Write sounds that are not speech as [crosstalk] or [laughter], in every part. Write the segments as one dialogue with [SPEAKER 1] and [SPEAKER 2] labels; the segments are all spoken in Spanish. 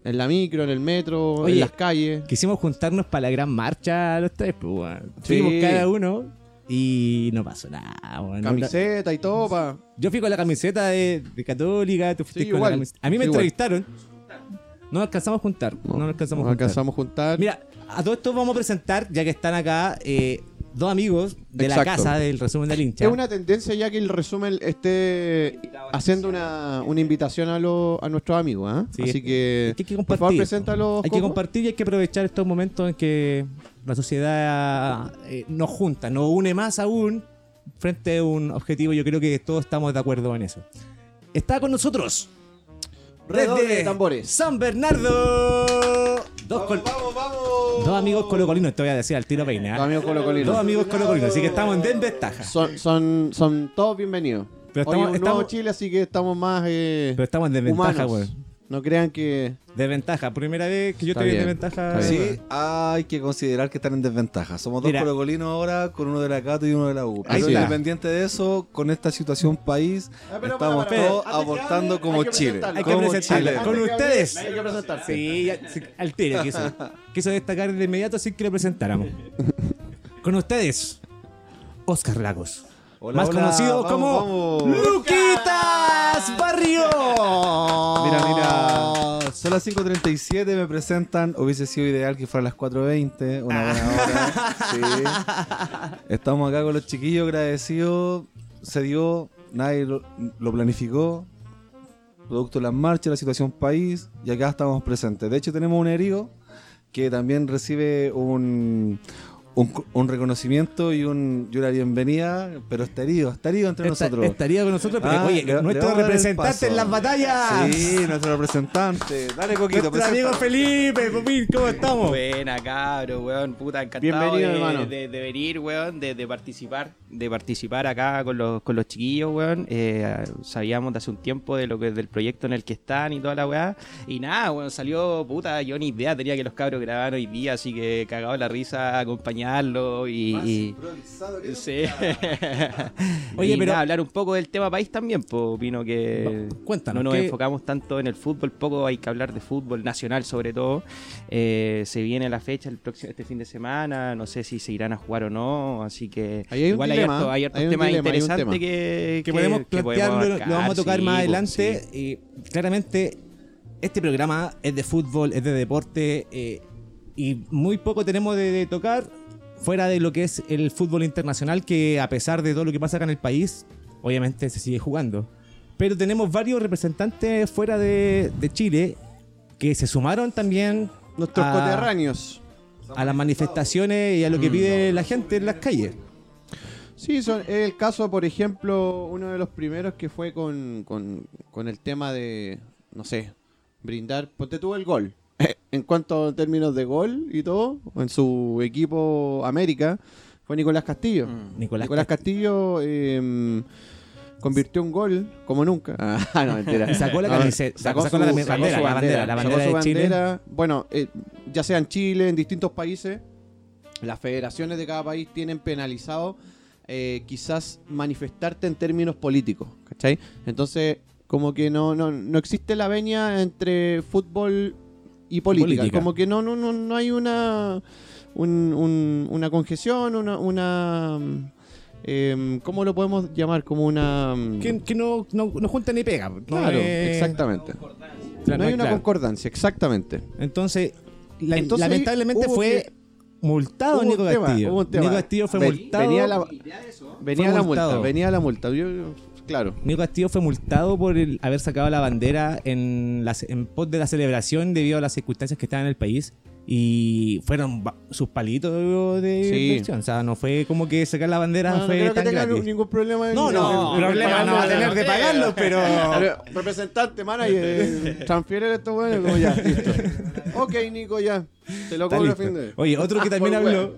[SPEAKER 1] en la micro, en el metro, en
[SPEAKER 2] Oye,
[SPEAKER 1] las calles.
[SPEAKER 2] Quisimos juntarnos para la gran marcha los tres, pues, weón.
[SPEAKER 1] Sí.
[SPEAKER 2] Fuimos cada uno y no pasó nada, weón.
[SPEAKER 1] Camiseta y todo, pa.
[SPEAKER 2] Yo fui con la camiseta de, de Católica, tú fuiste
[SPEAKER 1] Sí,
[SPEAKER 2] con
[SPEAKER 1] igual,
[SPEAKER 2] la camiseta. A mí me
[SPEAKER 1] sí, igual.
[SPEAKER 2] entrevistaron. No nos alcanzamos a juntar. No, nos alcanzamos a juntar.
[SPEAKER 1] alcanzamos a juntar.
[SPEAKER 2] Mira, a todo esto vamos a presentar, ya que están acá, eh, dos amigos de la
[SPEAKER 1] Exacto.
[SPEAKER 2] casa del resumen del hincha.
[SPEAKER 1] Es una tendencia ya que el resumen esté haciendo una, una invitación a, los a nuestros amigos, ¿ah?
[SPEAKER 2] Sí,
[SPEAKER 1] Así
[SPEAKER 2] es-
[SPEAKER 1] que,
[SPEAKER 2] es que hay que
[SPEAKER 1] por favor,
[SPEAKER 2] compartir.
[SPEAKER 1] preséntalo.
[SPEAKER 2] Hay que
[SPEAKER 1] Coco.
[SPEAKER 2] compartir y hay que aprovechar estos momentos en que la sociedad eh, nos junta, nos une más aún frente a un objetivo. Yo creo que todos estamos de acuerdo en eso. Está con nosotros
[SPEAKER 1] Redoble de tambores.
[SPEAKER 2] San Bernardo. Dos, col- dos amigos colocolinos, te voy a decir al tiro peine. ¿ah?
[SPEAKER 1] Los amigos colocolinos.
[SPEAKER 2] Dos amigos colocolinos, así que estamos en desventaja.
[SPEAKER 1] Son, son, son todos bienvenidos.
[SPEAKER 2] Pero
[SPEAKER 1] Hoy es
[SPEAKER 2] estamos-
[SPEAKER 1] un nuevo
[SPEAKER 2] estamos-
[SPEAKER 1] Chile, así que estamos más eh,
[SPEAKER 2] Pero estamos en desventaja,
[SPEAKER 1] humanos.
[SPEAKER 2] weón.
[SPEAKER 1] No crean que...
[SPEAKER 2] Desventaja, primera vez que yo
[SPEAKER 1] Está
[SPEAKER 2] te veo en
[SPEAKER 1] bien,
[SPEAKER 2] desventaja.
[SPEAKER 1] está bien.
[SPEAKER 3] Sí, hay que considerar que están en desventaja. Somos dos
[SPEAKER 2] Mira.
[SPEAKER 3] colocolinos ahora, con uno de la Cato y uno de la U.
[SPEAKER 2] Ahí
[SPEAKER 3] Pero
[SPEAKER 2] está.
[SPEAKER 3] independiente de eso, con esta situación país,
[SPEAKER 1] Ah, pero,
[SPEAKER 3] estamos
[SPEAKER 1] para, para,
[SPEAKER 3] todos
[SPEAKER 1] para. Antes que
[SPEAKER 3] aportando
[SPEAKER 1] hable,
[SPEAKER 3] como
[SPEAKER 1] hay que
[SPEAKER 3] Chile.
[SPEAKER 1] presentarlo.
[SPEAKER 2] Hay que
[SPEAKER 3] Como
[SPEAKER 2] presentarlo.
[SPEAKER 3] Chile.
[SPEAKER 2] Con
[SPEAKER 1] Antes que hable,
[SPEAKER 2] ustedes.
[SPEAKER 1] Hay que presentarse.
[SPEAKER 2] Sí, ya, sí, al tiro quiso. Quiso destacar de inmediato sin que lo presentáramos. Con ustedes, Oscar Lagos.
[SPEAKER 3] Hola,
[SPEAKER 2] más
[SPEAKER 3] hola,
[SPEAKER 2] conocido
[SPEAKER 3] vamos,
[SPEAKER 2] como
[SPEAKER 3] vamos.
[SPEAKER 2] Luquitas Barrio.
[SPEAKER 3] Mira, mira. Son las 5.37, me presentan. Hubiese sido ideal que fuera a las 4.20, una buena hora. Sí. Estamos acá con los chiquillos, agradecidos. Se dio, nadie lo, lo planificó. Producto de las marchas, la situación país, y acá estamos presentes. De hecho, tenemos un herido que también recibe un, un, un reconocimiento y, un, y una bienvenida, pero está herido, está herido entre
[SPEAKER 2] Esta-
[SPEAKER 3] nosotros.
[SPEAKER 2] Estaría con nosotros, pero
[SPEAKER 3] Ah,
[SPEAKER 2] oye,
[SPEAKER 3] le- le
[SPEAKER 2] nuestro
[SPEAKER 3] vamos a dar el
[SPEAKER 2] representante
[SPEAKER 3] paso.
[SPEAKER 2] en las batallas.
[SPEAKER 3] Sí, nuestro representante. Dale, Coquito,
[SPEAKER 2] Nuestro
[SPEAKER 3] presenta.
[SPEAKER 2] amigo Felipe, Popín, ¿cómo estamos?
[SPEAKER 4] Buena, cabro, weón. Puta, encantado
[SPEAKER 1] Bienvenido,
[SPEAKER 4] de,
[SPEAKER 1] hermano.
[SPEAKER 4] de- de venir, weón, de, de participar, de participar acá con los, con los chiquillos, weón. Eh, sabíamos de hace un tiempo de lo que, del proyecto en el que están y toda la weá. Y nada, weón, salió, puta, yo ni idea tenía que los cabros grababan hoy día, así que cagado la risa acompañarlo y... y- Sí.
[SPEAKER 2] Oye,
[SPEAKER 4] [laughs] Oye,
[SPEAKER 2] pero-
[SPEAKER 4] pero hablar un poco del tema país también, pues opino que
[SPEAKER 2] Va, cuéntanos,
[SPEAKER 4] no nos
[SPEAKER 2] ¿qué-
[SPEAKER 4] enfocamos tanto en el fútbol, poco hay que hablar de fútbol nacional sobre todo. Eh, se viene la fecha el próximo este fin de semana, no sé si se irán a jugar o no, así que
[SPEAKER 1] Ahí hay un
[SPEAKER 4] igual
[SPEAKER 1] dilema,
[SPEAKER 4] hay, harto- hay hartos
[SPEAKER 1] hay un
[SPEAKER 4] temas
[SPEAKER 1] dilema, hay un
[SPEAKER 4] interesantes
[SPEAKER 1] tema.
[SPEAKER 4] que,
[SPEAKER 2] que podemos plantearlo,
[SPEAKER 4] abarcar,
[SPEAKER 2] lo vamos a tocar
[SPEAKER 4] sí,
[SPEAKER 2] más
[SPEAKER 4] po,
[SPEAKER 2] adelante.
[SPEAKER 4] sí.
[SPEAKER 2] Y claramente, este programa es de fútbol, es de deporte, eh, y muy poco tenemos de, de tocar fuera de lo que es el fútbol internacional, que a pesar de todo lo que pasa acá en el país, obviamente se sigue jugando. Pero tenemos varios representantes fuera de, de Chile que se sumaron también
[SPEAKER 1] Nuestros
[SPEAKER 2] a-
[SPEAKER 1] coterráneos.
[SPEAKER 2] a las manifestaciones y a lo que pide la gente en las calles.
[SPEAKER 1] Sí, son, es el caso, por ejemplo, uno de los primeros que fue con, con, con el tema de, no sé, brindar, ponte tú el gol. [laughs] en cuanto a términos de gol y todo, en su equipo América, fue Nicolás Castillo.
[SPEAKER 2] Nicolás,
[SPEAKER 1] Nicolás Castillo em, convirtió un gol como nunca. [laughs] Ah, no, mentira.
[SPEAKER 2] Y sacó la
[SPEAKER 1] No,
[SPEAKER 2] camiseta, sacó la bandera,
[SPEAKER 1] sacó su
[SPEAKER 2] la bandera, la
[SPEAKER 1] sacó
[SPEAKER 2] bandera
[SPEAKER 1] su
[SPEAKER 2] de Chile.
[SPEAKER 1] bandera. Bueno, eh, ya sea en Chile, en distintos países, las federaciones de cada país tienen penalizado eh, quizás manifestarte en términos políticos, ¿cachai? Entonces, como que no, no, no existe la veña entre fútbol y política.
[SPEAKER 2] Política.
[SPEAKER 1] Como que no, no, no, no hay una un- un- una congestión, una, una mm, em, ¿cómo lo podemos llamar? Como una mm,
[SPEAKER 2] que, que no, no, no junta ni pega. no
[SPEAKER 1] Claro,
[SPEAKER 2] es-
[SPEAKER 1] exactamente.
[SPEAKER 2] claro,
[SPEAKER 1] no
[SPEAKER 2] no
[SPEAKER 1] hay
[SPEAKER 2] es
[SPEAKER 1] una
[SPEAKER 2] claro.
[SPEAKER 1] concordancia, exactamente.
[SPEAKER 2] Entonces, la-
[SPEAKER 1] Entonces,
[SPEAKER 2] lamentablemente
[SPEAKER 1] hubo
[SPEAKER 2] fue
[SPEAKER 1] que-
[SPEAKER 2] multado
[SPEAKER 1] hubo un
[SPEAKER 2] Ah, Nico
[SPEAKER 1] tema,
[SPEAKER 2] Castillo.
[SPEAKER 1] hubo un tema.
[SPEAKER 2] Nico Castillo fue
[SPEAKER 1] Ven-
[SPEAKER 2] multado.
[SPEAKER 1] venía la- Venía la multa,
[SPEAKER 2] multado.
[SPEAKER 1] venía la multa. Yo- yo- claro.
[SPEAKER 2] Nico Castillo fue multado por el haber sacado la bandera en, las, en pos de la celebración debido a las circunstancias que estaban en el país. Y fueron ba- sus palitos de
[SPEAKER 1] Sí.
[SPEAKER 2] inversión. O sea, no fue como que sacar la bandera
[SPEAKER 1] No, no
[SPEAKER 2] fue
[SPEAKER 1] creo que
[SPEAKER 2] tan
[SPEAKER 1] tenga
[SPEAKER 2] gratis.
[SPEAKER 1] ningún problema. en-
[SPEAKER 2] No, no,
[SPEAKER 1] en- en
[SPEAKER 2] problema
[SPEAKER 1] pagarlo.
[SPEAKER 2] no va a tener de pagarlo, pero...
[SPEAKER 1] [laughs] Pero, representante, manager, [laughs] eh, transfiere esto, bueno, como ya,
[SPEAKER 2] [laughs]
[SPEAKER 1] listo. Ok, Nico, ya. Te lo
[SPEAKER 2] Está
[SPEAKER 1] cobro a
[SPEAKER 2] listo.
[SPEAKER 1] fin de.
[SPEAKER 2] Oye, otro que
[SPEAKER 1] Ah,
[SPEAKER 2] también
[SPEAKER 1] [laughs] por
[SPEAKER 2] habló.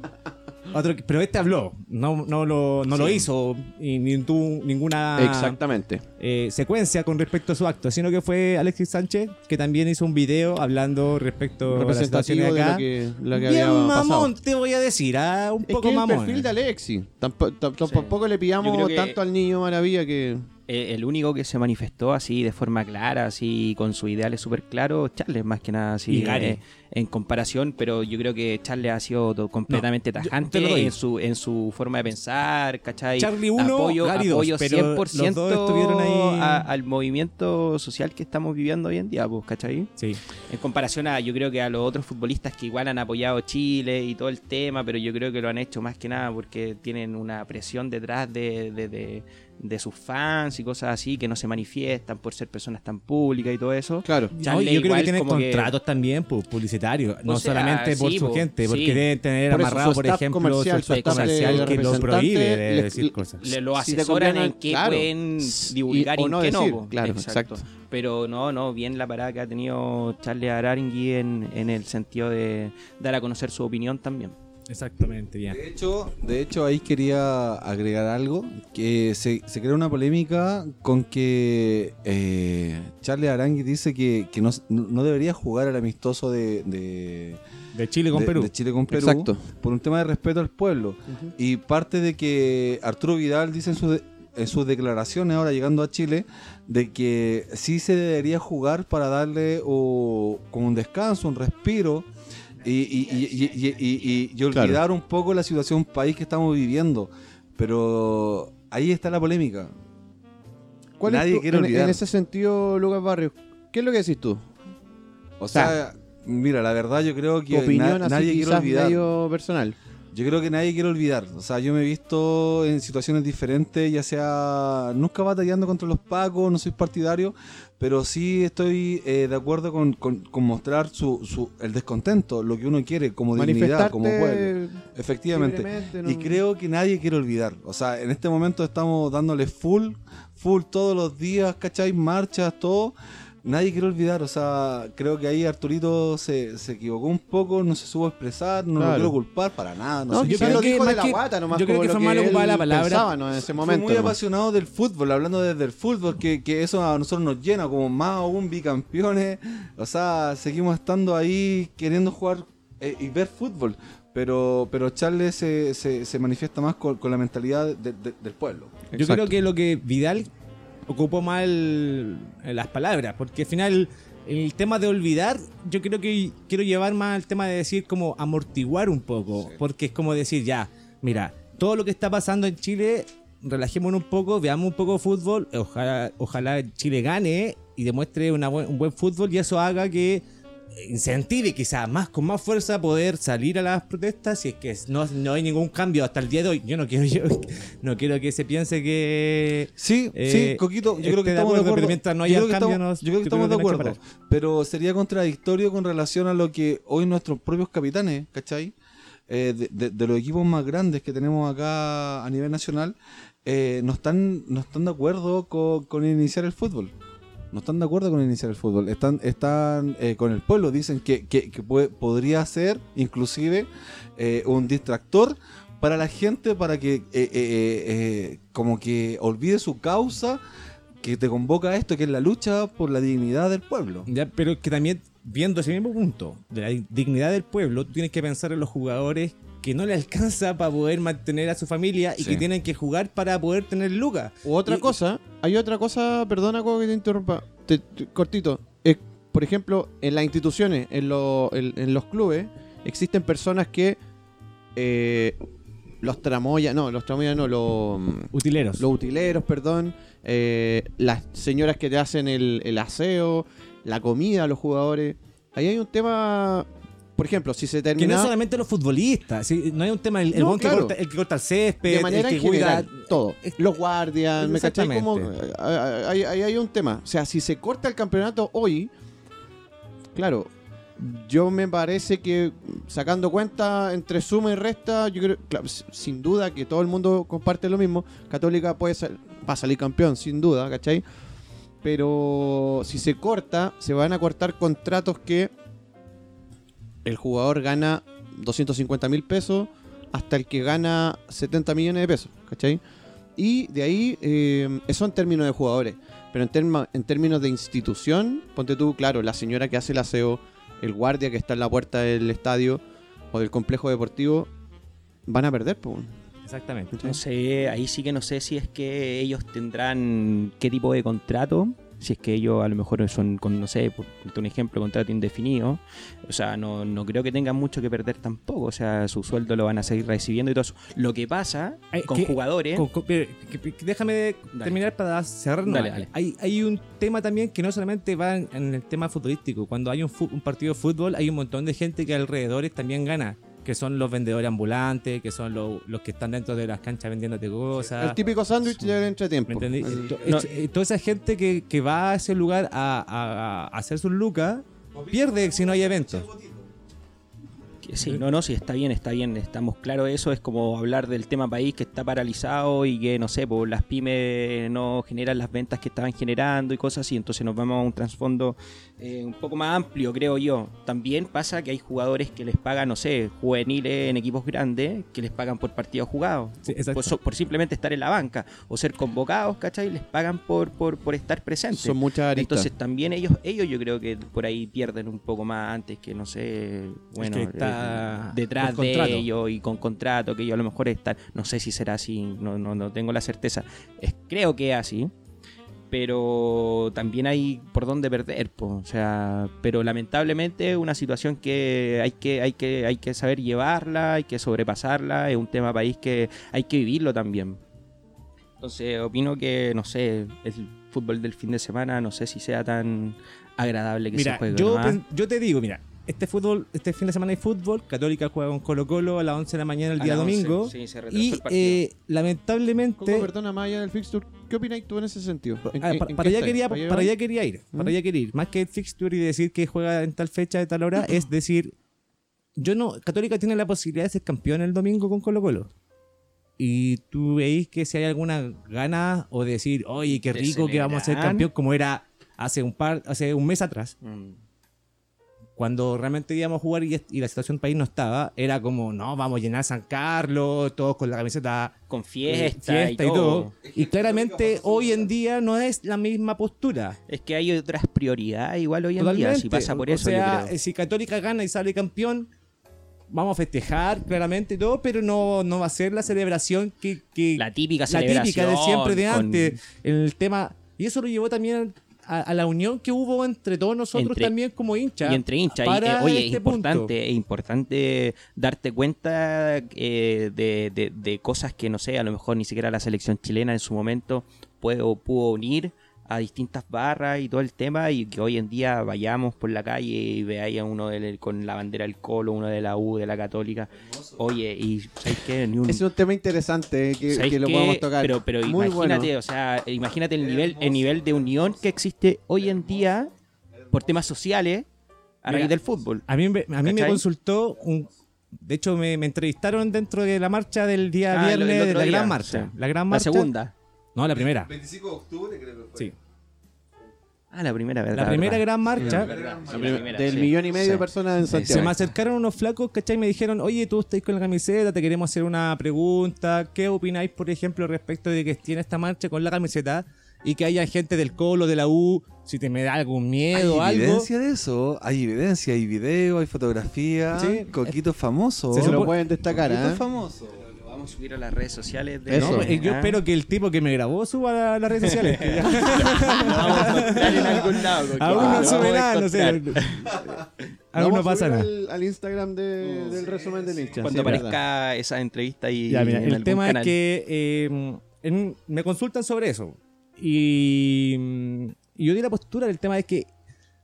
[SPEAKER 2] Otro que- pero este habló, no, no, lo, no lo hizo y ni tuvo ninguna
[SPEAKER 1] Exactamente.
[SPEAKER 2] eh, secuencia con respecto a su acto, sino que fue Alexis Sánchez que también hizo un video hablando respecto a la situación
[SPEAKER 1] Representativo de
[SPEAKER 2] acá.
[SPEAKER 1] lo que, lo que
[SPEAKER 2] Bien
[SPEAKER 1] había pasado.
[SPEAKER 2] mamón, te voy a decir, ah, un
[SPEAKER 1] Es
[SPEAKER 2] poco
[SPEAKER 1] que el
[SPEAKER 2] mamón.
[SPEAKER 1] perfil de Alexi. Tampo- tam- tam- Tampoco, le
[SPEAKER 4] Yo
[SPEAKER 1] pillamos
[SPEAKER 4] creo que-
[SPEAKER 1] tanto al niño maravilla que.
[SPEAKER 4] Eh, el único que se manifestó así de forma clara, así con sus ideales súper claros, Charles más que nada, así
[SPEAKER 2] Y Gary.
[SPEAKER 4] eh, en comparación, pero yo creo que Charles ha sido to- completamente
[SPEAKER 2] yo
[SPEAKER 4] tajante
[SPEAKER 2] te lo doy.
[SPEAKER 4] en su en su forma de pensar, ¿cachai?
[SPEAKER 2] Charlie uno,
[SPEAKER 4] apoyo,
[SPEAKER 2] Gary dos,
[SPEAKER 4] apoyo
[SPEAKER 2] pero los dos
[SPEAKER 4] 100%
[SPEAKER 2] estuvieron ahí-
[SPEAKER 4] a- al movimiento social que estamos viviendo hoy en día, pues, ¿cachai?
[SPEAKER 2] Sí.
[SPEAKER 4] En comparación a, yo creo que a los otros futbolistas que igual han apoyado Chile y todo el tema, pero yo creo que lo han hecho más que nada porque tienen una presión detrás de, de- de- de sus fans y cosas así que no se manifiestan por ser personas tan públicas y todo eso.
[SPEAKER 1] Claro.
[SPEAKER 2] No,
[SPEAKER 4] Charlie
[SPEAKER 2] yo creo que
[SPEAKER 4] igual
[SPEAKER 2] tienen
[SPEAKER 4] como que-
[SPEAKER 2] contratos también pu- publicitarios, no
[SPEAKER 4] sea,
[SPEAKER 2] solamente por
[SPEAKER 4] sí,
[SPEAKER 2] su
[SPEAKER 4] po,
[SPEAKER 2] gente,
[SPEAKER 4] sí.
[SPEAKER 2] porque deben tener
[SPEAKER 1] Por eso,
[SPEAKER 2] amarrado,
[SPEAKER 1] su
[SPEAKER 2] por
[SPEAKER 1] staff
[SPEAKER 2] ejemplo,
[SPEAKER 1] comercial,
[SPEAKER 2] su
[SPEAKER 1] su
[SPEAKER 2] staff
[SPEAKER 4] staff de
[SPEAKER 2] comercial que lo
[SPEAKER 1] representante,
[SPEAKER 2] prohíbe de
[SPEAKER 1] le-
[SPEAKER 2] decir
[SPEAKER 1] le-
[SPEAKER 2] cosas.
[SPEAKER 4] Le lo
[SPEAKER 1] Si te
[SPEAKER 4] asesoran
[SPEAKER 1] conviene,
[SPEAKER 4] en qué
[SPEAKER 1] claro.
[SPEAKER 4] pueden
[SPEAKER 1] S- y-
[SPEAKER 4] divulgar y,
[SPEAKER 1] o
[SPEAKER 4] en
[SPEAKER 1] no
[SPEAKER 4] qué
[SPEAKER 1] decir,
[SPEAKER 4] no. po.
[SPEAKER 1] claro, exacto.
[SPEAKER 4] Pero no, no, bien la parada que ha tenido Charles Arangui en, en el sentido de dar a conocer su opinión también.
[SPEAKER 2] Exactamente, bien.
[SPEAKER 3] De hecho, de hecho, ahí quería agregar algo, que se, se creó una polémica con que eh, Charles Arangui dice que, que no, no debería jugar al amistoso de, de-
[SPEAKER 2] De Chile con
[SPEAKER 3] de-
[SPEAKER 2] Perú.
[SPEAKER 3] de Chile con Perú
[SPEAKER 1] Exacto.
[SPEAKER 3] por un tema de respeto al pueblo. Y parte de que Arturo Vidal dice en, su de- en sus declaraciones ahora llegando a Chile, de que sí se debería jugar para darle o, como un descanso, un respiro. Y, y- y- y- y- y- y- y olvidar
[SPEAKER 1] Claro.
[SPEAKER 3] un poco la situación país que estamos viviendo. Pero ahí está la polémica.
[SPEAKER 1] ¿Cuál es
[SPEAKER 3] Nadie
[SPEAKER 1] tu-
[SPEAKER 3] quiere
[SPEAKER 1] en,
[SPEAKER 3] olvidar.
[SPEAKER 1] en ese sentido, Lucas Barrios, ¿qué es lo que decís tú?
[SPEAKER 3] O sea, mira, la verdad yo creo
[SPEAKER 1] Tu
[SPEAKER 3] que na-
[SPEAKER 1] opinión así
[SPEAKER 3] nadie quiere
[SPEAKER 1] quizás
[SPEAKER 3] olvidar.
[SPEAKER 1] medio personal.
[SPEAKER 3] Yo creo que nadie quiere olvidar. O sea, yo me he visto en situaciones diferentes, ya sea nunca batallando contra los pacos, no soy partidario, pero sí estoy eh, de acuerdo con, con- con mostrar su, su- el descontento, lo que uno quiere como dignidad,
[SPEAKER 1] Manifestarte
[SPEAKER 3] como pueblo. Efectivamente.
[SPEAKER 1] libremente, no-
[SPEAKER 3] Y creo que nadie quiere olvidar. O sea, en este momento estamos dándole full, full todos los días, ¿cachai? Marchas, todo. Nadie quiere olvidar. O sea, creo que ahí Arturito se, se equivocó un poco, no se supo expresar, no
[SPEAKER 1] Claro.
[SPEAKER 3] lo quiero culpar para nada. No,
[SPEAKER 1] No,
[SPEAKER 3] sé
[SPEAKER 1] yo
[SPEAKER 3] qué.
[SPEAKER 1] creo
[SPEAKER 2] creo
[SPEAKER 1] lo
[SPEAKER 2] que
[SPEAKER 1] dijo de
[SPEAKER 2] más
[SPEAKER 1] la
[SPEAKER 2] que-
[SPEAKER 1] guata nomás.
[SPEAKER 2] yo creo
[SPEAKER 1] como
[SPEAKER 2] que
[SPEAKER 1] lo
[SPEAKER 2] fue mal
[SPEAKER 1] él
[SPEAKER 2] ocupada la palabra.
[SPEAKER 1] pensaba, ¿no? En ese
[SPEAKER 3] Fue
[SPEAKER 1] momento.
[SPEAKER 3] muy
[SPEAKER 1] nomás.
[SPEAKER 3] apasionado del fútbol, hablando desde el fútbol, que, que eso a nosotros nos llena, como más aún bicampeones. O sea, seguimos estando ahí queriendo jugar eh, y ver fútbol. Pero, pero Charles se, se- se manifiesta más con, con la mentalidad de- de- del pueblo.
[SPEAKER 2] Yo creo que lo que Vidal ocupó mal eh, las palabras, porque al final el tema de olvidar, yo creo que quiero llevar más al tema de decir como amortiguar un poco, porque es como decir ya, mira, todo lo que está pasando en Chile, relajémonos un poco, veamos un poco de fútbol, ojalá, ojalá Chile gane y demuestre una buen- un buen fútbol y eso haga que incentive quizás más con más fuerza poder salir a las protestas si es que no, no hay ningún cambio hasta el día de hoy yo no quiero yo [laughs] no quiero que se piense que
[SPEAKER 3] Sí,
[SPEAKER 2] Eh,
[SPEAKER 3] sí, Coquito, yo
[SPEAKER 2] este,
[SPEAKER 3] creo que
[SPEAKER 2] de
[SPEAKER 3] estamos
[SPEAKER 2] acuerdo,
[SPEAKER 3] de acuerdo.
[SPEAKER 2] pero mientras no
[SPEAKER 3] Yo
[SPEAKER 2] haya
[SPEAKER 3] creo que
[SPEAKER 2] cambio,
[SPEAKER 3] estamos-
[SPEAKER 2] no-
[SPEAKER 3] yo
[SPEAKER 2] yo
[SPEAKER 3] creo que
[SPEAKER 2] creo
[SPEAKER 3] estamos de
[SPEAKER 2] que no hay que
[SPEAKER 3] acuerdo. Pero sería contradictorio con relación a lo que hoy nuestros propios capitanes, ¿cachai? Eh, de, de- de los equipos más grandes que tenemos acá a nivel nacional, eh, no, están, no están de acuerdo co- con, iniciar el fútbol. No están de acuerdo con iniciar el fútbol. Están, están eh, con el pueblo. Dicen que, que- que puede- podría ser inclusive eh, un distractor para la gente para que eh, eh, eh, eh, como que olvide su causa que te convoca a esto, que es la lucha por la dignidad del pueblo.
[SPEAKER 2] Ya, pero que también, viendo ese mismo punto de la dignidad del pueblo, tú tienes que pensar en los jugadores que no le alcanza para poder mantener a su familia y
[SPEAKER 3] Sí.
[SPEAKER 2] que tienen que jugar para poder tener lucas.
[SPEAKER 1] U otra
[SPEAKER 2] Y-
[SPEAKER 1] cosa, hay otra cosa, perdona Coco, que te interrumpa, te- te- cortito. Eh, por ejemplo, en las instituciones, en, lo- en- en los clubes, existen personas que eh, los tramoyas, no, los tramoyas no, los,
[SPEAKER 2] Utileros.
[SPEAKER 1] los utileros, perdón, eh, las señoras que te hacen el, el aseo, la comida a los jugadores. Ahí hay un tema, por ejemplo, si se
[SPEAKER 2] que no
[SPEAKER 1] termina
[SPEAKER 2] es solamente los futbolistas, sí, no hay un tema, el, el
[SPEAKER 1] No,
[SPEAKER 2] buen que
[SPEAKER 1] claro.
[SPEAKER 2] corta- el que corta el césped,
[SPEAKER 1] de manera
[SPEAKER 2] el
[SPEAKER 1] en
[SPEAKER 2] que cuida-
[SPEAKER 1] general, todo. Los guardias, ¿me cachai? Como,
[SPEAKER 2] Exactamente.
[SPEAKER 1] eh, ahí, ahí hay un tema. O sea, si se corta el campeonato hoy, claro, yo me parece que sacando cuenta entre suma y resta, yo creo, claro, s- sin duda que todo el mundo comparte lo mismo. Católica puede sal- va a salir campeón, sin duda, ¿cachai? Pero si se corta, se van a cortar contratos que el jugador gana 250 mil pesos hasta el que gana 70 millones de pesos, ¿cachai? Y de ahí, eh, eso en términos de jugadores, pero en, terma- en términos de institución, ponte tú, claro, la señora que hace el aseo, el guardia que está en la puerta del estadio o del complejo deportivo, van a perder, pues. weón.
[SPEAKER 2] Exactamente.
[SPEAKER 4] No sé, ahí sí que no sé si es que ellos tendrán qué tipo de contrato, si es que ellos a lo mejor son, con, no sé, por ponerte un ejemplo, contrato indefinido. O sea, no, no creo que tengan mucho que perder tampoco. O sea, su sueldo lo van a seguir recibiendo y todo eso. Lo que pasa
[SPEAKER 2] Ay,
[SPEAKER 4] con
[SPEAKER 2] ¿qué?
[SPEAKER 4] jugadores.
[SPEAKER 2] Con- con- pero, eh, que- que- que déjame de-
[SPEAKER 4] ¿Eh? Dale.
[SPEAKER 2] terminar para cerrar.
[SPEAKER 4] Dale, dale.
[SPEAKER 2] Hay, hay un tema también que no solamente va en, en el tema futbolístico. Cuando hay un, fu- un partido de fútbol, hay un montón de gente que alrededores también gana. Que son los vendedores ambulantes, que son lo- los que están dentro de las canchas vendiéndote cosas.
[SPEAKER 1] el típico sándwich del entretiempo.
[SPEAKER 2] ¿Me entendí?
[SPEAKER 1] El-
[SPEAKER 2] Ento-
[SPEAKER 4] No.
[SPEAKER 2] eh, Toda esa gente que, que va a ese lugar a, a- a hacer sus lucas, pierde si no hay eventos.
[SPEAKER 4] Sí, no, no, sí, está bien, está bien, estamos claros de eso. Es como hablar del tema país que está paralizado y que, no sé, pues, las pymes no generan las ventas que estaban generando y cosas así. Entonces nos vamos a un trasfondo eh, un poco más amplio, creo yo. También pasa que hay jugadores que les pagan, no sé, juveniles en equipos grandes, que les pagan por partido jugado.
[SPEAKER 2] Sí, exacto.
[SPEAKER 4] por, so- por simplemente estar en la banca o ser convocados, ¿cachai? Les pagan por, por, por estar presentes.
[SPEAKER 1] Son muchas aristas.
[SPEAKER 4] Entonces también ellos, ellos yo creo que por ahí pierden un poco más antes que, no sé, bueno,
[SPEAKER 2] que está
[SPEAKER 4] eh, detrás
[SPEAKER 2] por
[SPEAKER 4] de
[SPEAKER 2] contrato.
[SPEAKER 4] ellos y con contrato, que ellos a lo mejor están, no sé si será así, no, no, no tengo la certeza. Es- creo que es así, pero también hay por dónde perder, po. o sea, pero lamentablemente es una situación que hay que, hay que hay que saber llevarla, hay que sobrepasarla, es un tema país que hay que vivirlo también. Entonces, opino que, no sé, el fútbol del fin de semana, no sé si sea tan agradable que se
[SPEAKER 2] Mira,
[SPEAKER 4] juegue.
[SPEAKER 2] yo,
[SPEAKER 4] ¿no?
[SPEAKER 2] pen- yo te digo, mira, este fútbol, este fin de semana hay fútbol, Católica juega con Colo Colo a las 11 de la mañana el
[SPEAKER 4] A
[SPEAKER 2] día
[SPEAKER 4] las once,
[SPEAKER 2] domingo.
[SPEAKER 4] Ah, sí, se retrasó
[SPEAKER 2] y
[SPEAKER 4] el partido.
[SPEAKER 2] eh,
[SPEAKER 1] Coco,
[SPEAKER 2] lamentablemente...
[SPEAKER 1] perdona, más allá del fixture, ¿qué opináis tú en ese sentido? ¿En-
[SPEAKER 2] Ah,
[SPEAKER 1] en-
[SPEAKER 2] pa-
[SPEAKER 1] en
[SPEAKER 2] para,
[SPEAKER 1] qué
[SPEAKER 2] allá
[SPEAKER 1] estáis?
[SPEAKER 2] quería,
[SPEAKER 1] allá Mm.
[SPEAKER 2] para allá quería ir. Para allá quería ir. Más que el fixture y decir que juega en tal fecha, de tal hora,
[SPEAKER 1] Mm.
[SPEAKER 2] es decir, yo no. Católica tiene la posibilidad de ser campeón el domingo con Colo Colo. Y tú veis que si hay alguna gana o decir, oye, qué
[SPEAKER 4] De
[SPEAKER 2] rico que vamos a ser
[SPEAKER 4] celebrar.
[SPEAKER 2] campeón, como era hace un par, hace un mes atrás,
[SPEAKER 4] Mm.
[SPEAKER 2] cuando realmente íbamos a jugar y, y la situación del país no estaba, era como, no, vamos a llenar San Carlos, todos con la camiseta
[SPEAKER 4] Con
[SPEAKER 2] eh,
[SPEAKER 4] fiesta,
[SPEAKER 2] fiesta y todo. Y claramente hoy en día no es la misma postura.
[SPEAKER 4] Es que hay otras prioridades igual hoy en día,
[SPEAKER 2] Totalmente.
[SPEAKER 4] si pasa por
[SPEAKER 2] O
[SPEAKER 4] eso,
[SPEAKER 2] sea, eh,
[SPEAKER 4] yo creo.
[SPEAKER 2] si Católica gana y sale campeón, vamos a festejar claramente y todo, pero no, no va a ser la celebración que, que
[SPEAKER 4] La típica
[SPEAKER 2] la
[SPEAKER 4] celebración.
[SPEAKER 2] típica de siempre de
[SPEAKER 4] con-
[SPEAKER 2] antes. El tema y eso lo llevó también a, a la unión que hubo entre todos nosotros
[SPEAKER 4] Entre-
[SPEAKER 2] también como hinchas.
[SPEAKER 4] Y entre hinchas. y,
[SPEAKER 2] para
[SPEAKER 4] eh, oye, es
[SPEAKER 2] este punto.
[SPEAKER 4] importante, es importante darte cuenta eh, de, de- de cosas que, no sé, a lo mejor ni siquiera la selección chilena en su momento pudo, pudo unir a distintas barras y todo el tema y que hoy en día vayamos por la calle y veáis a uno del- con la bandera del Colo, uno de la U, de la Católica. Oye, y ¿sabes qué? Ni un-
[SPEAKER 1] Es un tema interesante eh, que,
[SPEAKER 4] ¿Sabéis
[SPEAKER 1] que lo
[SPEAKER 4] qué?
[SPEAKER 1] podemos tocar.
[SPEAKER 4] Pero, pero
[SPEAKER 1] Muy
[SPEAKER 4] imagínate,
[SPEAKER 1] bueno.
[SPEAKER 4] o sea, imagínate el nivel, el nivel de unión que existe hoy en día por temas sociales a
[SPEAKER 2] Mira,
[SPEAKER 4] raíz del fútbol.
[SPEAKER 2] A mí, me- a mí me
[SPEAKER 4] ¿Cachai?
[SPEAKER 2] consultó un. De hecho, me, me entrevistaron dentro de la marcha del día
[SPEAKER 4] Ah, el- el
[SPEAKER 2] viernes de
[SPEAKER 4] otro
[SPEAKER 2] la
[SPEAKER 4] día,
[SPEAKER 2] gran marcha.
[SPEAKER 4] sí.
[SPEAKER 2] La gran
[SPEAKER 4] La
[SPEAKER 2] marcha.
[SPEAKER 4] segunda.
[SPEAKER 2] No, la primera.
[SPEAKER 3] 25 de octubre creo que
[SPEAKER 2] Sí.
[SPEAKER 4] Ah, la primera, Mm. ¿verdad?
[SPEAKER 2] La primera
[SPEAKER 4] verdad.
[SPEAKER 2] gran marcha.
[SPEAKER 4] Sí, la primera,
[SPEAKER 1] Del
[SPEAKER 4] sí.
[SPEAKER 1] millón y medio
[SPEAKER 4] Sí.
[SPEAKER 1] de personas en
[SPEAKER 2] Se me
[SPEAKER 1] Santiago.
[SPEAKER 2] acercaron unos flacos, ¿cachai? Y me dijeron, oye, tú estáis con la camiseta, te queremos hacer una pregunta. ¿Qué opináis, por ejemplo, respecto de que tiene esta marcha con la camiseta y que haya gente del Colo, de la U, si te me da algún miedo o
[SPEAKER 3] ¿Hay
[SPEAKER 2] algo?
[SPEAKER 3] evidencia de eso? Hay evidencia, hay video, hay fotografía.
[SPEAKER 2] Sí.
[SPEAKER 3] Coquito es famoso.
[SPEAKER 2] Se
[SPEAKER 1] Se lo
[SPEAKER 2] supo-
[SPEAKER 1] pueden destacar,
[SPEAKER 3] Coquito
[SPEAKER 1] ¿eh?
[SPEAKER 3] es famoso.
[SPEAKER 4] Lo vamos a subir a las redes sociales de ¿ah?
[SPEAKER 1] Eso.
[SPEAKER 2] No, pues, eh, yo espero que el tipo que me grabó suba a las redes
[SPEAKER 4] [laughs]
[SPEAKER 2] sociales. que ya- [laughs]
[SPEAKER 4] en algún lado. porque
[SPEAKER 2] Aún
[SPEAKER 4] lo
[SPEAKER 2] no
[SPEAKER 4] vamos a
[SPEAKER 2] sube nada, no
[SPEAKER 4] encontrar.
[SPEAKER 2] sé. Aún
[SPEAKER 1] Lo
[SPEAKER 2] no
[SPEAKER 1] vamos a
[SPEAKER 2] pasa
[SPEAKER 1] subir
[SPEAKER 2] nada.
[SPEAKER 1] Al, al Instagram de- del resumen del hincha.
[SPEAKER 4] Cuando
[SPEAKER 1] sí, es
[SPEAKER 4] aparezca
[SPEAKER 1] verdad.
[SPEAKER 4] esa entrevista y
[SPEAKER 2] Ya, mira,
[SPEAKER 4] en
[SPEAKER 2] el
[SPEAKER 4] algún
[SPEAKER 2] tema
[SPEAKER 4] canal.
[SPEAKER 2] es que eh, en- me consultan sobre eso. Y, mm, y yo di la postura del tema de que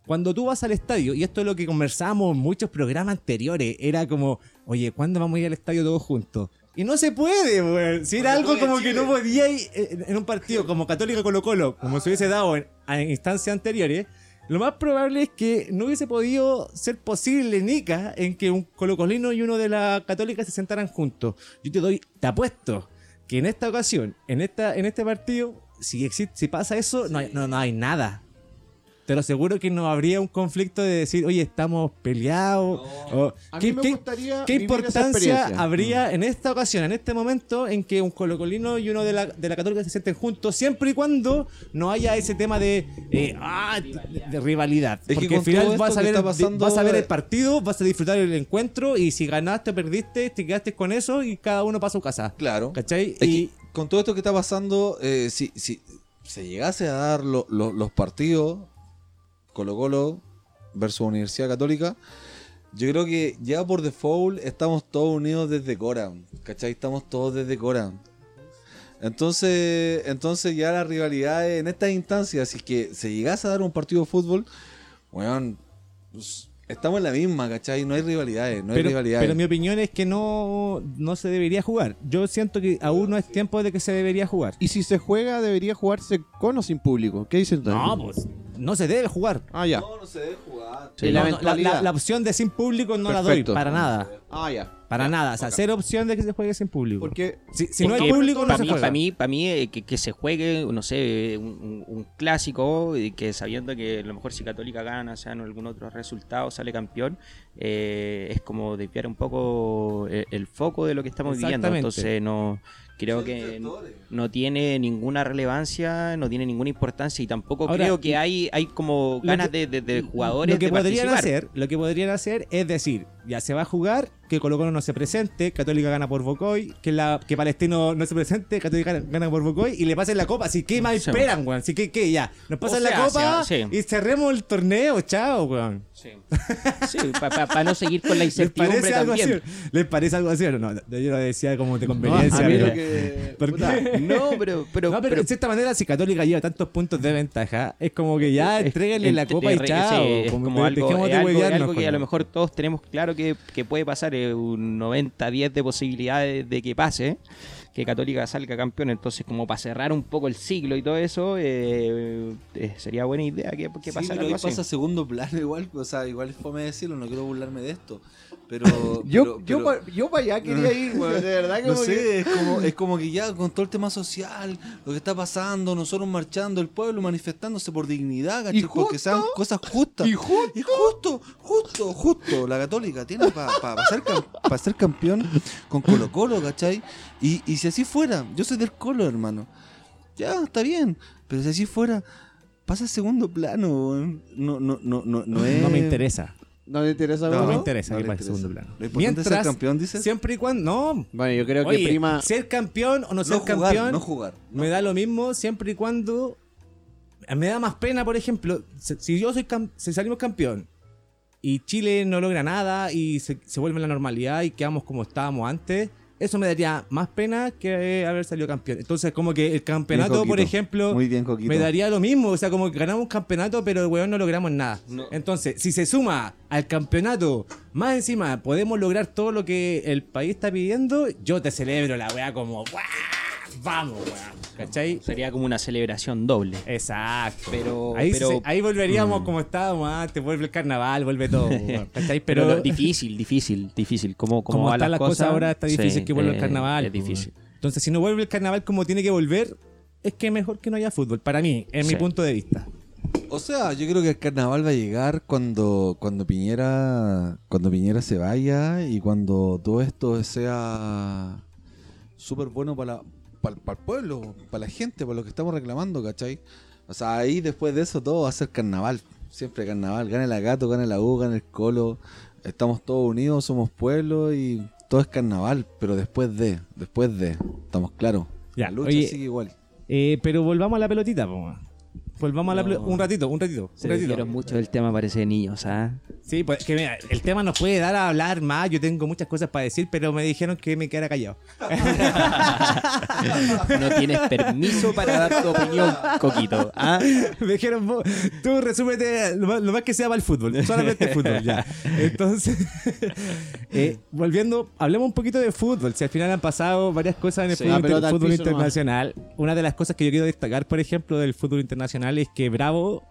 [SPEAKER 2] cuando tú vas al estadio, y esto es lo que conversábamos en muchos programas anteriores, era como, oye, ¿cuándo vamos a ir al estadio todos juntos? Y no se puede, weón. Si era algo como que no podía ir eh, en un partido como Católica Colo Colo, como se hubiese dado en, en instancias anteriores, lo más probable es que no hubiese podido ser posible, Nica, en que un colocolino y uno de la católica se sentaran juntos. Yo te doy, te apuesto que en esta ocasión, en, esta, en este partido, si, existe, si pasa eso, no, hay, no, no hay nada. Te lo aseguro que no habría un conflicto de decir, oye, estamos peleados. o-
[SPEAKER 1] A mí
[SPEAKER 2] ¿qué,
[SPEAKER 1] me
[SPEAKER 2] qué-
[SPEAKER 1] gustaría
[SPEAKER 2] qué
[SPEAKER 1] vivir esa
[SPEAKER 2] importancia
[SPEAKER 1] experiencia?
[SPEAKER 2] habría
[SPEAKER 3] Mm.
[SPEAKER 2] en esta ocasión, en este momento, en que un colocolino y uno de la, de la católica se sienten juntos, siempre y cuando no haya ese tema de, eh, ah, de rivalidad?
[SPEAKER 3] que
[SPEAKER 2] Porque
[SPEAKER 3] con
[SPEAKER 2] al final
[SPEAKER 3] todo
[SPEAKER 2] vas
[SPEAKER 3] esto
[SPEAKER 2] a,
[SPEAKER 3] que
[SPEAKER 2] ver,
[SPEAKER 3] está pasando-
[SPEAKER 2] vas a ver el partido, vas a disfrutar el encuentro y si ganaste o perdiste, te quedaste con eso y cada uno para su casa.
[SPEAKER 3] Claro.
[SPEAKER 2] ¿Cachai?
[SPEAKER 3] Es
[SPEAKER 2] Y,
[SPEAKER 3] que con todo esto que está pasando, eh, si, si se llegase a dar lo- lo- los partidos, Colo Colo versus Universidad Católica, yo creo que ya por default estamos todos unidos desde Cora, ¿cachai? Estamos todos desde Cora. Entonces, entonces ya las rivalidades en estas instancias, si es que se llegase a dar un partido de fútbol, weón, pues, estamos en la misma, ¿cachai? No hay rivalidades, no hay
[SPEAKER 2] pero,
[SPEAKER 3] rivalidades.
[SPEAKER 2] pero mi opinión es que no, no se debería jugar. Yo siento que aún no es tiempo de que se debería jugar.
[SPEAKER 1] Y si se juega, debería jugarse con o sin público. ¿Qué dicen todos?
[SPEAKER 2] No, pues no se debe jugar.
[SPEAKER 1] Ah, ya.
[SPEAKER 3] No, no se debe jugar.
[SPEAKER 1] Sí,
[SPEAKER 2] No,
[SPEAKER 1] la
[SPEAKER 2] no, la,
[SPEAKER 1] eventualidad.
[SPEAKER 2] la- la opción de sin público no la doy
[SPEAKER 1] Perfecto.
[SPEAKER 2] para nada.
[SPEAKER 1] Ah, ya.
[SPEAKER 2] Para nada. O sea, cero opción de que se juegue sin público.
[SPEAKER 1] Porque
[SPEAKER 2] si si no hay
[SPEAKER 4] Porque
[SPEAKER 2] público, no
[SPEAKER 4] para
[SPEAKER 2] se
[SPEAKER 4] mí,
[SPEAKER 2] juega.
[SPEAKER 4] Para mí, para mí eh, que, que se juegue, no sé, un, un- un clásico, y que sabiendo que a lo mejor si Católica gana, sea en algún otro resultado, sale campeón, eh, es como desviar un poco eh, el, foco de lo que estamos viviendo.
[SPEAKER 2] Exactamente.
[SPEAKER 4] Entonces, no creo que no, tiene ninguna relevancia, no tiene ninguna importancia y tampoco
[SPEAKER 2] Ahora,
[SPEAKER 4] creo que hay, hay como
[SPEAKER 2] que-
[SPEAKER 4] ganas de, de- de jugadores
[SPEAKER 2] lo que
[SPEAKER 4] de
[SPEAKER 2] podrían
[SPEAKER 4] participar.
[SPEAKER 2] hacer lo que podrían hacer es decir ya se va a jugar que Colo Colo no se presente, Católica gana por Bocoy, que, la, que Palestino no se presente, Católica gana- gana por Bocoy y le pasen la copa. Así que más
[SPEAKER 4] Sí.
[SPEAKER 2] esperan, weón. Así que, ¿qué? Ya, nos pasan
[SPEAKER 4] O sea,
[SPEAKER 2] la copa
[SPEAKER 4] sí, sí.
[SPEAKER 2] y cerremos el torneo, chao, weón.
[SPEAKER 4] Sí, para no seguir con la
[SPEAKER 2] [laughs] ¿Les
[SPEAKER 4] incertidumbre
[SPEAKER 2] parece algo
[SPEAKER 4] también.
[SPEAKER 2] así? ¿Les parece algo así o no? No, Yo lo decía como de
[SPEAKER 1] No, a mí lo
[SPEAKER 2] conveniencia.
[SPEAKER 1] [laughs]
[SPEAKER 2] pero-
[SPEAKER 1] que-
[SPEAKER 2] ¿Por
[SPEAKER 1] puta,
[SPEAKER 2] qué?
[SPEAKER 4] No, pero, pero,
[SPEAKER 2] [laughs] no, pero,
[SPEAKER 4] pero-
[SPEAKER 2] en cierta manera, si Católica lleva tantos puntos de ventaja, es como que ya
[SPEAKER 4] es-
[SPEAKER 2] entreguenle la
[SPEAKER 4] entre-
[SPEAKER 2] copa y
[SPEAKER 4] re-
[SPEAKER 2] chao.
[SPEAKER 4] sí, es como,
[SPEAKER 2] de-
[SPEAKER 4] algo,
[SPEAKER 2] dejemos
[SPEAKER 4] es
[SPEAKER 2] de
[SPEAKER 4] algo- es
[SPEAKER 2] huevearnos, pues,
[SPEAKER 4] algo que a
[SPEAKER 2] Colo.
[SPEAKER 4] lo mejor todos tenemos claro que, que puede pasar, eh, un 90-10 de posibilidades de que pase, que Católica salga campeón. Entonces, como para cerrar un poco el siglo y todo eso, eh, eh, sería buena idea que,
[SPEAKER 3] Sí,
[SPEAKER 4] que pasara
[SPEAKER 3] pero
[SPEAKER 4] algo
[SPEAKER 3] ahí
[SPEAKER 4] así.
[SPEAKER 3] pasa a segundo plano igual, o sea, igual es fome decirlo, no quiero burlarme de esto, pero...
[SPEAKER 1] [laughs] Yo,
[SPEAKER 3] pero-
[SPEAKER 1] yo,
[SPEAKER 3] pero-
[SPEAKER 1] pa- yo para allá quería ir, weón. De verdad que
[SPEAKER 3] No
[SPEAKER 1] como
[SPEAKER 3] sé,
[SPEAKER 1] que-
[SPEAKER 3] es, como, es como que ya con todo el tema social, lo que está pasando, nosotros marchando, el pueblo manifestándose por dignidad,
[SPEAKER 1] Y
[SPEAKER 3] ¿cachai? Porque sean
[SPEAKER 1] justo,
[SPEAKER 3] cosas justas.
[SPEAKER 1] y justo.
[SPEAKER 3] Y justo, justo, justo, La católica tiene para ser, cam- pa ser campeón con Colo Colo, ¿cachai? Y, y si así fuera, yo soy del Colo, hermano. Ya, está bien. Pero si así fuera, pasa a segundo plano. weón. No, no, no, no, no es...
[SPEAKER 2] No me interesa.
[SPEAKER 1] No me interesa,
[SPEAKER 3] No,
[SPEAKER 2] No, me
[SPEAKER 1] weón.
[SPEAKER 2] interesa
[SPEAKER 3] no
[SPEAKER 2] que
[SPEAKER 3] le
[SPEAKER 2] pase
[SPEAKER 3] interesa.
[SPEAKER 2] segundo plano.
[SPEAKER 3] Lo importante es ser campeón, dices.
[SPEAKER 2] Siempre y cuando. No.
[SPEAKER 1] Bueno, yo creo que
[SPEAKER 2] Oye,
[SPEAKER 1] prima.
[SPEAKER 2] Ser campeón o no, ser
[SPEAKER 3] No jugar,
[SPEAKER 2] campeón.
[SPEAKER 3] no jugar.
[SPEAKER 2] me da lo mismo siempre y cuando. Me da más pena, por ejemplo, si si yo soy cam- si salimos campeón y Chile no logra nada y se, se vuelve a la normalidad y quedamos como estábamos antes, eso me daría más pena que eh, haber salido campeón. Entonces, como que el campeonato,
[SPEAKER 3] Bien, Coquito.
[SPEAKER 2] por ejemplo,
[SPEAKER 3] Muy bien, Coquito.
[SPEAKER 2] me daría lo mismo. O sea, como que ganamos un campeonato, pero weón, no logramos nada.
[SPEAKER 4] No.
[SPEAKER 2] Entonces, si se suma al campeonato, más encima podemos lograr todo lo que el país está pidiendo, yo te celebro la weá como "Guau, vamos, weá. ¿Cachai?
[SPEAKER 4] Sería como una celebración doble.
[SPEAKER 2] Exacto.
[SPEAKER 4] Pero-
[SPEAKER 2] ahí,
[SPEAKER 4] pero- Mm.
[SPEAKER 2] se- ahí volveríamos como estábamos antes, vuelve el carnaval, vuelve todo.
[SPEAKER 4] [laughs]
[SPEAKER 2] weón, ¿Cachai?
[SPEAKER 4] Pero,
[SPEAKER 2] Pero,
[SPEAKER 4] lo- difícil, difícil, difícil. Como, como
[SPEAKER 2] como
[SPEAKER 4] van
[SPEAKER 2] está la
[SPEAKER 4] las
[SPEAKER 2] cosa
[SPEAKER 4] cosas
[SPEAKER 2] ahora, está difícil
[SPEAKER 4] sí,
[SPEAKER 2] que vuelva
[SPEAKER 4] eh,
[SPEAKER 2] el carnaval.
[SPEAKER 4] Es
[SPEAKER 2] pues,
[SPEAKER 4] difícil.
[SPEAKER 2] weón. Entonces, si no vuelve el carnaval como tiene que volver, es que mejor que no haya fútbol. Para mí, en
[SPEAKER 4] Sí.
[SPEAKER 2] mi punto de vista.
[SPEAKER 3] O sea, yo creo que el carnaval va a llegar cuando, cuando Piñera cuando Piñera se vaya y cuando todo esto sea súper bueno para, para, el pueblo, para la gente, para lo que estamos reclamando, ¿cachai? O sea, ahí después de eso todo va a ser carnaval, siempre carnaval, gana la gato, gana la U, gana el colo, estamos todos unidos, somos pueblo y todo es carnaval, pero después de, después de, estamos claros,
[SPEAKER 2] Ya,
[SPEAKER 3] la lucha
[SPEAKER 2] oye,
[SPEAKER 3] sigue igual.
[SPEAKER 2] Eh, pero volvamos a la pelotita, po, weón. Volvamos a la
[SPEAKER 4] No.
[SPEAKER 2] pelotita. Un ratito, un ratito.
[SPEAKER 4] Se
[SPEAKER 2] un ratito.
[SPEAKER 4] dijeron mucho del tema, parece de niños, ¿ah?
[SPEAKER 2] Sí, pues que mira, el tema nos puede dar a hablar más. Yo tengo muchas cosas para decir, pero me dijeron que me quedara
[SPEAKER 4] [laughs]
[SPEAKER 2] callado.
[SPEAKER 4] No tienes permiso para dar tu opinión, Coquito. ¿ah?
[SPEAKER 2] [laughs] me dijeron, "Vos, tú resúmete lo más, lo más que sea para el fútbol, solamente el fútbol,
[SPEAKER 1] [laughs]
[SPEAKER 2] ya. Entonces, [laughs] eh, volviendo, hablemos un poquito de fútbol. Si al final han pasado varias cosas en el
[SPEAKER 1] Sí, Ah,
[SPEAKER 2] fútbol,
[SPEAKER 1] la pelota
[SPEAKER 2] inter-
[SPEAKER 1] al
[SPEAKER 2] fútbol
[SPEAKER 1] piso
[SPEAKER 2] internacional, una de las cosas que yo quiero destacar, por ejemplo, del fútbol internacional es que Bravo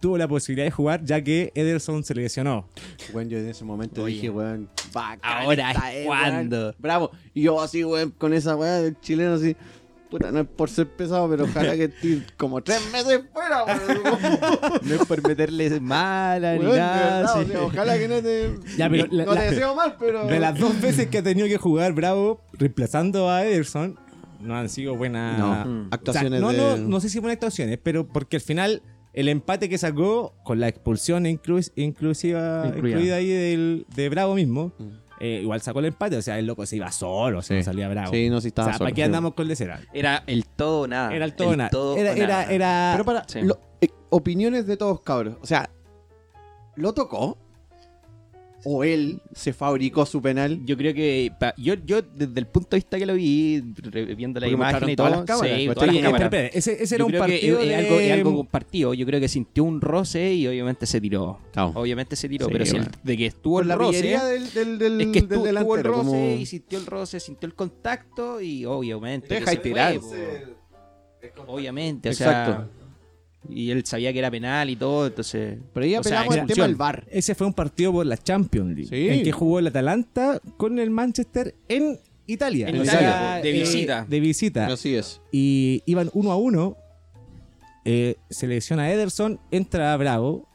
[SPEAKER 2] tuvo la posibilidad de jugar ya que Ederson se lesionó.
[SPEAKER 1] Bueno, yo en ese momento
[SPEAKER 4] Oye.
[SPEAKER 1] dije, weón, bacán
[SPEAKER 4] Ahora
[SPEAKER 1] esta,
[SPEAKER 4] es
[SPEAKER 1] eh, weón.
[SPEAKER 4] cuando.
[SPEAKER 1] Bravo. Y yo así, weón, con esa weá del chileno así. Puta, no es por ser pesado, pero ojalá que esté como tres meses fuera, weón.
[SPEAKER 4] [laughs] No es por meterles mala ni
[SPEAKER 1] Weón, de
[SPEAKER 4] nada.
[SPEAKER 1] verdad, o
[SPEAKER 4] sí.
[SPEAKER 1] sea, ojalá que no te.
[SPEAKER 2] Ya, pero
[SPEAKER 1] no
[SPEAKER 2] la-
[SPEAKER 1] no
[SPEAKER 2] la-
[SPEAKER 1] te deseo mal, pero.
[SPEAKER 2] De las dos veces que ha tenido que jugar Bravo reemplazando a Ederson, no han sido buenas
[SPEAKER 1] No,
[SPEAKER 2] Mm.
[SPEAKER 1] actuaciones
[SPEAKER 2] O sea, no,
[SPEAKER 1] de-
[SPEAKER 2] no, no sé si buenas actuaciones, pero porque al final el empate que sacó con la expulsión inclu- inclusiva,
[SPEAKER 4] Incluida.
[SPEAKER 2] incluida ahí del, de Bravo mismo, eh, igual sacó el empate. O sea, el loco se iba solo, se
[SPEAKER 1] Sí.
[SPEAKER 2] salía Bravo.
[SPEAKER 1] Sí, no, sí estaba
[SPEAKER 2] O sea, ¿para
[SPEAKER 1] solo,
[SPEAKER 2] qué
[SPEAKER 1] sí.
[SPEAKER 2] andamos con lecera?
[SPEAKER 4] Era el todo o nada.
[SPEAKER 2] Era el todo, nada. era,
[SPEAKER 4] Ah, o
[SPEAKER 2] era,
[SPEAKER 4] nada.
[SPEAKER 2] era-
[SPEAKER 1] Pero para.
[SPEAKER 4] Sí.
[SPEAKER 1] lo- eh, opiniones de todos, cabros. O sea, ¿lo tocó? ¿O él se fabricó su penal?
[SPEAKER 4] Yo creo que pa- yo, yo desde el punto de vista que lo vi, re- viendo la
[SPEAKER 1] Porque
[SPEAKER 4] imagen
[SPEAKER 1] mostraron
[SPEAKER 4] y todo,
[SPEAKER 1] todas las cámaras,
[SPEAKER 4] sí,
[SPEAKER 1] mostraron
[SPEAKER 4] todas las
[SPEAKER 2] Oye,
[SPEAKER 4] cámaras.
[SPEAKER 2] espera, espera, ese, ese era
[SPEAKER 4] Yo
[SPEAKER 2] un
[SPEAKER 4] creo que
[SPEAKER 2] partido
[SPEAKER 4] es- es
[SPEAKER 2] de-
[SPEAKER 4] algo, es algo compartido. Yo creo que sintió un roce y obviamente se tiró.
[SPEAKER 1] Chao.
[SPEAKER 4] Obviamente se tiró,
[SPEAKER 1] Sí,
[SPEAKER 4] pero si el-
[SPEAKER 1] bueno.
[SPEAKER 4] de que estuvo el
[SPEAKER 1] la
[SPEAKER 4] roce, ¿eh?
[SPEAKER 1] pillería del, del, del,
[SPEAKER 4] es que
[SPEAKER 1] del
[SPEAKER 4] estuvo, estuvo el
[SPEAKER 1] delantero.
[SPEAKER 4] roce
[SPEAKER 1] como-
[SPEAKER 4] y sintió el roce, sintió el contacto y obviamente.
[SPEAKER 1] Deja
[SPEAKER 4] que
[SPEAKER 1] y
[SPEAKER 4] se
[SPEAKER 1] tirar.
[SPEAKER 4] fue, po. Obviamente, o sea.
[SPEAKER 1] Exacto.
[SPEAKER 4] Y él sabía que era penal y todo, entonces.
[SPEAKER 1] Pero ahí
[SPEAKER 4] o sea,
[SPEAKER 1] apelamos al tema
[SPEAKER 4] expulsión.
[SPEAKER 1] del bar.
[SPEAKER 2] Ese fue un partido por la Champions League.
[SPEAKER 1] Sí.
[SPEAKER 2] En que jugó el Atalanta con el Manchester en Italia.
[SPEAKER 4] En
[SPEAKER 2] O
[SPEAKER 1] Italia,
[SPEAKER 2] sea, eh,
[SPEAKER 4] de visita.
[SPEAKER 2] de visita.
[SPEAKER 1] Así es.
[SPEAKER 2] Y iban uno a uno. eh, se lesiona Ederson, entra a Bravo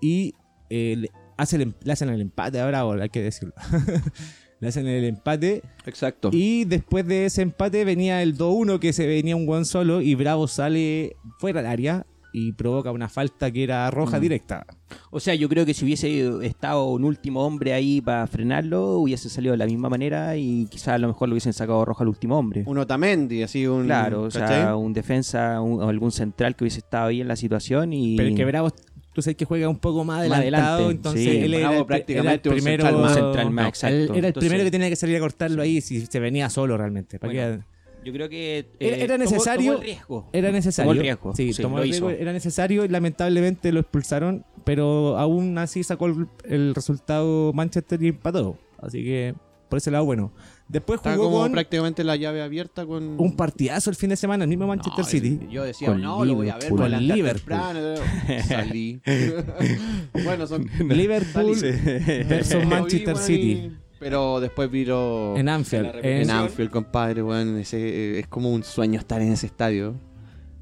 [SPEAKER 2] y eh, le, hace el em- le hacen el empate a Bravo, hay que decirlo. [laughs] le hacen el empate.
[SPEAKER 1] Exacto.
[SPEAKER 2] Y después de ese empate venía el 2-1 que se venía un guan solo y Bravo sale fuera del área y provoca una falta que era
[SPEAKER 1] Mm.
[SPEAKER 2] roja directa.
[SPEAKER 4] O
[SPEAKER 2] pues,
[SPEAKER 4] sea, yo creo que si hubiese estado un último hombre ahí para frenarlo, hubiese salido de la misma manera y quizás a lo mejor lo hubiesen sacado roja al último hombre.
[SPEAKER 1] Un Otamendi, así un.
[SPEAKER 4] claro, o sea,
[SPEAKER 1] ¿cachai?
[SPEAKER 4] un defensa un- o algún central que hubiese estado ahí en la situación y...
[SPEAKER 2] Pero es que Bravo, tú sabes que juega un poco más
[SPEAKER 4] Más
[SPEAKER 2] adelantado,
[SPEAKER 4] adelante,
[SPEAKER 2] entonces
[SPEAKER 4] sí.
[SPEAKER 2] él era,
[SPEAKER 1] Bravo
[SPEAKER 2] el-
[SPEAKER 1] prácticamente
[SPEAKER 2] era
[SPEAKER 1] un
[SPEAKER 2] el primero,
[SPEAKER 1] central más.
[SPEAKER 4] Un central más,
[SPEAKER 2] no,
[SPEAKER 4] exacto.
[SPEAKER 2] él era el
[SPEAKER 4] Entonces-
[SPEAKER 2] primero que tenía que salir a cortarlo ahí si se venía solo realmente. ¿para
[SPEAKER 4] Bueno,
[SPEAKER 2] qué?
[SPEAKER 4] Yo creo que... eh,
[SPEAKER 2] Era- era
[SPEAKER 4] tomó-
[SPEAKER 2] necesario-
[SPEAKER 4] tomó el riesgo.
[SPEAKER 2] Era necesario.
[SPEAKER 4] Tomó el riesgo.
[SPEAKER 2] Sí,
[SPEAKER 4] Sí,
[SPEAKER 2] tomó
[SPEAKER 4] lo
[SPEAKER 2] el riesgo,
[SPEAKER 4] hizo.
[SPEAKER 2] Era necesario y lamentablemente lo expulsaron, pero aún así sacó el, el resultado Manchester y empató. Así que por ese lado, bueno. Después
[SPEAKER 1] Está
[SPEAKER 2] jugó
[SPEAKER 1] como
[SPEAKER 2] con
[SPEAKER 1] prácticamente la llave abierta con.
[SPEAKER 2] un partidazo el fin de semana, el mismo Manchester
[SPEAKER 1] No,
[SPEAKER 2] City.
[SPEAKER 1] Yo decía,
[SPEAKER 2] Con
[SPEAKER 1] no, lo voy a ver
[SPEAKER 2] Liverpool.
[SPEAKER 1] por la
[SPEAKER 2] Con Liverpool.
[SPEAKER 1] temprano.
[SPEAKER 4] [laughs]
[SPEAKER 1] [laughs] Salí. bueno, son.
[SPEAKER 2] Liverpool
[SPEAKER 1] Salí. [laughs] Lo
[SPEAKER 2] versus
[SPEAKER 1] vi,
[SPEAKER 2] Manchester
[SPEAKER 1] weón,
[SPEAKER 2] City.
[SPEAKER 1] y- Pero después viro.
[SPEAKER 2] En Anfield.
[SPEAKER 1] en
[SPEAKER 2] en-
[SPEAKER 1] Anfield, compadre, weón. ese, eh, es como un sueño estar en ese estadio.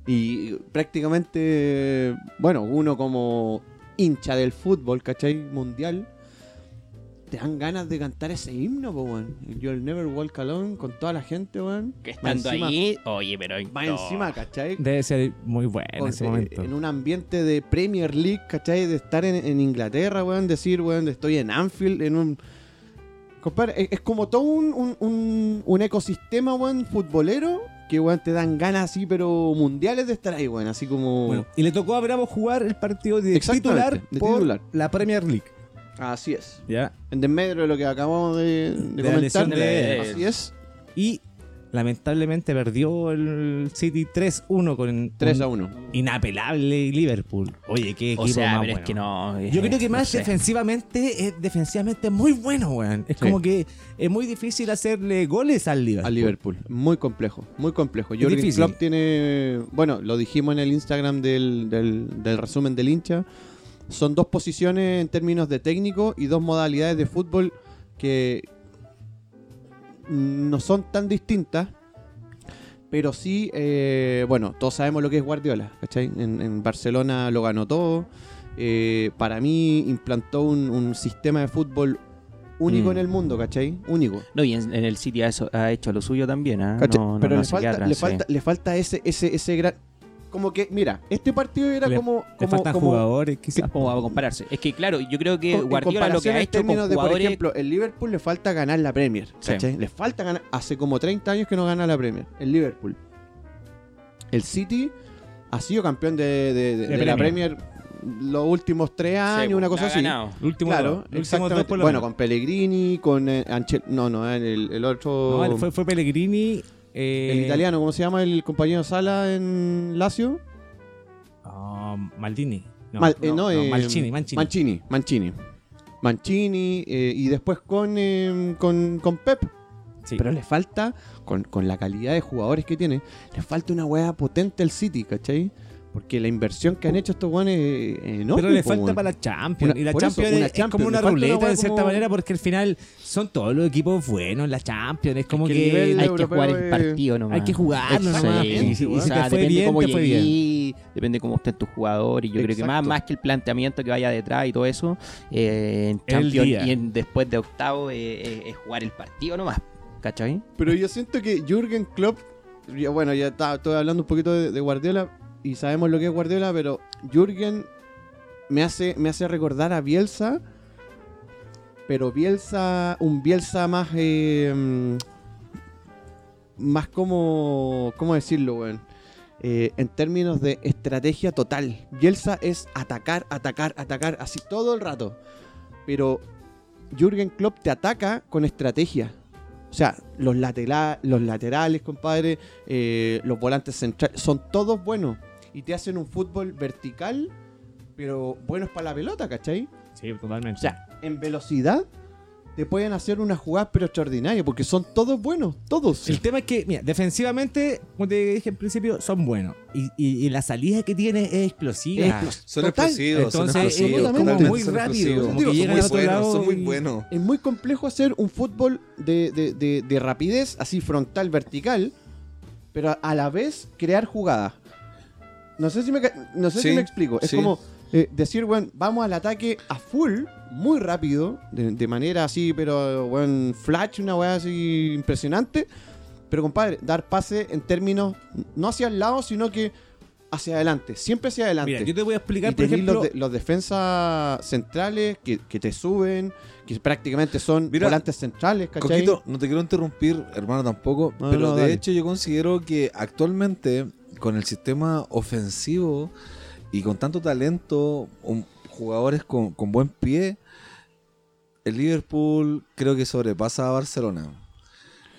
[SPEAKER 1] Y prácticamente, bueno, uno como hincha del fútbol, ¿cachai? Mundial. Te dan ganas de cantar ese himno, po, weón. Yo el Never Walk Alone con toda la gente, weón.
[SPEAKER 4] Que
[SPEAKER 1] Más
[SPEAKER 4] estando
[SPEAKER 1] encima-
[SPEAKER 4] ahí... Oye, pero...
[SPEAKER 1] Más
[SPEAKER 4] no.
[SPEAKER 1] encima, ¿cachai?
[SPEAKER 2] debe ser muy bueno en
[SPEAKER 1] Con-
[SPEAKER 2] ese
[SPEAKER 1] eh,
[SPEAKER 2] momento.
[SPEAKER 1] en un ambiente de Premier League, ¿cachai? De estar en, en Inglaterra, weón, decir, weón, estoy en Anfield, en un... Compadre, es, es como todo un, un- un- un ecosistema, weón, futbolero, que, weón, te dan ganas así, pero mundiales de estar ahí, weón, así como...
[SPEAKER 2] Bueno, y le tocó a Bravo jugar el partido de
[SPEAKER 1] Exactamente,
[SPEAKER 2] titular
[SPEAKER 1] de
[SPEAKER 2] por
[SPEAKER 1] titular.
[SPEAKER 2] la Premier League.
[SPEAKER 1] Así es.
[SPEAKER 2] ¿Ya?
[SPEAKER 1] En desmedro de lo que acabamos de, de
[SPEAKER 2] la
[SPEAKER 1] comentar.
[SPEAKER 2] lesión de-
[SPEAKER 1] así es.
[SPEAKER 2] Y lamentablemente perdió el City 3-1 con
[SPEAKER 1] 3 a
[SPEAKER 2] un
[SPEAKER 1] 1.
[SPEAKER 2] inapelable Liverpool. Oye, qué equipo
[SPEAKER 4] O sea,
[SPEAKER 2] más
[SPEAKER 4] pero
[SPEAKER 2] bueno.
[SPEAKER 4] es que no... eh,
[SPEAKER 2] Yo creo que
[SPEAKER 4] no
[SPEAKER 2] más
[SPEAKER 4] sé.
[SPEAKER 2] defensivamente es defensivamente es muy bueno, weón. Es
[SPEAKER 1] Sí.
[SPEAKER 2] como que es muy difícil hacerle goles al Liverpool.
[SPEAKER 1] Al Liverpool. Muy complejo, muy complejo. Jürgen
[SPEAKER 2] difícil.
[SPEAKER 1] Klopp tiene. Bueno, lo dijimos en el Instagram del, del- del resumen del hincha. Son dos posiciones en términos de técnico y dos modalidades de fútbol que no son tan distintas. Pero sí, eh, bueno, todos sabemos lo que es Guardiola. ¿cachai? En, en Barcelona lo ganó todo. Eh, para mí implantó un, un sistema de fútbol único
[SPEAKER 4] Mm.
[SPEAKER 1] en el mundo, ¿cachai? Único.
[SPEAKER 4] No, y en, en el City ha, eso- ha hecho lo suyo también, ¿ah?
[SPEAKER 1] ¿Cachai?
[SPEAKER 4] No- no-
[SPEAKER 1] pero
[SPEAKER 4] no
[SPEAKER 1] le,
[SPEAKER 4] se
[SPEAKER 1] falta,
[SPEAKER 4] queda atrás,
[SPEAKER 1] le,
[SPEAKER 4] sí.
[SPEAKER 1] falta, le falta ese, ese, ese gran. Como que, mira, este partido era
[SPEAKER 2] Le-
[SPEAKER 1] como.
[SPEAKER 2] Le
[SPEAKER 1] como,
[SPEAKER 2] faltan
[SPEAKER 1] como-
[SPEAKER 2] jugadores, quizás.
[SPEAKER 4] O a compararse. Es que, claro, yo creo que
[SPEAKER 1] co- en
[SPEAKER 4] Guardiola lo que
[SPEAKER 1] comparación
[SPEAKER 4] ha
[SPEAKER 1] en
[SPEAKER 4] hecho con
[SPEAKER 1] términos de, por
[SPEAKER 4] jugadores...
[SPEAKER 1] ejemplo, el Liverpool le falta ganar la Premier.
[SPEAKER 4] Sí.
[SPEAKER 1] ¿cachai? Le falta ganar. Hace como 30 años que no gana la Premier. El Liverpool. El City ha sido campeón de, de- de- de la Premier los últimos tres años,
[SPEAKER 4] Sí,
[SPEAKER 1] una
[SPEAKER 4] la
[SPEAKER 1] cosa
[SPEAKER 4] ha
[SPEAKER 1] así.
[SPEAKER 4] ganado.
[SPEAKER 2] El último dos,
[SPEAKER 1] Claro,
[SPEAKER 2] el último dos
[SPEAKER 1] exactamente.
[SPEAKER 2] por lo
[SPEAKER 1] Bueno,
[SPEAKER 2] menos.
[SPEAKER 1] con Pellegrini, con eh, Anchel- No, no, eh, el, el otro.
[SPEAKER 2] No, fue, fue Pellegrini. eh,
[SPEAKER 1] El italiano, ¿cómo se llama el compañero Sala en Lazio?
[SPEAKER 2] ah, Maldini. No,
[SPEAKER 1] Mal- eh,
[SPEAKER 2] no,
[SPEAKER 1] no, eh,
[SPEAKER 2] Mancini, Mancini.
[SPEAKER 1] Mancini, Mancini. Mancini, eh, y después con, eh, con, con Pep.
[SPEAKER 2] Sí.
[SPEAKER 1] Pero le falta, con, con la calidad de jugadores que tiene, le falta una weá potente al City, ¿cachai? Porque la inversión que han hecho estos weones es enorme.
[SPEAKER 2] Pero le
[SPEAKER 1] po,
[SPEAKER 2] falta
[SPEAKER 1] weón.
[SPEAKER 2] para la Champions.
[SPEAKER 1] Una-
[SPEAKER 2] y la
[SPEAKER 1] por eso,
[SPEAKER 2] Champions
[SPEAKER 1] una
[SPEAKER 2] es, es
[SPEAKER 1] Champions,
[SPEAKER 2] como
[SPEAKER 1] le
[SPEAKER 2] una
[SPEAKER 1] falta una
[SPEAKER 2] ruleta,
[SPEAKER 1] hueá
[SPEAKER 2] de cierta
[SPEAKER 1] como-
[SPEAKER 2] manera, porque al final son todos los equipos buenos en la Champions. Es como
[SPEAKER 1] que
[SPEAKER 2] que,
[SPEAKER 1] el nivel
[SPEAKER 2] hay,
[SPEAKER 4] Hay que jugar
[SPEAKER 1] europeo
[SPEAKER 4] el partido nomás.
[SPEAKER 2] hay que jugarlo
[SPEAKER 1] Exacto.
[SPEAKER 2] nomás.
[SPEAKER 1] Sí,
[SPEAKER 2] Y, si- y
[SPEAKER 1] o
[SPEAKER 2] si
[SPEAKER 1] sea,
[SPEAKER 2] te fue
[SPEAKER 4] depende
[SPEAKER 2] bien,
[SPEAKER 4] cómo
[SPEAKER 2] te fue bien.
[SPEAKER 4] llegué, depende cómo estén tus jugadores. Yo creo que más,
[SPEAKER 1] Exacto.
[SPEAKER 4] más que el planteamiento que vaya detrás y todo eso, eh, en Champions
[SPEAKER 2] día.
[SPEAKER 4] y en, después de octavo eh, eh, es jugar el partido nomás. ¿Cachai?
[SPEAKER 1] Pero yo siento que Jürgen Klopp, ya, bueno, ya está, estoy hablando un poquito de, de Guardiola y sabemos lo que es Guardiola, pero Jürgen me hace, me hace recordar a Bielsa, pero Bielsa, un Bielsa más, eh, mm, más como, ¿cómo decirlo, weón? Eh, en términos de estrategia total. Bielsa es atacar, atacar, atacar, así todo el rato. Pero Jürgen Klopp te ataca con estrategia. O sea, los, latela- los laterales, compadre, eh, los volantes centrales, son todos buenos. Y te hacen un fútbol vertical, pero buenos para la pelota, ¿cachai?
[SPEAKER 2] Sí, totalmente.
[SPEAKER 1] O sea, en velocidad te pueden hacer una jugada pero extraordinaria, porque son todos buenos, todos.
[SPEAKER 2] El tema es que, mira, defensivamente, como te dije en principio, son buenos. Y, y- y la salida que tiene es explosiva.
[SPEAKER 3] Son
[SPEAKER 1] Total.
[SPEAKER 3] explosivos, son
[SPEAKER 2] Entonces,
[SPEAKER 3] explosivos.
[SPEAKER 1] es como
[SPEAKER 3] totalmente
[SPEAKER 2] muy
[SPEAKER 3] son
[SPEAKER 2] rápido,
[SPEAKER 3] explosivos.
[SPEAKER 2] como
[SPEAKER 1] que
[SPEAKER 3] Son
[SPEAKER 2] llegan
[SPEAKER 3] muy
[SPEAKER 2] a otro
[SPEAKER 3] buenos,
[SPEAKER 2] lado
[SPEAKER 3] Son muy
[SPEAKER 2] y-
[SPEAKER 3] buenos.
[SPEAKER 1] Es muy complejo hacer un fútbol de, de- de- de rapidez, así frontal, vertical, pero a- a la vez crear jugadas. No sé si me, ca- no sé si
[SPEAKER 3] Sí,
[SPEAKER 1] me explico. Es
[SPEAKER 3] sí.
[SPEAKER 1] como eh, decir, bueno, vamos al ataque a full, muy rápido, de, de manera así, pero, bueno, flash, una weá así impresionante. Pero, compadre, dar pase en términos, no hacia el lado, sino que hacia adelante, siempre hacia adelante.
[SPEAKER 2] Mira, yo te voy a explicar,
[SPEAKER 1] Y
[SPEAKER 2] por
[SPEAKER 1] tenés
[SPEAKER 2] ejemplo,
[SPEAKER 1] los, de- los defensas centrales que, que te suben, que prácticamente son
[SPEAKER 3] Mira,
[SPEAKER 1] volantes centrales, ¿cachai?
[SPEAKER 3] Coquito, no te quiero interrumpir, hermano, tampoco.
[SPEAKER 1] No,
[SPEAKER 3] pero
[SPEAKER 1] no,
[SPEAKER 3] de
[SPEAKER 1] dale.
[SPEAKER 3] hecho, yo considero que actualmente, con el sistema ofensivo y con tanto talento, un- jugadores con, con buen pie, el Liverpool creo que sobrepasa a Barcelona.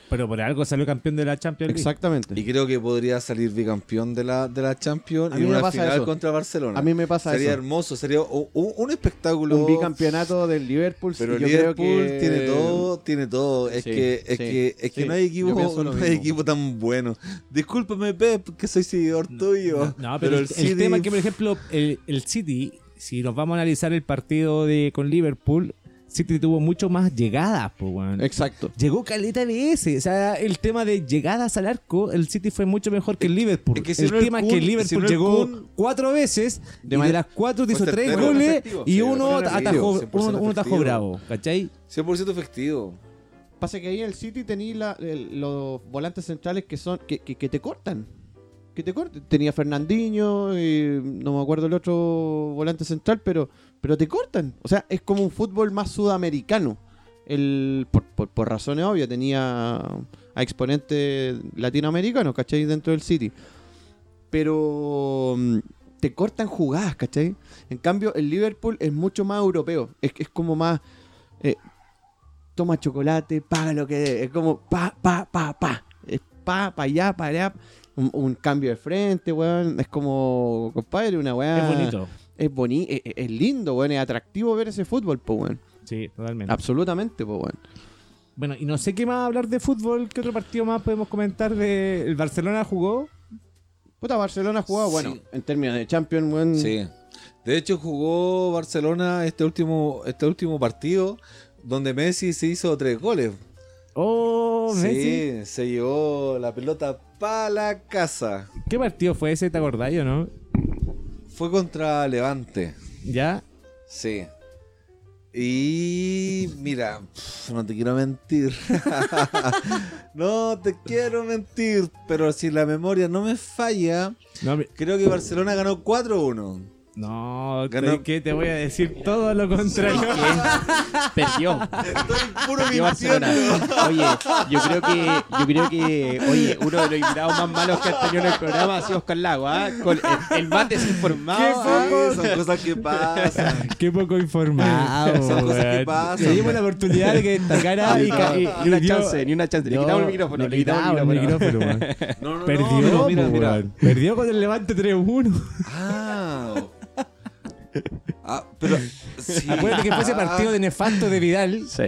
[SPEAKER 2] pero por algo salió campeón de la Champions League.
[SPEAKER 1] Exactamente.
[SPEAKER 3] Y creo que podría salir bicampeón de la, de la Champions
[SPEAKER 1] A
[SPEAKER 3] y
[SPEAKER 1] mí me
[SPEAKER 3] una
[SPEAKER 1] pasa
[SPEAKER 3] final
[SPEAKER 1] eso.
[SPEAKER 3] contra Barcelona.
[SPEAKER 1] a mí me pasa
[SPEAKER 3] sería
[SPEAKER 1] eso.
[SPEAKER 3] hermoso, sería u- u- un, espectáculo.
[SPEAKER 1] Un bicampeonato del Liverpool.
[SPEAKER 3] Pero
[SPEAKER 1] sí,
[SPEAKER 3] el
[SPEAKER 1] yo creo
[SPEAKER 3] Liverpool
[SPEAKER 1] que-
[SPEAKER 3] tiene todo, tiene todo. Es
[SPEAKER 1] Sí,
[SPEAKER 3] que, es
[SPEAKER 1] sí,
[SPEAKER 3] que, es que
[SPEAKER 1] sí.
[SPEAKER 3] no hay
[SPEAKER 1] Yo pienso
[SPEAKER 3] equipo,
[SPEAKER 1] lo
[SPEAKER 3] [laughs] no hay
[SPEAKER 1] mismo.
[SPEAKER 3] equipo tan bueno. Discúlpame, Pep, que soy seguidor
[SPEAKER 2] [laughs]
[SPEAKER 3] tuyo.
[SPEAKER 2] No, pero, el, el
[SPEAKER 3] City-
[SPEAKER 2] tema es que, por ejemplo, el, el City, si nos vamos a analizar el partido de con Liverpool, City tuvo mucho más llegadas, pues, weón.
[SPEAKER 1] Exacto.
[SPEAKER 2] Llegó caleta de ese. O sea, el tema de llegadas al arco, el City fue mucho mejor que el Liverpool.
[SPEAKER 3] es que si
[SPEAKER 2] el
[SPEAKER 3] no el
[SPEAKER 2] tema es
[SPEAKER 3] Kun-
[SPEAKER 2] que el Liverpool
[SPEAKER 3] si no el
[SPEAKER 2] llegó
[SPEAKER 3] Kun-
[SPEAKER 2] cuatro veces
[SPEAKER 1] De
[SPEAKER 2] y de
[SPEAKER 1] manera-
[SPEAKER 2] las cuatro te hizo
[SPEAKER 3] Fue
[SPEAKER 2] tres
[SPEAKER 3] certero,
[SPEAKER 2] goles
[SPEAKER 3] efectivo,
[SPEAKER 2] y
[SPEAKER 3] sí,
[SPEAKER 2] uno
[SPEAKER 3] fue efectivo,
[SPEAKER 2] atajó,
[SPEAKER 3] 100%
[SPEAKER 2] uno, uno atajó
[SPEAKER 3] efectivo.
[SPEAKER 2] bravo, ¿cachai?
[SPEAKER 3] 100% efectivo.
[SPEAKER 1] Pasa que ahí en el City tenéis la- el- los volantes centrales que son que, que- que te cortan. Que te cortan. Tenía Fernandinho, y no me acuerdo el otro volante central, pero, pero te cortan. O sea, es como un fútbol más sudamericano. El, por, por- por razones obvias, tenía a exponentes latinoamericanos, ¿cachai? Dentro del City. Pero mm, te cortan jugadas, ¿cachai? En cambio, el Liverpool es mucho más europeo. Es, es como más eh, toma chocolate, paga lo que debe. Es como pa, pa, pa, pa. Es pa, pa allá, pa allá. Un, un cambio de frente, weón. Es como, compadre, una weá.
[SPEAKER 3] Ah.
[SPEAKER 2] Es bonito.
[SPEAKER 1] Es boni-
[SPEAKER 4] e,
[SPEAKER 1] es, es lindo, weón. Es atractivo ver ese fútbol, po, weón.
[SPEAKER 2] Sí, totalmente.
[SPEAKER 1] Absolutamente, po, weón.
[SPEAKER 2] Bueno, y no sé qué más hablar de fútbol, qué otro partido más podemos comentar de el Barcelona jugó.
[SPEAKER 1] Puta, Barcelona ha jugado,
[SPEAKER 3] Sí.
[SPEAKER 1] bueno, en términos de Champions,
[SPEAKER 2] Mm.
[SPEAKER 1] weón.
[SPEAKER 3] Sí. De hecho, jugó Barcelona este último, este último partido donde Messi se hizo tres goles.
[SPEAKER 2] Oh, Messi.
[SPEAKER 3] Sí, se llevó la pelota para la casa.
[SPEAKER 2] ¿Qué partido fue ese? ¿Te acordáis o no?
[SPEAKER 3] Fue contra Levante.
[SPEAKER 2] Ya.
[SPEAKER 3] Sí. Y mira, pf, no te quiero mentir. [laughs] no te quiero mentir, pero si la memoria no me falla,
[SPEAKER 2] No, mi-
[SPEAKER 3] creo que Barcelona ganó 4-1.
[SPEAKER 2] no
[SPEAKER 3] Ganó-
[SPEAKER 2] ¿sabes qué? te voy a decir todo lo contrario.
[SPEAKER 4] Perdió.
[SPEAKER 3] Estoy puro
[SPEAKER 4] Perdió Barcelona.
[SPEAKER 3] mintiendo.
[SPEAKER 4] Oye, yo creo que, yo creo que, oye, uno de los invitados más malos que ha tenido en el programa ha sido Oscar Lago, ¿ah? Con el, el más desinformado.
[SPEAKER 2] Qué
[SPEAKER 4] ¿ah?
[SPEAKER 3] Sí, son cosas
[SPEAKER 2] [laughs]
[SPEAKER 3] que pasan.
[SPEAKER 2] [laughs] Qué poco informado.
[SPEAKER 3] Son [laughs] cosas que
[SPEAKER 2] weón.
[SPEAKER 3] pasan.
[SPEAKER 2] Le dimos la oportunidad de que
[SPEAKER 3] [laughs]
[SPEAKER 2] destacara Ah, y, ca- y,
[SPEAKER 4] Ni una
[SPEAKER 2] dio-
[SPEAKER 4] chance, ni una chance. Le quitamos el micrófono, le quitamos el
[SPEAKER 2] [laughs]
[SPEAKER 4] micrófono.
[SPEAKER 2] weón.
[SPEAKER 3] No, no, no,
[SPEAKER 2] Perdió,
[SPEAKER 3] pero mira,
[SPEAKER 2] po,
[SPEAKER 3] mira.
[SPEAKER 2] weón. Perdió con el Levante
[SPEAKER 3] [laughs]
[SPEAKER 2] 3-1.
[SPEAKER 3] Ah. Ah, pero sí. Ah,
[SPEAKER 2] Acuérdate que fue ese partido de nefasto de Vidal.
[SPEAKER 4] Sí.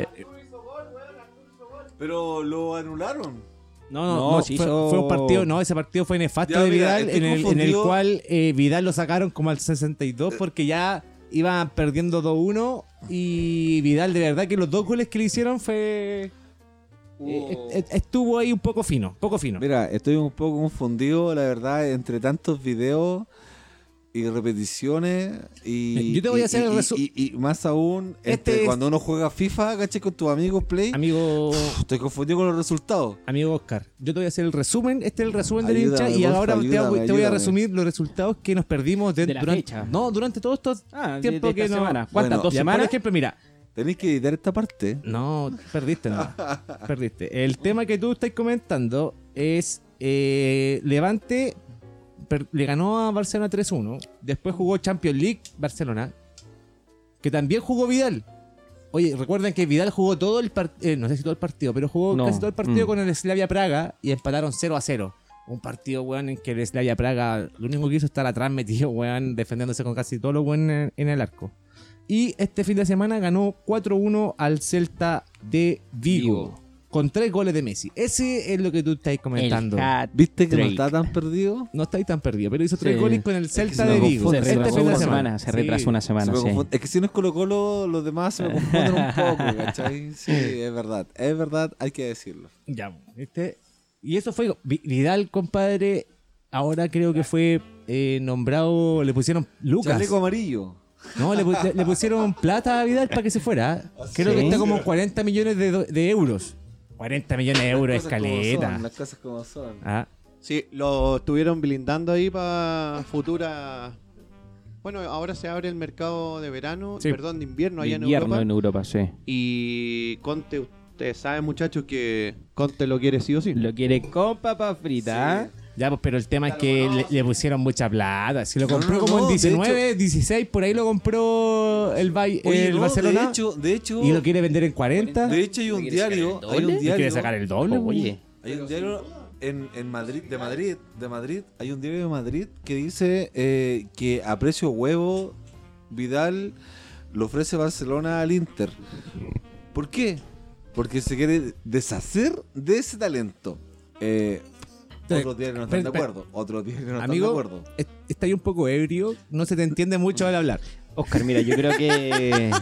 [SPEAKER 3] Pero lo anularon.
[SPEAKER 2] No,
[SPEAKER 4] no, se
[SPEAKER 2] fue,
[SPEAKER 4] hizo-
[SPEAKER 2] fue un partido, no, ese partido fue nefasto
[SPEAKER 3] Ya,
[SPEAKER 2] de
[SPEAKER 3] mira,
[SPEAKER 2] Vidal,
[SPEAKER 3] estoy
[SPEAKER 2] en el, en el
[SPEAKER 3] confundido. Eh.
[SPEAKER 2] cual eh, Vidal lo sacaron como al 62 porque ya iba perdiendo 2-1 y Vidal de verdad que los dos goles que le hicieron fue... eh, est- Estuvo ahí un poco fino, poco fino.
[SPEAKER 3] Oh. Mira, estoy un poco confundido, la verdad, entre tantos videos y repeticiones y
[SPEAKER 2] Yo te voy a
[SPEAKER 3] y-
[SPEAKER 2] hacer el
[SPEAKER 3] y-
[SPEAKER 2] resu-
[SPEAKER 3] y, y- y más aún este,
[SPEAKER 2] Este es-
[SPEAKER 3] cuando uno juega FIFA, caché con tus amigos Play,
[SPEAKER 2] Amigo...
[SPEAKER 3] estoy confundido con los resultados.
[SPEAKER 2] Amigo Oscar, yo te voy a hacer el resumen. Este es el resumen del hincha
[SPEAKER 3] Ayúdame,
[SPEAKER 2] y
[SPEAKER 3] porfa,
[SPEAKER 2] ahora te
[SPEAKER 3] ayúdame,
[SPEAKER 2] voy- te, voy a
[SPEAKER 3] ayúdame.
[SPEAKER 2] resumir los resultados que nos perdimos de-
[SPEAKER 4] De la
[SPEAKER 2] durante,
[SPEAKER 4] fecha.
[SPEAKER 2] No, durante todos estos
[SPEAKER 4] Ah, de,
[SPEAKER 2] tiempos
[SPEAKER 4] de
[SPEAKER 2] que
[SPEAKER 4] esta
[SPEAKER 2] no.
[SPEAKER 4] semana.
[SPEAKER 3] Bueno,
[SPEAKER 4] ¿Cuántas? ¿Dos
[SPEAKER 2] Ya,
[SPEAKER 4] semanas?
[SPEAKER 2] Por ejemplo, mira,
[SPEAKER 3] Tenéis que editar esta parte.
[SPEAKER 2] No, perdiste nada. perdiste. El tema que tú estás comentando es eh, Levante per- le ganó a Barcelona 3-1. Después jugó Champions League Barcelona. Que también jugó Vidal. Oye, recuerden que Vidal jugó todo el partido, no sé si todo el partido, pero jugó
[SPEAKER 4] No.
[SPEAKER 2] casi todo el partido
[SPEAKER 4] Mm.
[SPEAKER 2] con el Slavia Praga y empataron 0 a 0. Un partido, weón, en que el Slavia Praga lo único que hizo es estar atrás metido, weón, defendiéndose con casi todo lo weón en- en el arco. Y este fin de semana ganó 4-1 al Celta de Vigo,
[SPEAKER 4] Vigo.
[SPEAKER 2] Con tres goles de Messi. Ese es lo que tú estáis comentando.
[SPEAKER 4] El hat
[SPEAKER 3] ¿Viste que no
[SPEAKER 4] trick.
[SPEAKER 3] está tan perdido?
[SPEAKER 2] No estáis tan perdido, pero hizo tres
[SPEAKER 4] Sí.
[SPEAKER 2] goles con el Celta
[SPEAKER 3] se
[SPEAKER 2] de
[SPEAKER 3] me
[SPEAKER 2] Vigo.
[SPEAKER 3] confunde,
[SPEAKER 2] Este
[SPEAKER 4] Se
[SPEAKER 2] fin de
[SPEAKER 4] retrasó una
[SPEAKER 3] confunde.
[SPEAKER 4] semana, se
[SPEAKER 2] Sí.
[SPEAKER 4] retrasó una
[SPEAKER 3] Se
[SPEAKER 4] semana,
[SPEAKER 3] me
[SPEAKER 4] sí.
[SPEAKER 3] confunde. Es que si no es Colo Colo, los demás
[SPEAKER 2] [laughs]
[SPEAKER 3] se me confunden un poco, ¿cachai? Sí, es verdad, es verdad, hay que decirlo.
[SPEAKER 2] Ya, ¿viste? Y eso fue Vi- Vidal, compadre. Ahora creo que fue eh, nombrado, le pusieron Lucas.
[SPEAKER 3] Chaleco amarillo.
[SPEAKER 2] No, le, pu- le pusieron plata a Vidal para que se fuera. Creo que
[SPEAKER 4] ¿Sí?
[SPEAKER 2] está como en 40 millones de, do- de euros. 40 millones de euros,
[SPEAKER 3] Las cosas como
[SPEAKER 2] escaleta.
[SPEAKER 3] son, Las cosas como son.
[SPEAKER 2] Ah,
[SPEAKER 1] Sí, lo estuvieron blindando ahí para futura. Bueno, ahora se abre el mercado de verano,
[SPEAKER 2] Sí.
[SPEAKER 1] perdón, de invierno
[SPEAKER 4] De
[SPEAKER 1] allá en
[SPEAKER 4] invierno
[SPEAKER 1] Europa.
[SPEAKER 4] en Europa, sí.
[SPEAKER 1] Y Conte, ustedes saben, muchachos, que Conte lo quiere sí o sí.
[SPEAKER 4] Lo quiere con papas fritas.
[SPEAKER 2] Ya, pues, pero el tema es que le, le pusieron mucha plata. Si lo
[SPEAKER 3] No,
[SPEAKER 2] compró
[SPEAKER 3] no,
[SPEAKER 2] como
[SPEAKER 3] no,
[SPEAKER 2] en
[SPEAKER 3] de
[SPEAKER 2] 19, 16, por ahí lo compró el, Bay-
[SPEAKER 3] Oye,
[SPEAKER 2] el
[SPEAKER 3] no,
[SPEAKER 2] Barcelona.
[SPEAKER 3] De hecho, de hecho,
[SPEAKER 2] y lo quiere vender en 40.
[SPEAKER 3] de hecho hay un
[SPEAKER 4] ¿Quiere sacar el
[SPEAKER 3] diario, hay un
[SPEAKER 4] doble? ¿Y
[SPEAKER 2] ¿Y quiere
[SPEAKER 3] diario,
[SPEAKER 2] sacar el doble?
[SPEAKER 4] Oye,
[SPEAKER 3] hay un diario en, en Madrid, de Madrid, de Madrid, hay un diario de Madrid que dice eh, que a precio huevo Vidal lo ofrece Barcelona al Inter. ¿Por qué? Porque se quiere deshacer de ese talento. Eh, otros diarios no están de
[SPEAKER 2] Espera, espera.
[SPEAKER 3] acuerdo. Otros diarios no están de
[SPEAKER 2] Amigo,
[SPEAKER 3] acuerdo.
[SPEAKER 2] es- está ahí un poco ebrio. No se te entiende mucho al hablar.
[SPEAKER 4] Oscar, mira, yo creo que es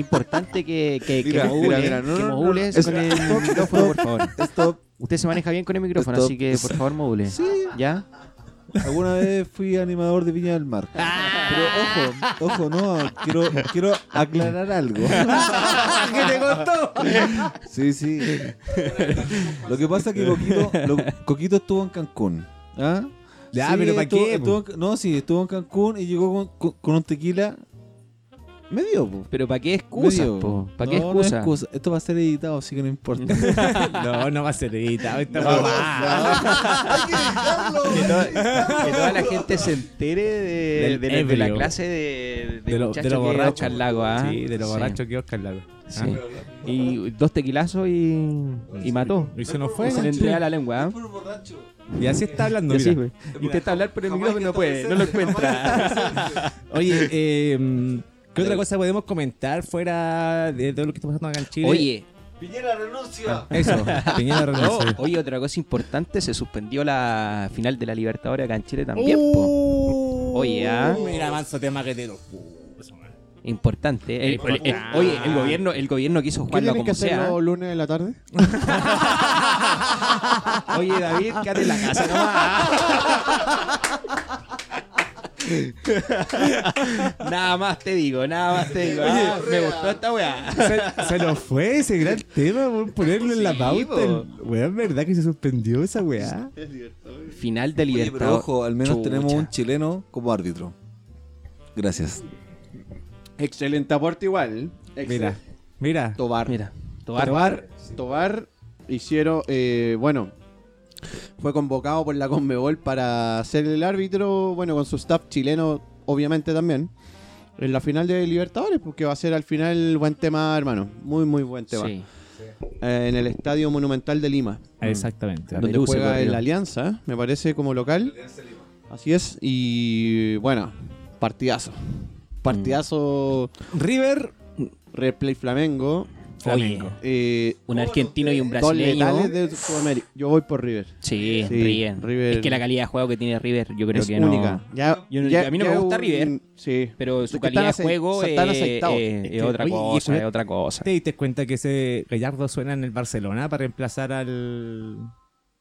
[SPEAKER 4] importante que, que, que
[SPEAKER 3] Mira,
[SPEAKER 4] modules,
[SPEAKER 3] mira, mira, no,
[SPEAKER 4] que
[SPEAKER 3] no, no,
[SPEAKER 4] modules
[SPEAKER 3] no,
[SPEAKER 4] con
[SPEAKER 3] no.
[SPEAKER 4] el micrófono, por favor.
[SPEAKER 3] Esto
[SPEAKER 4] Usted se maneja bien con el micrófono,
[SPEAKER 3] Stop.
[SPEAKER 4] así que por favor module. ¿Ya?
[SPEAKER 3] Alguna vez fui animador de Viña del Mar. Pero ojo, ojo, no, quiero, quiero aclarar
[SPEAKER 4] [laughs]
[SPEAKER 3] algo.
[SPEAKER 2] ¿Qué te costó?
[SPEAKER 3] Sí, sí. Lo que pasa es que Coquito, lo- Coquito estuvo en Cancún. ¿Ah?
[SPEAKER 2] Ya,
[SPEAKER 3] Sí,
[SPEAKER 2] pero ¿para
[SPEAKER 3] estuvo-
[SPEAKER 2] qué?
[SPEAKER 3] estuvo en- no, sí, estuvo en Cancún y llegó con, con- con un tequila medio, po.
[SPEAKER 4] Pero ¿para qué
[SPEAKER 3] Medio.
[SPEAKER 4] excusas, po? ¿Para qué
[SPEAKER 3] No, no es
[SPEAKER 4] excusas?
[SPEAKER 3] excusa. Esto va a ser editado, así que no importa.
[SPEAKER 2] [laughs] No, no va a ser editado. Esta
[SPEAKER 3] [laughs] No,
[SPEAKER 2] huevada.
[SPEAKER 3] [laughs]
[SPEAKER 4] que, toda, que toda la gente se entere de,
[SPEAKER 2] Del
[SPEAKER 4] de la- de la
[SPEAKER 2] ebrio.
[SPEAKER 4] clase de, de,
[SPEAKER 2] de lo,
[SPEAKER 4] muchacho
[SPEAKER 2] de lo
[SPEAKER 4] que es
[SPEAKER 2] borracho.
[SPEAKER 4] Oscar Lago, ¿ah?
[SPEAKER 2] Sí, de lo borracho que es Oscar Lago. Ah.
[SPEAKER 4] Sí. Y dos tequilazos y, y mató.
[SPEAKER 2] Y se nos
[SPEAKER 4] Y
[SPEAKER 2] fue.
[SPEAKER 4] se le entrega la lengua, ¿ah?
[SPEAKER 2] Y así está hablando.
[SPEAKER 4] Y así, pues.
[SPEAKER 2] mira.
[SPEAKER 4] güey. Intenta hablar por el micrófono, no puede, no
[SPEAKER 3] [laughs]
[SPEAKER 4] lo encuentra.
[SPEAKER 2] Oye,
[SPEAKER 4] [laughs]
[SPEAKER 2] eh, mm, ¿qué otra cosa podemos comentar fuera de todo lo que está pasando acá en Chile?
[SPEAKER 4] Oye,
[SPEAKER 3] Piñera renuncia.
[SPEAKER 4] Ah,
[SPEAKER 2] Eso,
[SPEAKER 4] [laughs]
[SPEAKER 2] Piñera
[SPEAKER 4] no,
[SPEAKER 2] renuncia.
[SPEAKER 4] oye, otra cosa importante, se suspendió la final de la Libertadores acá en Chile también, po.
[SPEAKER 3] Oh.
[SPEAKER 4] Oye, ¿ah?
[SPEAKER 2] Oh, Mira, manso tema que te lo
[SPEAKER 4] Importante. El- el- el- oye, el gobierno, el gobierno quiso
[SPEAKER 1] ¿Qué
[SPEAKER 4] jugarla
[SPEAKER 1] tienen que
[SPEAKER 4] como
[SPEAKER 1] hacer
[SPEAKER 4] sea.
[SPEAKER 1] los lunes de la tarde?
[SPEAKER 4] Oye, David, quédate en la casa nomás. [laughs] nada más te digo, nada más te digo. Ah, me gustó esta weá.
[SPEAKER 2] se, se nos fue ese gran tema por ponerlo en la
[SPEAKER 4] Sí,
[SPEAKER 2] pauta.
[SPEAKER 4] po.
[SPEAKER 2] Weón, ¿verdad que se suspendió esa weá?
[SPEAKER 4] Final de
[SPEAKER 3] Oye,
[SPEAKER 4] libertad.
[SPEAKER 3] pero ojo, al menos
[SPEAKER 4] Chucha.
[SPEAKER 3] tenemos un chileno como árbitro. Gracias.
[SPEAKER 1] Excelente aporte igual.
[SPEAKER 2] Mira, mira.
[SPEAKER 1] Tobar.
[SPEAKER 4] Mira, Tobar.
[SPEAKER 1] Tobar, Tobar hicieron, eh, bueno, fue convocado por la Conmebol para ser el árbitro, bueno, con su staff chileno, obviamente también, en la final de Libertadores, porque va a ser al final buen tema, hermano, muy, muy buen tema,
[SPEAKER 4] Sí.
[SPEAKER 1] Eh, en el Estadio Monumental de Lima,
[SPEAKER 2] Exactamente.
[SPEAKER 4] La
[SPEAKER 1] donde
[SPEAKER 4] Perú se
[SPEAKER 1] juega
[SPEAKER 4] perdió.
[SPEAKER 1] el Alianza, me parece, como local. Así es, y bueno, partidazo. Partidazo
[SPEAKER 2] River.
[SPEAKER 1] Replay Flamengo.
[SPEAKER 4] Flamengo.
[SPEAKER 1] Eh,
[SPEAKER 4] Un argentino y un
[SPEAKER 1] dos letales
[SPEAKER 4] brasileño.
[SPEAKER 1] de Sudamérica. Yo voy por River.
[SPEAKER 4] Sí,
[SPEAKER 1] Sí,
[SPEAKER 4] River.
[SPEAKER 1] River.
[SPEAKER 4] Es que la calidad de juego que tiene River, yo creo
[SPEAKER 1] es
[SPEAKER 4] que no.
[SPEAKER 1] única. Ya,
[SPEAKER 4] Yo no-
[SPEAKER 1] ya-
[SPEAKER 4] a mí no
[SPEAKER 1] ya
[SPEAKER 4] me gusta
[SPEAKER 1] un-
[SPEAKER 4] River,
[SPEAKER 1] Sí.
[SPEAKER 4] Pero su
[SPEAKER 1] Es que
[SPEAKER 4] calidad de
[SPEAKER 1] están acei-
[SPEAKER 4] juego es,
[SPEAKER 1] están aceitados.
[SPEAKER 4] es-
[SPEAKER 2] Es
[SPEAKER 4] es
[SPEAKER 2] que,
[SPEAKER 4] otra
[SPEAKER 2] oye, y
[SPEAKER 4] cosa,
[SPEAKER 2] eso-
[SPEAKER 4] es otra cosa.
[SPEAKER 2] ¿Te diste cuenta que ese Gallardo suena en el Barcelona para reemplazar al.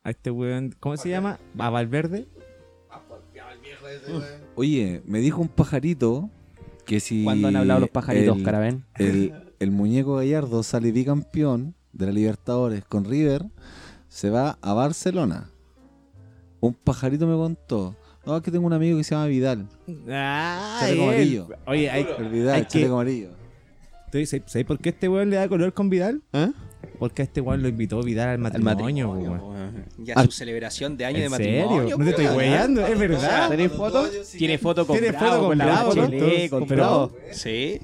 [SPEAKER 2] a este weón. ¿Cómo se llama? A Valverde.
[SPEAKER 3] Oye, me dijo un pajarito que si.
[SPEAKER 4] ¿Cuándo han hablado los pajaritos,
[SPEAKER 3] el-
[SPEAKER 4] Carabén?
[SPEAKER 3] el, el muñeco Gallardo sale bicampeón de la Libertadores con River, se va a Barcelona. Un pajarito me contó. No, es que tengo un amigo que se llama Vidal.
[SPEAKER 2] Ah,
[SPEAKER 3] Chaleco
[SPEAKER 2] él.
[SPEAKER 3] amarillo.
[SPEAKER 2] Oye, hay,
[SPEAKER 3] El Vidal,
[SPEAKER 2] hay
[SPEAKER 3] chaleco
[SPEAKER 2] que,
[SPEAKER 3] amarillo.
[SPEAKER 2] ¿tú dices, ¿sabes por qué este weón le da color con Vidal?
[SPEAKER 1] ¿Eh?
[SPEAKER 2] Porque a este weón lo invitó Vidal al matrimonio, weón.
[SPEAKER 4] Ya
[SPEAKER 1] Al-
[SPEAKER 4] su celebración de año de
[SPEAKER 2] ¿En serio?
[SPEAKER 4] matrimonio.
[SPEAKER 2] No te estoy weyando, es verdad.
[SPEAKER 1] ¿Tenéis fotos?
[SPEAKER 4] Tiene foto con
[SPEAKER 2] Tiene
[SPEAKER 4] Bravo,
[SPEAKER 2] foto con
[SPEAKER 4] con,
[SPEAKER 2] Bravo,
[SPEAKER 4] la
[SPEAKER 2] con
[SPEAKER 4] Bachelet,
[SPEAKER 2] todos,
[SPEAKER 4] con
[SPEAKER 2] con
[SPEAKER 4] todo. Sí.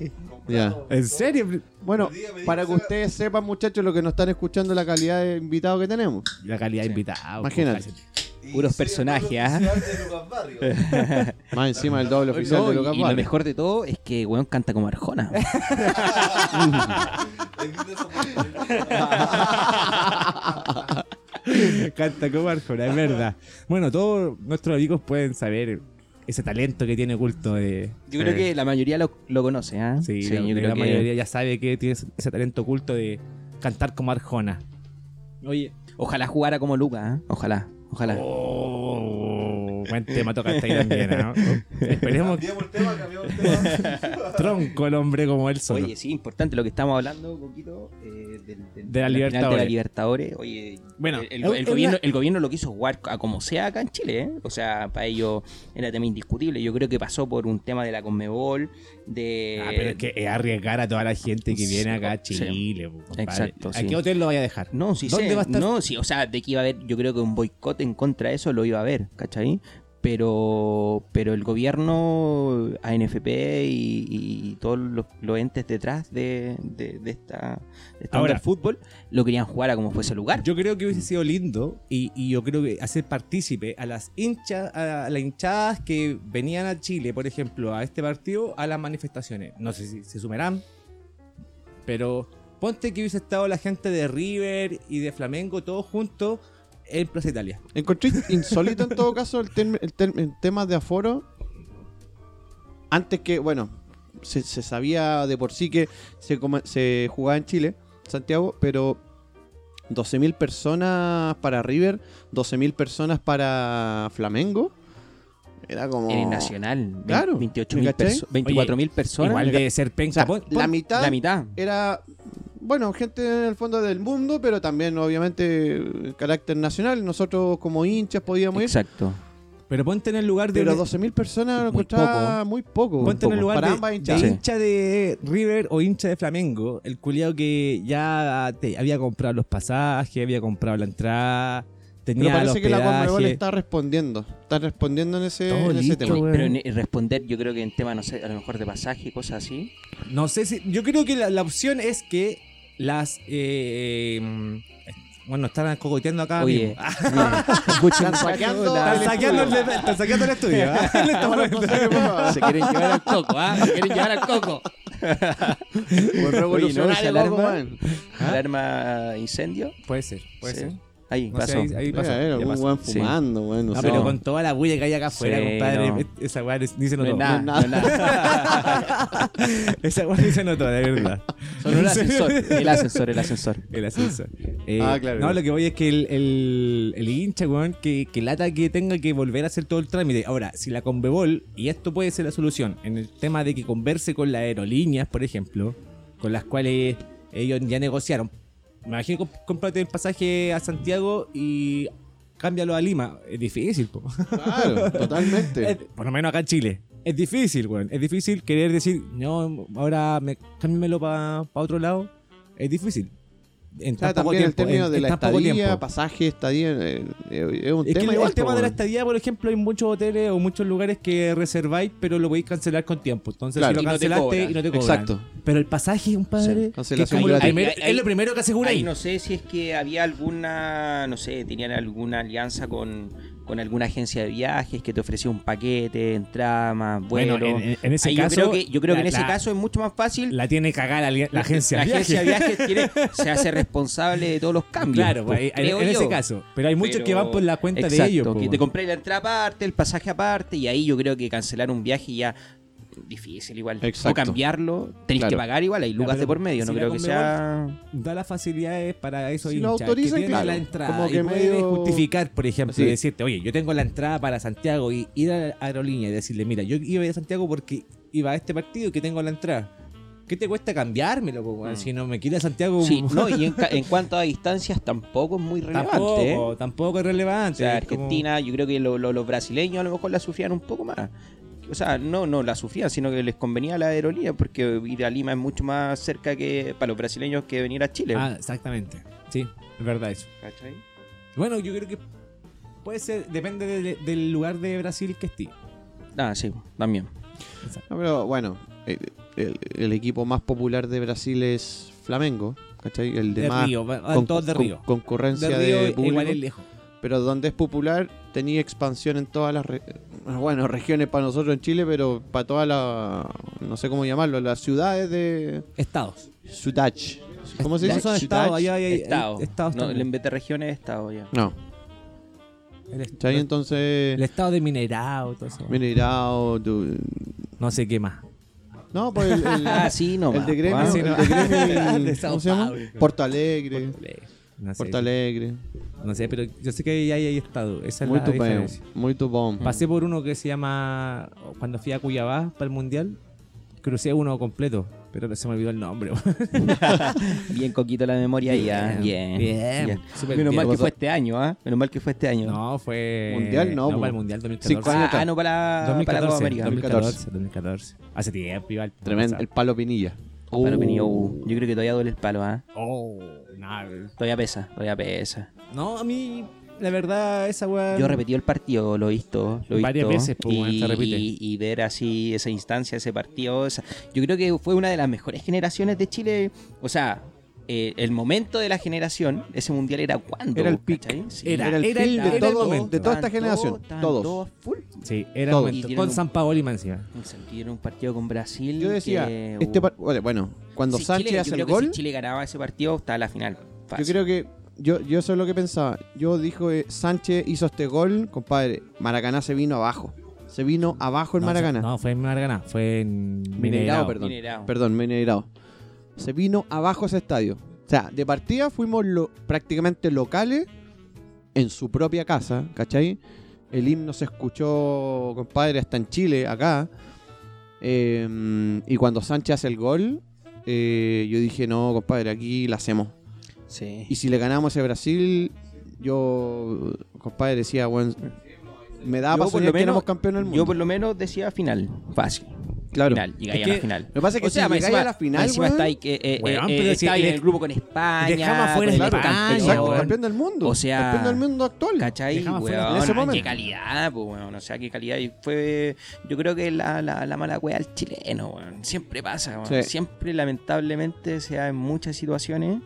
[SPEAKER 1] Ya.
[SPEAKER 2] ¿En serio?
[SPEAKER 1] Bueno, para que ustedes sepan, muchachos, lo que nos están escuchando, la calidad de invitado que tenemos.
[SPEAKER 2] La calidad invitada.
[SPEAKER 1] Imagínate.
[SPEAKER 4] Puros personajes, ¿ah? [laughs]
[SPEAKER 1] Más encima del doble oficial
[SPEAKER 4] No,
[SPEAKER 1] de
[SPEAKER 4] y-
[SPEAKER 1] Lucas
[SPEAKER 4] y, lo
[SPEAKER 1] Barrios.
[SPEAKER 4] mejor de todo es que weón canta como Arjona.
[SPEAKER 2] [laughs] Canta como Arjona, es verdad. Bueno, todos nuestros amigos pueden saber ese talento que tiene culto de.
[SPEAKER 4] [laughs] Yo creo que la mayoría lo, lo conoce, ¿ah?
[SPEAKER 2] Sí,
[SPEAKER 4] yo
[SPEAKER 2] la, la
[SPEAKER 4] creo que-
[SPEAKER 2] mayoría ya sabe que tiene ese, ese talento oculto de cantar como Arjona.
[SPEAKER 4] Oye, ojalá jugara como Luca, ¿ah? Ojalá, ojalá.
[SPEAKER 2] Oh, un buen tema toca hasta ahí también, ¿no?
[SPEAKER 4] [laughs]
[SPEAKER 2] Esperemos que
[SPEAKER 3] Cambiamos el tema, cambiamos el tema.
[SPEAKER 2] tronco el hombre como él solo.
[SPEAKER 4] Oye, sí, importante lo que estamos hablando, Coquito, eh, del- del-
[SPEAKER 2] De la
[SPEAKER 4] final De la
[SPEAKER 2] Libertadores.
[SPEAKER 4] Libertadores. Oye,
[SPEAKER 2] Bueno,
[SPEAKER 4] el- el,
[SPEAKER 2] es-
[SPEAKER 4] el
[SPEAKER 2] es
[SPEAKER 4] gobierno,
[SPEAKER 2] una-
[SPEAKER 4] el gobierno lo quiso jugar a como sea acá en Chile, ¿eh? O sea, para ellos era tema indiscutible. Yo creo que pasó por un tema de la Conmebol, de...
[SPEAKER 2] Ah, pero es que es arriesgar a toda la gente que viene acá a
[SPEAKER 4] Sí.
[SPEAKER 2] Chile. po, compadre.
[SPEAKER 4] Exacto,
[SPEAKER 2] ¿A
[SPEAKER 4] sí.
[SPEAKER 2] qué hotel lo vaya a dejar?
[SPEAKER 4] No, sí
[SPEAKER 2] ¿Dónde
[SPEAKER 4] sé.
[SPEAKER 2] va a estar?
[SPEAKER 4] No, sí, o sea, de que iba a haber, yo creo que un boicot en contra de eso lo iba a haber, ¿cachai? Pero, pero el gobierno, ANFP y, y todos los, los entes detrás de, de, de esta, de esta
[SPEAKER 2] Ahora-
[SPEAKER 4] onda del fútbol lo querían jugar a como fuese lugar.
[SPEAKER 2] Yo creo que hubiese sido lindo y, y yo creo que hacer partícipe a las hinchas, a las hinchadas que venían a Chile, por ejemplo, a este partido, a las manifestaciones. No sé si se sumarán, pero ponte que hubiese estado la gente de River y de Flamengo todos juntos en Plaza Italia.
[SPEAKER 1] Encontré insólito en todo caso el, tem- el tem- el tema de aforo. Antes que, bueno, se, se sabía de por sí que se, coma- se jugaba en Chile, Santiago, pero 12.000 personas para River, 12.000 personas para Flamengo. Era como...
[SPEAKER 4] En el Nacional,
[SPEAKER 1] Claro,
[SPEAKER 4] 28
[SPEAKER 1] ¿cachai?
[SPEAKER 4] 24 mil personas.
[SPEAKER 2] Igual debe ser
[SPEAKER 1] O
[SPEAKER 2] penca.
[SPEAKER 1] sea,
[SPEAKER 2] Pon-
[SPEAKER 1] la
[SPEAKER 2] pon-
[SPEAKER 1] mitad
[SPEAKER 4] La mitad.
[SPEAKER 1] era, bueno, gente en el fondo del mundo, pero también obviamente eh, carácter nacional. Nosotros como hinchas podíamos ir.
[SPEAKER 4] Exacto.
[SPEAKER 2] pero ponte en el lugar de...
[SPEAKER 1] Pero 12.000 personas
[SPEAKER 4] Muy
[SPEAKER 1] lo encontraba muy poco.
[SPEAKER 2] Ponte en el
[SPEAKER 1] Poco.
[SPEAKER 2] lugar
[SPEAKER 1] para
[SPEAKER 2] de,
[SPEAKER 1] ambas
[SPEAKER 2] de
[SPEAKER 1] hinchadas.
[SPEAKER 4] Sí.
[SPEAKER 2] hincha de River o hincha de Flamengo, el culiado que ya te- había comprado los pasajes, había comprado la entrada,
[SPEAKER 1] Pero
[SPEAKER 2] tenía
[SPEAKER 1] parece
[SPEAKER 2] el
[SPEAKER 1] que la Conmebol
[SPEAKER 2] hospedaje.
[SPEAKER 1] está respondiendo. Está respondiendo en ese,
[SPEAKER 2] Todo
[SPEAKER 1] en ese
[SPEAKER 2] listo,
[SPEAKER 1] tema. [laughs]
[SPEAKER 2] güey.
[SPEAKER 4] Pero en- en responder, yo creo que en tema, no sé, a lo mejor de pasaje y cosas así.
[SPEAKER 2] No sé si. Yo creo que la, la opción es que las. eh, mm, bueno, están cogoteando acá.
[SPEAKER 4] Oye,
[SPEAKER 2] mismo. [laughs]
[SPEAKER 1] Están saqueando
[SPEAKER 4] la-
[SPEAKER 1] al
[SPEAKER 2] Están saqueando, el,
[SPEAKER 1] Ah, estudio.
[SPEAKER 2] están saqueando el estudio.
[SPEAKER 4] [laughs]
[SPEAKER 2] ¿ah? Le estamos-
[SPEAKER 1] Ahora, por favor.
[SPEAKER 4] se quieren llevar al coco, ¿ah? Se quieren llevar al coco.
[SPEAKER 1] Por revolucionario,
[SPEAKER 4] Oye, ¿no?
[SPEAKER 1] loco,
[SPEAKER 4] Alarma.
[SPEAKER 1] man.
[SPEAKER 4] Alarma incendio.
[SPEAKER 2] puede ser, ¿Ah? puede
[SPEAKER 4] Sí.
[SPEAKER 2] ser.
[SPEAKER 4] Ahí,
[SPEAKER 2] No sé,
[SPEAKER 4] pasó.
[SPEAKER 2] ahí- ahí pasó,
[SPEAKER 1] Mira,
[SPEAKER 2] ya
[SPEAKER 1] Era un
[SPEAKER 2] pasó.
[SPEAKER 1] weón
[SPEAKER 4] Sí.
[SPEAKER 1] fumando, weón, no
[SPEAKER 2] No,
[SPEAKER 1] sé.
[SPEAKER 2] pero con toda la bulla que hay acá afuera,
[SPEAKER 4] Sí,
[SPEAKER 2] compadre.
[SPEAKER 4] no.
[SPEAKER 2] es- Esa weá es- dice no,
[SPEAKER 4] No es
[SPEAKER 2] todo.
[SPEAKER 4] nada, no es nada.
[SPEAKER 2] [laughs] Esa weá dice no todo, de verdad.
[SPEAKER 4] Solo el
[SPEAKER 2] [laughs] ¿En serio?
[SPEAKER 4] ascensor, [laughs] el ascensor, el ascensor.
[SPEAKER 2] El ascensor. Eh,
[SPEAKER 1] Ah, claro.
[SPEAKER 2] No, lo que voy es que el, el, el hincha, weón, que, que lata que tenga que volver a hacer todo el trámite. Ahora, si la Conmebol, y esto puede ser la solución, en el tema de que converse con las aerolíneas, por ejemplo, con las cuales ellos ya negociaron. Me imagino que comp- cómprate el pasaje a Santiago y cámbialo a Lima. Es difícil, po. [laughs]
[SPEAKER 1] Claro,
[SPEAKER 2] Es-
[SPEAKER 1] totalmente.
[SPEAKER 2] por lo menos acá en Chile. Es difícil, weón. Es difícil querer decir, no, ahora me, cámbiamelo para otro lado. Es difícil. En
[SPEAKER 1] O sea,
[SPEAKER 2] tan poco
[SPEAKER 1] también el
[SPEAKER 2] tiempo,
[SPEAKER 1] término
[SPEAKER 2] en-
[SPEAKER 1] de
[SPEAKER 2] en
[SPEAKER 1] la
[SPEAKER 2] tan poco
[SPEAKER 1] estadía,
[SPEAKER 2] tiempo.
[SPEAKER 1] pasaje, estadía, eh, eh, es un
[SPEAKER 2] Es que el,
[SPEAKER 1] tema
[SPEAKER 2] el
[SPEAKER 1] igual,
[SPEAKER 2] tema
[SPEAKER 1] po,
[SPEAKER 2] de la
[SPEAKER 1] weón.
[SPEAKER 2] estadía, por ejemplo, hay muchos hoteles o muchos lugares que reserváis, pero lo podéis cancelar con tiempo. Entonces,
[SPEAKER 1] Claro.
[SPEAKER 2] si
[SPEAKER 4] Y
[SPEAKER 2] lo
[SPEAKER 4] no te
[SPEAKER 2] cancelaste
[SPEAKER 4] cobran.
[SPEAKER 2] y no te cobran.
[SPEAKER 1] Exacto.
[SPEAKER 2] Pero el pasaje, un padre,
[SPEAKER 1] Cancelación
[SPEAKER 2] lo
[SPEAKER 1] gratis.
[SPEAKER 2] primero-
[SPEAKER 4] Ahí- ahí-
[SPEAKER 2] es lo primero que asegura
[SPEAKER 4] Ahí
[SPEAKER 2] ahí.
[SPEAKER 4] no sé si es que había alguna, no sé, tenían alguna alianza con, con alguna agencia de viajes que te ofrecía un paquete, entrada, más vuelo. Ahí yo creo que, yo creo que en
[SPEAKER 2] la-
[SPEAKER 4] ese
[SPEAKER 2] la-
[SPEAKER 4] caso es mucho más fácil.
[SPEAKER 2] la tiene cagada la, la agencia.
[SPEAKER 4] La
[SPEAKER 2] de
[SPEAKER 4] agencia de
[SPEAKER 2] viajes.
[SPEAKER 4] viajes tiene- se hace responsable
[SPEAKER 2] [laughs]
[SPEAKER 4] de todos los cambios.
[SPEAKER 2] Claro,
[SPEAKER 4] po,
[SPEAKER 2] pues, en,
[SPEAKER 4] creo
[SPEAKER 2] en ese
[SPEAKER 4] yo.
[SPEAKER 2] caso. Pero hay muchos
[SPEAKER 4] Pero-
[SPEAKER 2] que van por la cuenta
[SPEAKER 4] Exacto,
[SPEAKER 2] de ellos. po,
[SPEAKER 4] que te
[SPEAKER 2] weón.
[SPEAKER 4] compré la entrada aparte, el pasaje aparte, y ahí yo creo que cancelar un viaje ya difícil igual. O
[SPEAKER 1] Exacto.
[SPEAKER 4] cambiarlo, tenés
[SPEAKER 1] Claro.
[SPEAKER 4] que pagar igual, hay lucas
[SPEAKER 2] pero
[SPEAKER 4] de por medio, no
[SPEAKER 2] si la
[SPEAKER 4] creo que sea...
[SPEAKER 2] da las facilidades para eso
[SPEAKER 1] Si lo autorizan,
[SPEAKER 2] que tienen
[SPEAKER 1] claro,
[SPEAKER 2] la entrada
[SPEAKER 1] como
[SPEAKER 2] y
[SPEAKER 1] que
[SPEAKER 2] puede
[SPEAKER 1] medio-
[SPEAKER 2] justificar por ejemplo
[SPEAKER 1] Sí.
[SPEAKER 2] y decirte oye yo tengo la entrada para Santiago y ir a la aerolínea y decirle mira yo iba a Santiago porque iba a este partido que tengo la entrada ¿Qué te cuesta cambiármelo? po, weón?
[SPEAKER 4] Mm.
[SPEAKER 2] Si no me quiere Santiago, mm,
[SPEAKER 4] Sí, no, y en, ca- en cuanto a distancias tampoco
[SPEAKER 2] [laughs]
[SPEAKER 4] es muy relevante. ¿eh?
[SPEAKER 2] tampoco, tampoco es
[SPEAKER 4] O
[SPEAKER 2] relevante.
[SPEAKER 4] sea,
[SPEAKER 2] es como-
[SPEAKER 4] Argentina, yo creo que lo- lo- los brasileños a lo mejor la sufrían un poco más. O sea, no, no la sufrían, sino que les convenía la aerolínea, porque ir a Lima es mucho más cerca que para los brasileños que venir a Chile.
[SPEAKER 2] Ah, exactamente. Sí, es verdad eso.
[SPEAKER 4] ¿cachai?
[SPEAKER 2] Bueno, yo creo que puede ser, depende de- del lugar de Brasil que esté.
[SPEAKER 4] Ah, sí, también.
[SPEAKER 1] No, pero bueno, el, el- el equipo más popular de Brasil es Flamengo, ¿cachai? El de,
[SPEAKER 2] De
[SPEAKER 1] más
[SPEAKER 2] Río, van
[SPEAKER 1] con-
[SPEAKER 2] todos de
[SPEAKER 1] con-
[SPEAKER 2] Río.
[SPEAKER 1] concurrencia
[SPEAKER 2] De
[SPEAKER 1] de,
[SPEAKER 2] Río
[SPEAKER 1] público.
[SPEAKER 2] igual es lejos.
[SPEAKER 1] Pero donde es popular, tenía expansión en todas las re- eh, bueno, [laughs] regiones para nosotros en Chile, pero para todas las no sé cómo llamarlo, las ciudades de
[SPEAKER 2] Estados.
[SPEAKER 1] Ciudad. ¿Cómo se dice?
[SPEAKER 2] Esos son
[SPEAKER 1] Ciudad.
[SPEAKER 2] estados, allá hay, hay-
[SPEAKER 4] estado.
[SPEAKER 2] hay estados
[SPEAKER 4] no,
[SPEAKER 2] también.
[SPEAKER 4] en vez de regiones, estado ya.
[SPEAKER 1] No,
[SPEAKER 2] el,
[SPEAKER 1] ¿cachai?
[SPEAKER 2] est-
[SPEAKER 1] Entonces,
[SPEAKER 2] el estado de Minerado, todo eso.
[SPEAKER 1] Minerao, du-
[SPEAKER 2] No sé qué más.
[SPEAKER 1] no, pues
[SPEAKER 2] [laughs]
[SPEAKER 1] el, el-
[SPEAKER 4] [laughs] Ah, sí, no.
[SPEAKER 1] el de Gremio,
[SPEAKER 2] Ah, sí,
[SPEAKER 1] el
[SPEAKER 2] no.
[SPEAKER 1] de Gremio,
[SPEAKER 2] [laughs] De
[SPEAKER 1] ¿cómo
[SPEAKER 2] Sao
[SPEAKER 1] se llama?
[SPEAKER 2] Paulo.
[SPEAKER 1] Porto Alegre.
[SPEAKER 2] No sé,
[SPEAKER 1] Porto Alegre.
[SPEAKER 2] no sé, pero yo sé que ya ahí he estado. Esa es
[SPEAKER 1] Muy
[SPEAKER 2] la
[SPEAKER 1] tupón.
[SPEAKER 4] Mm.
[SPEAKER 2] diferencia. Mm.
[SPEAKER 1] Muy tupón.
[SPEAKER 2] Pasé por uno que se llama. Cuando fui a Cuyabá para el mundial, crucé uno completo, pero se me olvidó el nombre. [laughs]
[SPEAKER 4] Bien coquito la memoria y ya. Bien.
[SPEAKER 2] Bien, bien, súper
[SPEAKER 4] Menos
[SPEAKER 2] bien.
[SPEAKER 4] mal que
[SPEAKER 1] Pasó-
[SPEAKER 4] fue este año, ¿ah? Menos mal que fue este año.
[SPEAKER 2] No, fue.
[SPEAKER 1] Mundial no, po.
[SPEAKER 2] para el mundial
[SPEAKER 4] Sí,
[SPEAKER 2] 2014.
[SPEAKER 4] ah, ah, no para, para la
[SPEAKER 2] 2014,
[SPEAKER 4] Copa América.
[SPEAKER 2] 2014, 2014. Hace tiempo, igual.
[SPEAKER 1] Tremendo. El palo Pinilla.
[SPEAKER 4] Palo Pinillo, uh, yo creo que todavía duele el palo, ¿ah?
[SPEAKER 2] Oh, nah, el-
[SPEAKER 4] Todavía pesa, todavía pesa.
[SPEAKER 2] No, a mí, la verdad, esa weá.
[SPEAKER 4] Yo repetí el partido, lo he visto. Lo he
[SPEAKER 2] Em. Varias
[SPEAKER 4] visto,
[SPEAKER 2] veces, pues,
[SPEAKER 4] y,
[SPEAKER 2] bueno, se repite.
[SPEAKER 4] y- y ver así esa instancia, ese partido. esa- yo creo que fue una de las mejores generaciones de Chile. O sea, eh, el momento de la generación, ese mundial era cuando.
[SPEAKER 1] Era el pic.
[SPEAKER 2] Era-
[SPEAKER 1] Era el
[SPEAKER 2] era el-
[SPEAKER 1] film de,
[SPEAKER 2] era el
[SPEAKER 1] todo-
[SPEAKER 2] momento.
[SPEAKER 1] de toda esta generación. Todos.
[SPEAKER 2] Sí, era
[SPEAKER 1] Todo.
[SPEAKER 2] el momento.
[SPEAKER 4] Y tienen
[SPEAKER 2] Con
[SPEAKER 4] un-
[SPEAKER 2] San Paoli más encima.
[SPEAKER 4] Era un partido con Brasil.
[SPEAKER 1] Yo decía,
[SPEAKER 4] que,
[SPEAKER 1] este
[SPEAKER 4] uh,
[SPEAKER 1] par- bueno, bueno, cuando
[SPEAKER 4] si
[SPEAKER 1] Sánchez
[SPEAKER 4] Chile- yo
[SPEAKER 1] hace el
[SPEAKER 4] creo que
[SPEAKER 1] gol,
[SPEAKER 4] Si Chile ganaba ese partido, estaba la final.
[SPEAKER 1] yo
[SPEAKER 4] Fácil.
[SPEAKER 1] creo que yo, yo eso es lo que pensaba. Yo dijo eh, Sánchez hizo este gol, compadre, Maracaná se vino abajo. Se vino abajo el
[SPEAKER 2] No,
[SPEAKER 1] Maracaná.
[SPEAKER 2] No, fue en Maracaná. Fue en
[SPEAKER 1] Mineirao,
[SPEAKER 2] Mineirao.
[SPEAKER 1] perdón.
[SPEAKER 4] Mineirao.
[SPEAKER 1] Perdón, Mineirao. Se vino abajo ese estadio. O sea, de partida fuimos lo- prácticamente locales en su propia casa, ¿cachai? El himno se escuchó, compadre, hasta en Chile, acá. Eh, y cuando Sánchez hace el gol, eh, yo dije, no, compadre, aquí la hacemos.
[SPEAKER 4] Sí.
[SPEAKER 1] Y si le ganamos a Brasil, yo, compadre, decía, bueno, me daba para
[SPEAKER 4] Yo, por
[SPEAKER 1] soñar
[SPEAKER 4] lo
[SPEAKER 1] que
[SPEAKER 4] menos-
[SPEAKER 1] éramos campeones del mundo.
[SPEAKER 4] Yo por lo menos decía final, fácil.
[SPEAKER 1] Claro.
[SPEAKER 4] Final, llegáis
[SPEAKER 2] Es
[SPEAKER 4] a la
[SPEAKER 2] que-
[SPEAKER 4] final.
[SPEAKER 1] Lo que pasa es que si
[SPEAKER 4] más
[SPEAKER 1] llegáis a la final,
[SPEAKER 4] más encima
[SPEAKER 1] weón,
[SPEAKER 4] está ahí, que, eh, eh,
[SPEAKER 2] Weón,
[SPEAKER 4] eh,
[SPEAKER 2] pero
[SPEAKER 4] está
[SPEAKER 2] si
[SPEAKER 4] ahí en
[SPEAKER 2] dej-
[SPEAKER 4] el grupo con España.
[SPEAKER 2] dejamos afuera
[SPEAKER 4] con el
[SPEAKER 2] España,
[SPEAKER 4] campeón,
[SPEAKER 1] Exacto,
[SPEAKER 2] weón.
[SPEAKER 1] campeón del mundo.
[SPEAKER 4] Ah, O sea-
[SPEAKER 1] campeón del mundo actual.
[SPEAKER 4] ¿Cachai?
[SPEAKER 2] Dejamos afuera
[SPEAKER 4] Weón,
[SPEAKER 1] en ese
[SPEAKER 4] qué
[SPEAKER 1] momento.
[SPEAKER 4] calidad, pues, weón. O sea, qué calidad. Y fue, yo creo que la, la, la mala weá al chileno, weón. Siempre pasa, weón.
[SPEAKER 1] Sí.
[SPEAKER 4] Siempre, lamentablemente, se da en muchas situaciones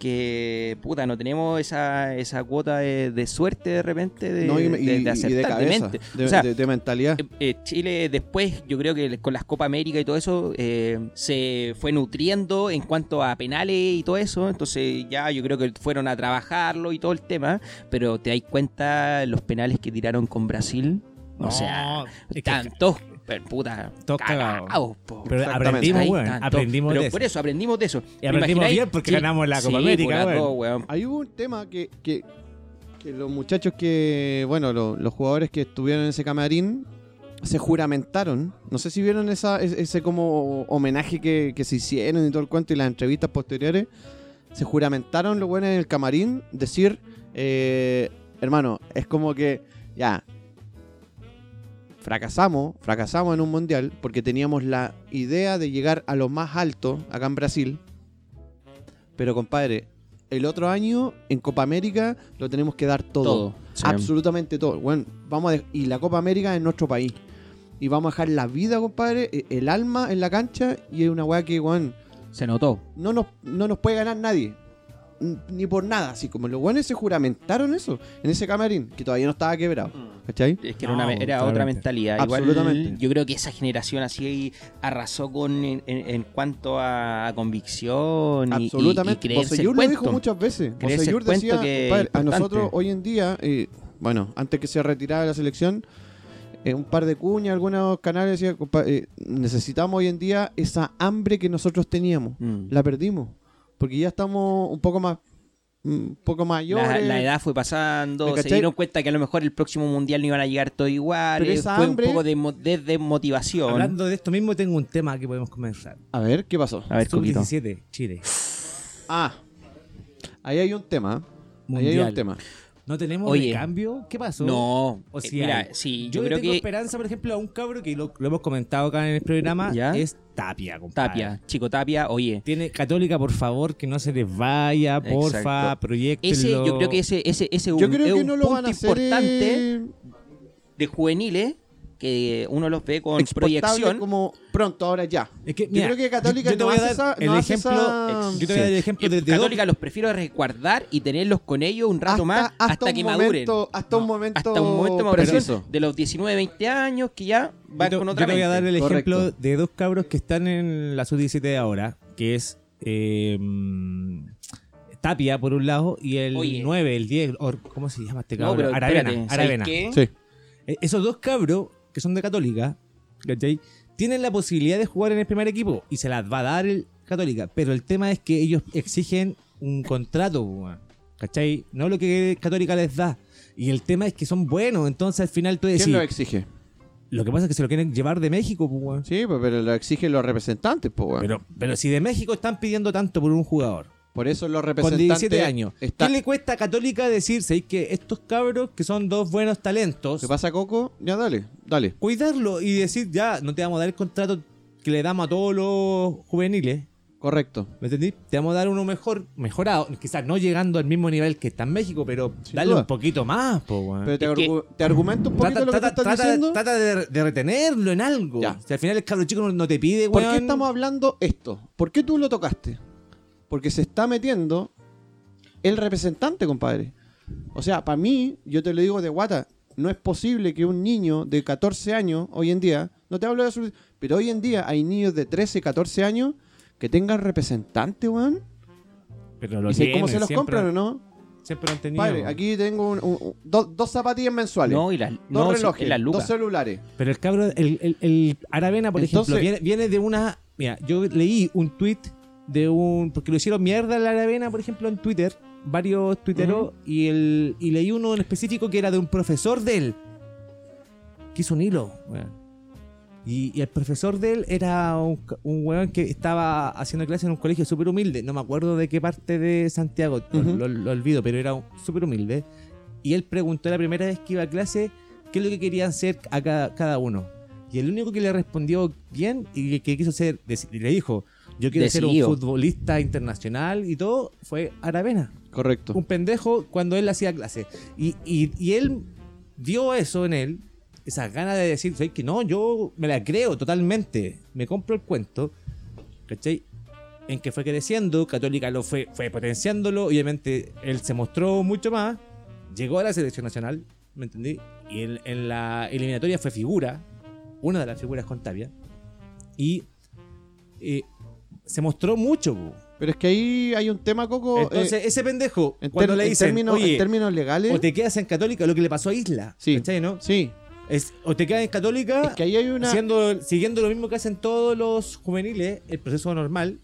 [SPEAKER 4] que, puta, no tenemos esa, esa cuota de, de suerte de repente de,
[SPEAKER 1] No, y,
[SPEAKER 4] de-
[SPEAKER 1] y-
[SPEAKER 4] de
[SPEAKER 1] y de
[SPEAKER 4] acertar de
[SPEAKER 1] cabeza,
[SPEAKER 4] mente.
[SPEAKER 1] de,
[SPEAKER 4] O sea,
[SPEAKER 1] de- de mentalidad.
[SPEAKER 4] Eh, eh, Chile después, yo creo que con las Copa América y todo eso, eh, se fue nutriendo en cuanto a penales y todo eso. Entonces ya yo creo que fueron a trabajarlo y todo el tema. Pero te dais cuenta los penales que tiraron con Brasil. O sea,
[SPEAKER 2] es que-
[SPEAKER 4] están todos, pero, puta,
[SPEAKER 2] Todos cagados.
[SPEAKER 4] cagados, po.
[SPEAKER 2] Pero
[SPEAKER 1] Exactamente.
[SPEAKER 2] aprendimos,
[SPEAKER 4] Ahí
[SPEAKER 2] weón.
[SPEAKER 4] están todos.
[SPEAKER 2] Aprendimos
[SPEAKER 4] Pero
[SPEAKER 2] de eso.
[SPEAKER 4] por eso aprendimos de eso.
[SPEAKER 2] Y aprendimos
[SPEAKER 4] ¿Imagináis?
[SPEAKER 2] bien porque
[SPEAKER 4] Sí,
[SPEAKER 2] ganamos la Copa
[SPEAKER 4] sí,
[SPEAKER 2] América,
[SPEAKER 4] por
[SPEAKER 2] weón.
[SPEAKER 4] dos, weón.
[SPEAKER 1] Ahí hubo un tema que, que, que los muchachos que, bueno, lo- los jugadores que estuvieron en ese camarín se juramentaron. No sé si vieron esa, es- ese como homenaje que, que se hicieron y todo el cuento y las entrevistas posteriores. Se juramentaron los buenos en el camarín decir, eh, hermano, es como que ya fracasamos, fracasamos en un mundial porque teníamos la idea de llegar a lo más alto acá en Brasil. Pero compadre, el otro año en Copa América lo tenemos que dar todo.
[SPEAKER 4] Todo. Sí.
[SPEAKER 1] Absolutamente todo. Bueno, vamos a dej- y la Copa América en nuestro país. Y vamos a dejar la vida, compadre, e- el alma en la cancha y es una weá que, weón,
[SPEAKER 4] Se notó.
[SPEAKER 1] no nos, no nos puede ganar nadie. N- Ni por nada, así como los weones se juramentaron eso en ese camarín, que todavía no estaba quebrado. ¿Cachai?
[SPEAKER 4] Es que
[SPEAKER 2] No,
[SPEAKER 4] era, una- era otra
[SPEAKER 2] claramente.
[SPEAKER 4] mentalidad. Igual,
[SPEAKER 1] Absolutamente.
[SPEAKER 4] yo creo que esa generación así arrasó con en, en- en cuanto a convicción y- y,
[SPEAKER 1] Absolutamente.
[SPEAKER 4] y creerse el
[SPEAKER 1] Bosellur lo dijo
[SPEAKER 4] cuento.
[SPEAKER 1] muchas veces.
[SPEAKER 4] Creerse el
[SPEAKER 1] Bosellur
[SPEAKER 4] cuento
[SPEAKER 1] decía,
[SPEAKER 4] que es
[SPEAKER 1] "Compadre, a
[SPEAKER 4] importante".
[SPEAKER 1] nosotros hoy en día, eh, bueno, antes que se retirara la selección, eh, un par de cuñas, algunos canales decían, "Compa- eh, necesitamos hoy en día esa hambre que nosotros teníamos.
[SPEAKER 4] Mm.
[SPEAKER 1] La perdimos. Porque ya estamos un poco más, mm, un poco
[SPEAKER 4] La,
[SPEAKER 1] mayores.
[SPEAKER 4] la edad fue
[SPEAKER 1] ¿Me
[SPEAKER 4] pasando, se
[SPEAKER 1] cachai?
[SPEAKER 4] dieron cuenta que a lo mejor el próximo mundial no iban a llegar todos
[SPEAKER 1] Pero
[SPEAKER 4] iguales,
[SPEAKER 1] esa
[SPEAKER 4] fue
[SPEAKER 1] hambre-
[SPEAKER 4] un poco de, mo- de desmotivación.
[SPEAKER 2] Hablando de esto mismo, tengo un tema que podemos comenzar.
[SPEAKER 1] A ver, ¿qué pasó?
[SPEAKER 4] A ver, Coquito.
[SPEAKER 2] Sub-17, Chile.
[SPEAKER 1] Ah, ahí hay un tema. Ahí hay
[SPEAKER 2] Mundial.
[SPEAKER 1] un tema.
[SPEAKER 2] ¿No tenemos
[SPEAKER 4] Oye.
[SPEAKER 2] recambio? ¿Qué pasó?
[SPEAKER 4] No,
[SPEAKER 2] O
[SPEAKER 4] eh,
[SPEAKER 2] sea,
[SPEAKER 4] mira, sí,
[SPEAKER 2] yo,
[SPEAKER 4] yo,
[SPEAKER 2] le
[SPEAKER 4] creo
[SPEAKER 2] tengo
[SPEAKER 4] que
[SPEAKER 2] esperanza, por ejemplo, a un cabro que lo, lo hemos comentado acá en el programa,
[SPEAKER 4] ¿Ya?
[SPEAKER 2] es Tapia, compadre.
[SPEAKER 4] Tapia, Chico Tapia, oye,
[SPEAKER 2] Tiene Católica, por favor, que no se les vaya, porfa,
[SPEAKER 4] Exacto.
[SPEAKER 2] proyecto.
[SPEAKER 4] ese, yo creo que ese, ese, ese
[SPEAKER 1] Yo
[SPEAKER 4] un-
[SPEAKER 1] creo
[SPEAKER 4] es
[SPEAKER 1] que
[SPEAKER 4] un
[SPEAKER 1] no lo van
[SPEAKER 4] punto
[SPEAKER 1] a hacer.
[SPEAKER 4] importante
[SPEAKER 1] eh,
[SPEAKER 4] de juveniles que uno los ve con
[SPEAKER 1] exportable
[SPEAKER 4] proyección.
[SPEAKER 1] como pronto, ahora ya.
[SPEAKER 2] Es que,
[SPEAKER 1] Yo
[SPEAKER 2] mira,
[SPEAKER 1] creo que Católica
[SPEAKER 2] yo- yo te
[SPEAKER 1] no
[SPEAKER 2] voy a
[SPEAKER 1] hace
[SPEAKER 2] dar
[SPEAKER 1] esa-
[SPEAKER 2] el
[SPEAKER 1] no hace
[SPEAKER 2] ejemplo-
[SPEAKER 1] esa-
[SPEAKER 2] Yo te voy a dar el ejemplo
[SPEAKER 4] Yo,
[SPEAKER 2] de, de dos-
[SPEAKER 4] Eh, Católica los prefiero resguardar y tenerlos con ellos un rato más hasta, que
[SPEAKER 1] un
[SPEAKER 4] maduren.
[SPEAKER 1] momento- hasta un momento
[SPEAKER 4] hasta un momento de maduración
[SPEAKER 1] preciso.
[SPEAKER 4] de los 19, 20 años que ya van
[SPEAKER 2] yo te-
[SPEAKER 4] con
[SPEAKER 2] yo
[SPEAKER 4] otra
[SPEAKER 2] te voy a dar
[SPEAKER 4] mente.
[SPEAKER 2] el
[SPEAKER 1] Correcto.
[SPEAKER 2] ejemplo de dos cabros que están en la sub-17 de ahora, que es eh, mm, Tapia, por un lado, y el
[SPEAKER 4] Oye.
[SPEAKER 2] 9, el 10, or- ¿cómo se llama este
[SPEAKER 4] No,
[SPEAKER 2] cabro?
[SPEAKER 4] pero
[SPEAKER 2] Aravena.
[SPEAKER 4] espérate, ¿sabes
[SPEAKER 2] Aravena.
[SPEAKER 4] qué?
[SPEAKER 1] Sí.
[SPEAKER 2] Eh, Esos dos cabros, que son de Católica, ¿cachai? Tienen la posibilidad de jugar en el primer equipo y se las va a dar el Católica. Pero el tema es que ellos exigen un contrato, po, weón. ¿Cachai? No lo que Católica les da. Y el tema es que son buenos, entonces al final tú
[SPEAKER 1] ¿Quién
[SPEAKER 2] decís.
[SPEAKER 1] lo
[SPEAKER 2] Lo,
[SPEAKER 1] exige?
[SPEAKER 2] que pasa es que se lo quieren llevar de México, pues, weón.
[SPEAKER 1] Sí, pues, pero lo exigen los representantes, pues, weón.
[SPEAKER 2] Pero, pero si de México están pidiendo tanto por un jugador,
[SPEAKER 1] Por eso los
[SPEAKER 2] con
[SPEAKER 1] representantes.
[SPEAKER 2] 17 años,
[SPEAKER 1] está-
[SPEAKER 2] ¿qué le cuesta a Católica decir, "Sabéis que estos cabros que son dos buenos talentos,
[SPEAKER 1] ¿Qué pasa, Coco? Ya dale, dale.
[SPEAKER 2] cuidarlo y decir, ya, no te vamos a dar el contrato que le damos a todos los juveniles?
[SPEAKER 1] Correcto.
[SPEAKER 2] ¿Me entendí? Te vamos a dar uno mejor, mejorado. Quizás no llegando al mismo nivel que está en México, pero
[SPEAKER 1] Sin
[SPEAKER 2] darle
[SPEAKER 1] duda.
[SPEAKER 2] un poquito más, po, weón.
[SPEAKER 1] Pero te,
[SPEAKER 4] Es que-
[SPEAKER 1] argu- te argumento un poquito
[SPEAKER 2] Ah. Trata,
[SPEAKER 1] lo que
[SPEAKER 2] trata-
[SPEAKER 1] te estás
[SPEAKER 2] trata-
[SPEAKER 1] diciendo.
[SPEAKER 2] trata de, de retenerlo en algo.
[SPEAKER 1] Ya.
[SPEAKER 2] Si al final el cabro chico no, no te pide,
[SPEAKER 1] ¿Por
[SPEAKER 2] weón.
[SPEAKER 1] qué estamos hablando esto? ¿Por qué tú lo tocaste? Porque se está metiendo el representante, compadre. O sea, para mí, yo te lo digo de guata, no es posible que un niño de 14 años hoy en día, no te hablo de su... Pero hoy en día hay niños de 13, 14 años que tengan representante, weón.
[SPEAKER 2] Pero lo
[SPEAKER 1] ¿Y sé
[SPEAKER 2] tienen,
[SPEAKER 1] cómo se los
[SPEAKER 2] siempre-
[SPEAKER 1] compran o no?
[SPEAKER 2] Siempre han tenido.
[SPEAKER 1] Padre, aquí tengo un- un- un- dos- dos zapatillas mensuales.
[SPEAKER 4] No, y las
[SPEAKER 1] dos
[SPEAKER 4] no, sí,
[SPEAKER 1] relojes,
[SPEAKER 4] y las lucas.
[SPEAKER 1] dos celulares.
[SPEAKER 2] Pero el cabro, el, el, el Aravena, por
[SPEAKER 1] Entonces-
[SPEAKER 2] ejemplo, viene, viene de una. Mira, yo leí un tweet de un. Porque lo hicieron mierda el Aravena, por ejemplo, en Twitter. Varios tuiteros. y, el, y leí uno en específico que era de un profesor de él. Que hizo un hilo, weón. Y, y el profesor de él era un, ca- un weón que estaba haciendo clase en un colegio súper humilde. No me acuerdo de qué parte de Santiago, lo-
[SPEAKER 1] Ujú.
[SPEAKER 2] lo, lo olvido, pero era un- súper humilde. Y él preguntó la primera vez que iba a clase qué es lo que querían ser a cada, cada uno. Y el único que le respondió bien y que, que quiso ser, dec- y le dijo, yo quiero ser
[SPEAKER 4] Decidido.
[SPEAKER 2] un futbolista internacional y todo, fue Aravena
[SPEAKER 1] Correcto.
[SPEAKER 2] un pendejo cuando él hacía clase. Y, y- y él dio eso en él, esas ganas de decir, "Sabes que no, yo me la creo totalmente, me compro el cuento, ¿cachai? En que fue creciendo, Católica lo fue, fue potenciándolo, obviamente él se mostró mucho más, llegó a la selección nacional, ¿me entendí? Y él, en la eliminatoria fue figura, una de las figuras con Tapia, y eh, se mostró mucho, po.
[SPEAKER 1] Pero es que ahí hay un tema, Coco. eh,
[SPEAKER 2] Entonces, ese pendejo,
[SPEAKER 1] en,
[SPEAKER 2] cuando
[SPEAKER 1] ter-
[SPEAKER 2] le
[SPEAKER 1] en
[SPEAKER 2] dicen,
[SPEAKER 1] términos,
[SPEAKER 2] "Oye,
[SPEAKER 1] en términos legales.
[SPEAKER 2] o te quedas en Católica, lo que le pasó a Isla.
[SPEAKER 1] Sí.
[SPEAKER 2] ¿Cachai, no?
[SPEAKER 1] Sí.
[SPEAKER 2] Es, o te quedas en Católica
[SPEAKER 1] Es que ahí hay una.
[SPEAKER 2] haciendo- siguiendo lo mismo que hacen todos los juveniles, el proceso normal.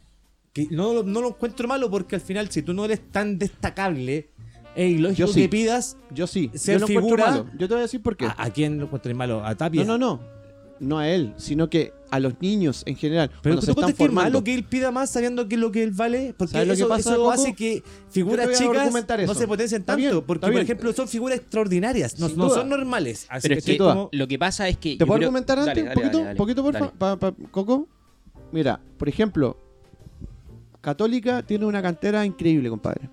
[SPEAKER 2] Que no, lo- no lo encuentro malo porque al final, si tú no eres tan destacable, es ilógico
[SPEAKER 1] Yo sí.
[SPEAKER 2] que pidas.
[SPEAKER 1] Yo sí. yo
[SPEAKER 2] ser
[SPEAKER 1] lo encuentro
[SPEAKER 2] figura-
[SPEAKER 1] malo. Yo te voy a decir por
[SPEAKER 4] Ah,
[SPEAKER 1] qué.
[SPEAKER 2] ¿A, a quién lo encuentras malo? ¿A Tapia?
[SPEAKER 1] no, no, no. No a él, sino que a los niños en general.
[SPEAKER 2] Pero
[SPEAKER 1] cuando
[SPEAKER 2] tú
[SPEAKER 1] se están
[SPEAKER 2] encuentras que es
[SPEAKER 1] formando.
[SPEAKER 2] malo que él pida más sabiendo que es lo que él vale. Porque
[SPEAKER 1] ¿Sabes
[SPEAKER 2] eso,
[SPEAKER 1] lo que pasa,
[SPEAKER 2] eso
[SPEAKER 1] Coco?
[SPEAKER 2] hace que
[SPEAKER 1] Yo
[SPEAKER 2] figuras
[SPEAKER 1] te voy a
[SPEAKER 2] chicas
[SPEAKER 1] argumentar
[SPEAKER 2] no
[SPEAKER 1] eso.
[SPEAKER 2] se potencien
[SPEAKER 1] Está
[SPEAKER 2] tanto.
[SPEAKER 1] bien, está
[SPEAKER 2] porque, por
[SPEAKER 1] bien.
[SPEAKER 2] ejemplo, son figuras extraordinarias. No,
[SPEAKER 1] Sin
[SPEAKER 2] no
[SPEAKER 1] duda.
[SPEAKER 2] son normales. Así
[SPEAKER 4] Pero es
[SPEAKER 1] Sin
[SPEAKER 4] que
[SPEAKER 2] que
[SPEAKER 1] duda.
[SPEAKER 2] como-
[SPEAKER 4] lo que pasa es que.
[SPEAKER 1] ¿Te
[SPEAKER 4] yo
[SPEAKER 1] puedo
[SPEAKER 4] creo-
[SPEAKER 1] argumentar
[SPEAKER 4] Dale,
[SPEAKER 1] antes?
[SPEAKER 4] dale,
[SPEAKER 1] poquito,
[SPEAKER 4] dale, dale,
[SPEAKER 1] poquito por
[SPEAKER 4] dale.
[SPEAKER 1] fa- pa- pa- Coco. Mira, por ejemplo, Católica tiene una cantera increíble, compadre.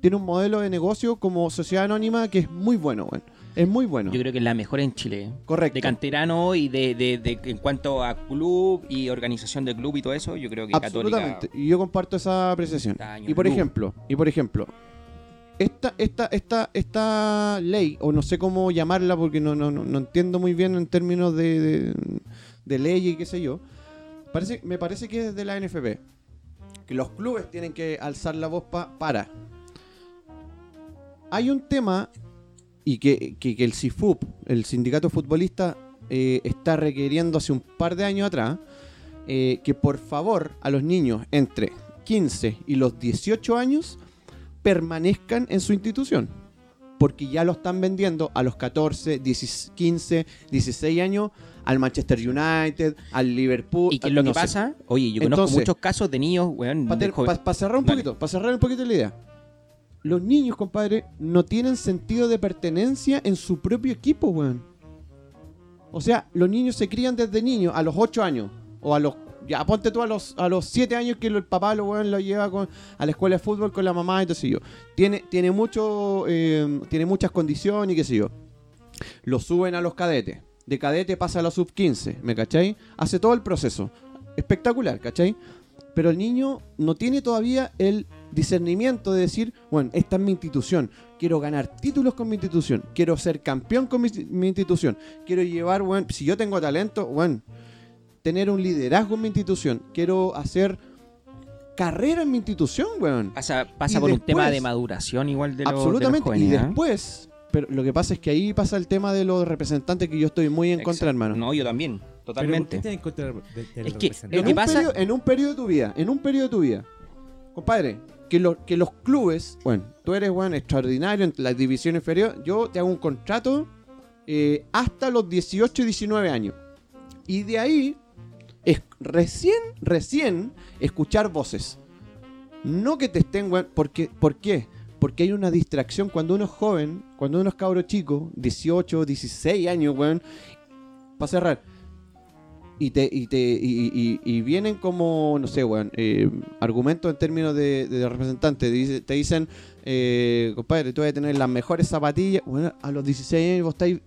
[SPEAKER 1] Tiene un modelo de negocio como sociedad anónima que es muy bueno, weón. Es muy bueno.
[SPEAKER 4] Yo creo que es la mejor en Chile. ¿eh?
[SPEAKER 1] Correcto.
[SPEAKER 4] De canterano y de, de- de- en cuanto a club y organización de club y todo eso, yo creo que
[SPEAKER 1] Absolutamente.
[SPEAKER 4] Católica.
[SPEAKER 1] Y yo comparto esa apreciación.
[SPEAKER 4] Daño,
[SPEAKER 1] Y por
[SPEAKER 4] luz.
[SPEAKER 1] ejemplo, y por ejemplo, esta, esta, esta, esta ley, o no sé cómo llamarla porque no, no, no, no entiendo muy bien en términos de, de, de ley y qué sé yo. Parece, me parece que es de la NFP. Que los clubes tienen que alzar la voz pa- para. Hay un tema y que, que- que el CIFUP, el sindicato futbolista, eh, está requiriendo hace un par de años atrás, eh, que por favor a los niños entre 15 y los 18 años permanezcan en su institución. Porque ya lo están vendiendo a los 14, 10, 15, 16 años al Manchester United, al Liverpool.
[SPEAKER 4] ¿Y qué
[SPEAKER 1] al-
[SPEAKER 4] es lo que
[SPEAKER 1] no sé.
[SPEAKER 4] pasa? Oye, yo conozco
[SPEAKER 1] Entonces-
[SPEAKER 4] muchos casos de niños, weón. de
[SPEAKER 1] Para
[SPEAKER 4] joven-
[SPEAKER 1] cerrar un
[SPEAKER 4] Dale.
[SPEAKER 1] poquito, para cerrar un poquito la idea. Los niños, compadre, no tienen sentido de pertenencia en su propio equipo, weón. O sea, los niños se crían desde niños, a los 8 años. O a los. Ya, ponte tú a los, a los 7 años que lo- el papá lo, weón, lo lleva con, a la escuela de fútbol con la mamá y qué sé yo. Tiene, tiene, mucho, eh, tiene muchas condiciones y qué sé yo. Lo suben a los cadetes. De cadete pasa a la sub 15, ¿me cacháis? Hace todo el proceso. Espectacular, ¿cachai? pero el niño no tiene todavía el discernimiento de decir, bueno, esta es mi institución, quiero ganar títulos con mi institución, quiero ser campeón con mi, mi institución, quiero llevar, bueno, si yo tengo talento, bueno, tener un liderazgo en mi institución, quiero hacer carrera en mi institución, weón.
[SPEAKER 4] Pasa,
[SPEAKER 1] Y
[SPEAKER 4] pasa por un tema
[SPEAKER 1] después-
[SPEAKER 4] de maduración igual de los,
[SPEAKER 1] Absolutamente.
[SPEAKER 4] de los jóvenes,
[SPEAKER 1] y
[SPEAKER 4] ¿eh?
[SPEAKER 1] después, pero lo que pasa es que ahí pasa el tema de los representantes que yo estoy muy en contra,
[SPEAKER 4] Exacto.
[SPEAKER 1] hermano.
[SPEAKER 4] No, yo también,
[SPEAKER 2] Pero ¿por qué
[SPEAKER 4] totalmente.
[SPEAKER 2] tienen que encontrar de- del
[SPEAKER 4] Es que-
[SPEAKER 2] representante?
[SPEAKER 4] Lo
[SPEAKER 1] en,
[SPEAKER 4] que
[SPEAKER 1] un
[SPEAKER 4] pasa-
[SPEAKER 1] periodo, en un periodo de tu vida, en un periodo de tu vida, compadre, que, lo- que los clubes, bueno, tú eres bueno, extraordinario en la división inferior, yo te hago un contrato eh, hasta los 18 y 19 años. Y de ahí es recién, recién escuchar voces. No que te estén, weón, porque, ¿por qué? Porque hay una distracción cuando uno es joven, cuando uno es cabro chico, 18, 16 años, weón, para cerrar. Y te, y te, y, y- y vienen como, no sé, weón, eh, argumentos en términos de, de representante. Dice- te dicen, eh, compadre, tú vas a tener las mejores zapatillas. Bueno, a los 16 años vos estáis.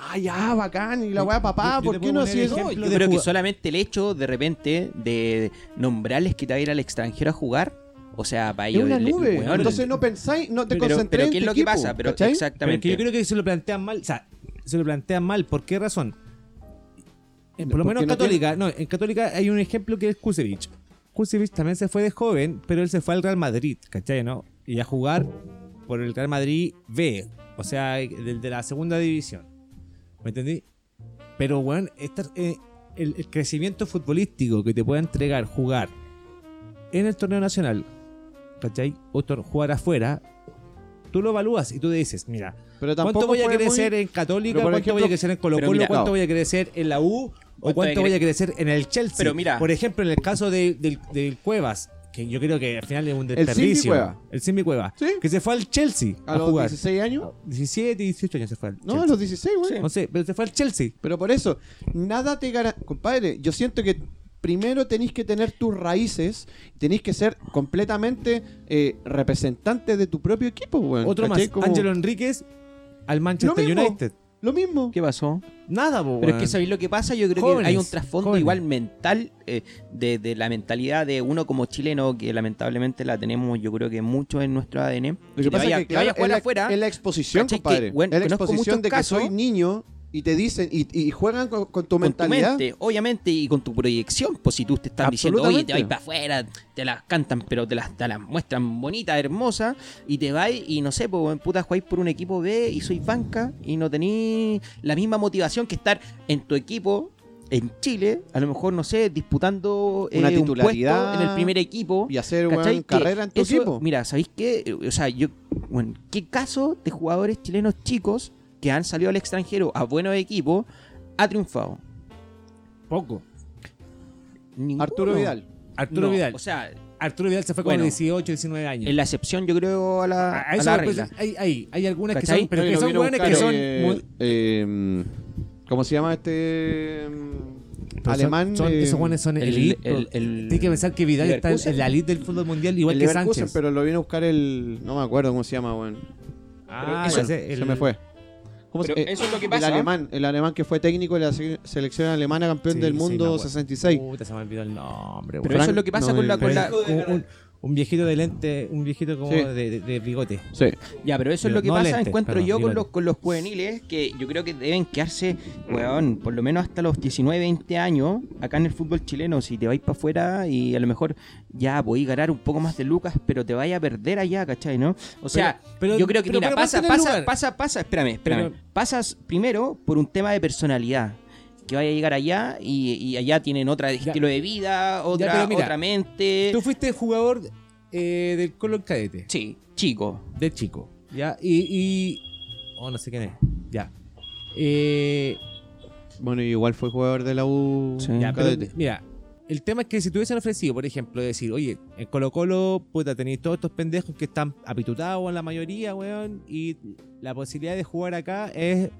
[SPEAKER 1] Ay, ya, bacán, y la weá, papá,
[SPEAKER 2] yo te
[SPEAKER 1] ¿por qué
[SPEAKER 2] puedo
[SPEAKER 1] no
[SPEAKER 2] poner
[SPEAKER 1] hacías eso?
[SPEAKER 2] ejemplo
[SPEAKER 4] Yo
[SPEAKER 2] de
[SPEAKER 4] creo que
[SPEAKER 2] jugar-
[SPEAKER 4] solamente el hecho de repente de nombrarles que te va a ir al extranjero a jugar, o sea, para
[SPEAKER 1] Es
[SPEAKER 4] ellos
[SPEAKER 1] una
[SPEAKER 4] le-
[SPEAKER 1] nube.
[SPEAKER 4] weón,
[SPEAKER 1] Entonces no pensáis, no te
[SPEAKER 4] pero,
[SPEAKER 1] concentréis
[SPEAKER 4] pero
[SPEAKER 1] en
[SPEAKER 4] ¿qué
[SPEAKER 1] tu
[SPEAKER 4] es lo que
[SPEAKER 1] equipo,
[SPEAKER 4] pasa? Pero
[SPEAKER 1] ¿cachai?
[SPEAKER 2] Pero es
[SPEAKER 4] exactamente.
[SPEAKER 2] que yo creo que se lo plantean mal. O sea, se lo plantean mal. ¿Por qué razón? Eh, por
[SPEAKER 1] Porque
[SPEAKER 2] lo menos en
[SPEAKER 1] no
[SPEAKER 2] Católica. No, en Católica hay un ejemplo que es Kusevich. Kusevich también se fue de joven, pero él se fue al Real Madrid, ¿cachai? ¿No? Y a jugar por el Real Madrid B, o sea, del de la segunda división. ¿Me entendí? Pero, weón, esta- eh, el, el crecimiento futbolístico que te pueda entregar jugar en el torneo nacional, ¿cachai? O tor- jugar afuera, tú lo evalúas y tú dices, mira,
[SPEAKER 1] Pero
[SPEAKER 2] ¿cuánto voy a
[SPEAKER 1] fue muy-
[SPEAKER 2] crecer en Católica?
[SPEAKER 1] pero por
[SPEAKER 2] ¿Cuánto voy a
[SPEAKER 1] ejemplo-
[SPEAKER 2] crecer en Colo
[SPEAKER 4] pero
[SPEAKER 2] Colo?
[SPEAKER 4] mira,
[SPEAKER 2] ¿Cuánto
[SPEAKER 1] no.
[SPEAKER 2] voy a crecer en la U? ¿O
[SPEAKER 4] ¿Cuánto
[SPEAKER 2] cuánto
[SPEAKER 4] voy a
[SPEAKER 2] voy a crecer en el Chelsea?
[SPEAKER 4] Pero mira-
[SPEAKER 2] Por ejemplo, en el caso de- del, del Cuevas, que yo creo que al final es un
[SPEAKER 1] Simbi
[SPEAKER 2] desperdicio.
[SPEAKER 1] Cueva.
[SPEAKER 2] El Simbi Cueva.
[SPEAKER 1] Sí.
[SPEAKER 2] Que se fue al Chelsea a,
[SPEAKER 1] A Ah, los
[SPEAKER 2] jugar.
[SPEAKER 1] 16 años.
[SPEAKER 2] 17, 18 años se fue al
[SPEAKER 1] No, a
[SPEAKER 2] Chelsea.
[SPEAKER 1] los 16, güey.
[SPEAKER 2] No sé, pero se fue al Chelsea.
[SPEAKER 1] Pero por eso, nada te garantiza. Compadre, yo siento que primero tenéis que tener tus raíces, tenéis que ser completamente eh, representante de tu propio equipo, güey.
[SPEAKER 2] Otro
[SPEAKER 1] ¿cachai?
[SPEAKER 2] más,
[SPEAKER 1] Como-
[SPEAKER 2] Ángelo Enríquez al Manchester
[SPEAKER 1] Lo mismo.
[SPEAKER 2] United.
[SPEAKER 1] Lo mismo.
[SPEAKER 4] ¿Qué pasó?
[SPEAKER 2] Nada, po,
[SPEAKER 4] Pero es
[SPEAKER 2] weón.
[SPEAKER 4] que sabéis lo que pasa, yo creo
[SPEAKER 2] Jóvenes,
[SPEAKER 4] que hay un trasfondo
[SPEAKER 2] jóvenes.
[SPEAKER 4] igual mental eh, de, de la mentalidad de uno como chileno que lamentablemente la tenemos yo creo que mucho en nuestro ADN.
[SPEAKER 1] Lo que pasa
[SPEAKER 4] vaya,
[SPEAKER 1] es que,
[SPEAKER 4] que vaya
[SPEAKER 1] claro, es
[SPEAKER 4] a jugar
[SPEAKER 1] la,
[SPEAKER 4] afuera.
[SPEAKER 1] es la exposición,
[SPEAKER 4] ¿Cachai? Que,
[SPEAKER 1] compadre.
[SPEAKER 4] bueno,
[SPEAKER 1] es la
[SPEAKER 4] conozco
[SPEAKER 1] exposición
[SPEAKER 4] muchos
[SPEAKER 1] de que
[SPEAKER 4] casos-
[SPEAKER 1] soy niño y te dicen, y, y juegan con, con tu
[SPEAKER 4] con tu
[SPEAKER 1] mentalidad.
[SPEAKER 4] mente, obviamente, y con tu proyección. Pues si tú te están diciendo, oye,
[SPEAKER 1] Absolutamente.
[SPEAKER 4] te vas para afuera, te las cantan, pero te las, te las muestran bonitas, hermosas, y te vas y no sé, pues en puta jugáis por un equipo B y sois banca y no tenéis la misma motivación que estar en tu equipo. En Chile, a lo mejor, no sé, disputando eh,
[SPEAKER 1] Una
[SPEAKER 4] un puesto
[SPEAKER 1] titularidad.
[SPEAKER 4] en el primer equipo.
[SPEAKER 1] y hacer
[SPEAKER 4] ¿Cachai?
[SPEAKER 1] una
[SPEAKER 4] Que
[SPEAKER 1] carrera en tu
[SPEAKER 4] eso-
[SPEAKER 1] equipo.
[SPEAKER 4] Mira, ¿sabéis qué? Eh, O sea, yo, bueno, ¿qué caso de jugadores chilenos chicos que han salido al extranjero a buenos equipos ha triunfado?
[SPEAKER 2] Poco.
[SPEAKER 4] Ninguno.
[SPEAKER 1] Arturo Vidal.
[SPEAKER 2] Arturo
[SPEAKER 4] No,
[SPEAKER 2] Vidal.
[SPEAKER 4] O sea,
[SPEAKER 2] Arturo Vidal se fue con
[SPEAKER 4] Bueno.
[SPEAKER 2] 18, 19 años.
[SPEAKER 4] en la excepción yo creo a la,
[SPEAKER 2] A- a eso
[SPEAKER 4] a
[SPEAKER 2] pues,
[SPEAKER 4] la
[SPEAKER 2] después-
[SPEAKER 4] regla.
[SPEAKER 2] hay, hay, hay algunas
[SPEAKER 4] ¿Cachai?
[SPEAKER 2] que son, pero
[SPEAKER 1] No, y
[SPEAKER 2] que
[SPEAKER 1] lo
[SPEAKER 2] son
[SPEAKER 1] vino a
[SPEAKER 2] weones que
[SPEAKER 1] buscar,
[SPEAKER 2] son
[SPEAKER 1] eh,
[SPEAKER 2] muy-
[SPEAKER 1] eh, ¿Cómo se llama este mm,
[SPEAKER 2] pero son-
[SPEAKER 1] alemán?
[SPEAKER 2] son-
[SPEAKER 1] eh,
[SPEAKER 2] esos guanes son
[SPEAKER 4] el-
[SPEAKER 2] elite.
[SPEAKER 4] el-
[SPEAKER 2] po.
[SPEAKER 4] el-
[SPEAKER 2] Tienes que pensar que Vidal está en
[SPEAKER 4] Leverkusen.
[SPEAKER 2] la elite del fútbol mundial,
[SPEAKER 1] el
[SPEAKER 2] igual que
[SPEAKER 1] Leverkusen,
[SPEAKER 2] Sánchez.
[SPEAKER 1] pero lo vino a buscar el. No me acuerdo cómo se llama, weón.
[SPEAKER 2] Ah,
[SPEAKER 1] Pero
[SPEAKER 2] ya
[SPEAKER 1] eso,
[SPEAKER 2] sé, el-
[SPEAKER 1] se me fue. ¿Cómo se-
[SPEAKER 4] Pero
[SPEAKER 1] eh,
[SPEAKER 4] eso es lo que
[SPEAKER 1] El
[SPEAKER 4] pasa.
[SPEAKER 1] alemán, el alemán que fue técnico de la se- selección alemana campeón
[SPEAKER 2] Sí,
[SPEAKER 1] del
[SPEAKER 2] sí, Uh.
[SPEAKER 1] mundo
[SPEAKER 2] me acuerdo.
[SPEAKER 1] 66.
[SPEAKER 2] Puta, se me olvidó el nombre.
[SPEAKER 4] Pero
[SPEAKER 2] weón.
[SPEAKER 4] eso es lo que pasa
[SPEAKER 1] no,
[SPEAKER 4] con la...
[SPEAKER 1] el-
[SPEAKER 4] con la-
[SPEAKER 2] Pero es un, un- un viejito de lente, un viejito como
[SPEAKER 1] Sí.
[SPEAKER 2] de, de- de bigote.
[SPEAKER 1] Sí.
[SPEAKER 4] ya, pero eso es lo que
[SPEAKER 2] No,
[SPEAKER 4] pasa,
[SPEAKER 2] lente,
[SPEAKER 4] encuentro
[SPEAKER 2] perdón,
[SPEAKER 4] yo con
[SPEAKER 2] bigote.
[SPEAKER 4] los, con los juveniles, que yo creo que deben quedarse, weón, por lo menos hasta los 19, 20 años, acá en el fútbol chileno, si te vais para afuera y a lo mejor ya podéis ganar un poco más de lucas, pero te vais a perder allá, ¿cachai, no? O sea,
[SPEAKER 2] pero-
[SPEAKER 4] yo creo que,
[SPEAKER 2] pero-
[SPEAKER 4] mira,
[SPEAKER 2] pero
[SPEAKER 4] pasa,
[SPEAKER 2] mantener
[SPEAKER 4] pasa,
[SPEAKER 2] lugar.
[SPEAKER 4] pasa, pasa, espérame, espérame.
[SPEAKER 2] Pero-
[SPEAKER 4] Pasas primero por un tema de personalidad. Que vaya a llegar allá y, y allá tienen otro estilo de vida, otra,
[SPEAKER 2] pero mira,
[SPEAKER 4] otra mente.
[SPEAKER 2] Tú fuiste jugador eh, del Colón Cadete,
[SPEAKER 4] Sí, chico.
[SPEAKER 2] de chico. ¿Ya? Y. y- oh, no sé quién es. Ya. Eh,
[SPEAKER 1] Bueno, igual fue jugador de la U.
[SPEAKER 4] Sí.
[SPEAKER 2] Ya, pero
[SPEAKER 1] cadete.
[SPEAKER 2] mira, el tema es que si te hubiesen ofrecido, por ejemplo, decir, oye, en Colo Colo, puta, tenéis todos estos pendejos que están apitutados, la mayoría, weón, y la posibilidad de jugar acá es,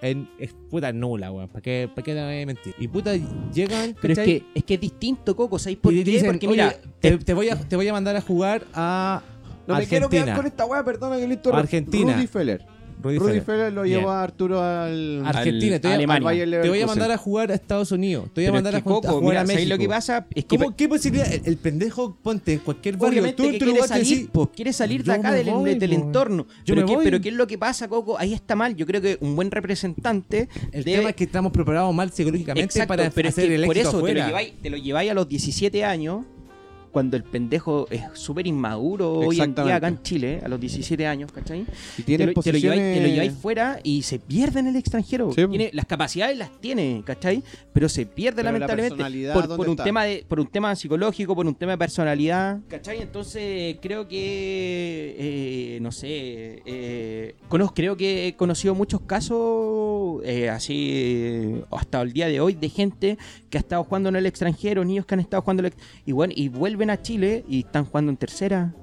[SPEAKER 2] en, es puta nula, weón, ¿para qué, para qué te voy a mentir? Y puta, llegan,
[SPEAKER 4] Pero es
[SPEAKER 2] ¿cachai?
[SPEAKER 4] que, es que es distinto, Coco, ¿sabes por
[SPEAKER 2] y
[SPEAKER 4] qué?
[SPEAKER 2] dicen,
[SPEAKER 4] Porque
[SPEAKER 2] "Oye,
[SPEAKER 4] mira,
[SPEAKER 2] te, te voy a, te voy a mandar a jugar a
[SPEAKER 1] No me quiero quedar
[SPEAKER 2] Argentina.
[SPEAKER 1] con esta weá, perdona que listo.
[SPEAKER 2] Argentina.
[SPEAKER 1] Rudy Feller.
[SPEAKER 2] Rudy
[SPEAKER 1] Rudy
[SPEAKER 2] Feller.
[SPEAKER 1] Feller lo
[SPEAKER 2] Bien.
[SPEAKER 1] llevó a Arturo al.
[SPEAKER 2] Ar- Argentina, te voy a-
[SPEAKER 4] Alemania.
[SPEAKER 1] Bayern
[SPEAKER 2] Te voy a
[SPEAKER 1] Leverkusen.
[SPEAKER 2] mandar a jugar a Estados Unidos, te voy a
[SPEAKER 4] Pero es
[SPEAKER 2] mandar
[SPEAKER 4] que,
[SPEAKER 2] a, ju- a
[SPEAKER 4] Coco,
[SPEAKER 2] jugar
[SPEAKER 4] mira,
[SPEAKER 2] a
[SPEAKER 4] ¿sabéis
[SPEAKER 2] México.
[SPEAKER 4] lo que pasa? Es que
[SPEAKER 2] ¿Cómo, ¿Qué posibilidad? El, el pendejo, ponte en cualquier barrio.
[SPEAKER 4] obviamente
[SPEAKER 2] tú en
[SPEAKER 4] que
[SPEAKER 2] tu
[SPEAKER 4] quiere
[SPEAKER 2] lugar te
[SPEAKER 4] salir,
[SPEAKER 2] decís,
[SPEAKER 4] pues, quiere salir de
[SPEAKER 2] "Yo
[SPEAKER 4] acá
[SPEAKER 2] me
[SPEAKER 4] del,
[SPEAKER 2] voy,
[SPEAKER 4] del
[SPEAKER 2] pues".
[SPEAKER 4] entorno.
[SPEAKER 2] Yo
[SPEAKER 4] pero,
[SPEAKER 2] me
[SPEAKER 4] qué,
[SPEAKER 2] voy.
[SPEAKER 4] pero ¿qué es lo que pasa, Coco? Ahí está mal. Yo creo que un buen representante
[SPEAKER 2] El
[SPEAKER 4] debe-
[SPEAKER 2] tema es que estamos preparados mal psicológicamente
[SPEAKER 4] Exacto,
[SPEAKER 2] para
[SPEAKER 4] pero es
[SPEAKER 2] hacer
[SPEAKER 4] que
[SPEAKER 2] el éxito
[SPEAKER 4] por eso te
[SPEAKER 2] afuera.
[SPEAKER 4] lo, lleváis, te lo lleváis a los 17 años cuando el pendejo es súper inmaduro hoy en
[SPEAKER 1] Exactamente.
[SPEAKER 4] día acá en Chile, a los 17 años, ¿cachai?
[SPEAKER 1] Y
[SPEAKER 4] Te
[SPEAKER 1] tiene
[SPEAKER 4] lo, te lo lleváis, te lo lleváis
[SPEAKER 1] posiciones...
[SPEAKER 4] fuera y se pierde en el extranjero.
[SPEAKER 1] Sí, po.
[SPEAKER 4] Tiene- las capacidades las tiene, ¿cachai? Pero se pierde
[SPEAKER 1] Pero la
[SPEAKER 4] lamentablemente
[SPEAKER 1] personalidad,
[SPEAKER 4] por,
[SPEAKER 1] ¿dónde
[SPEAKER 4] por un
[SPEAKER 1] está?
[SPEAKER 4] tema de, por un tema psicológico, por un tema de personalidad, ¿cachai? Entonces creo que, eh, no sé, eh, conoz- creo que he conocido muchos casos eh, así eh, hasta el día de hoy de gente que ha estado jugando en el extranjero, niños que han estado jugando en el ex- y, bueno, y vuelven a Chile y están jugando en tercera,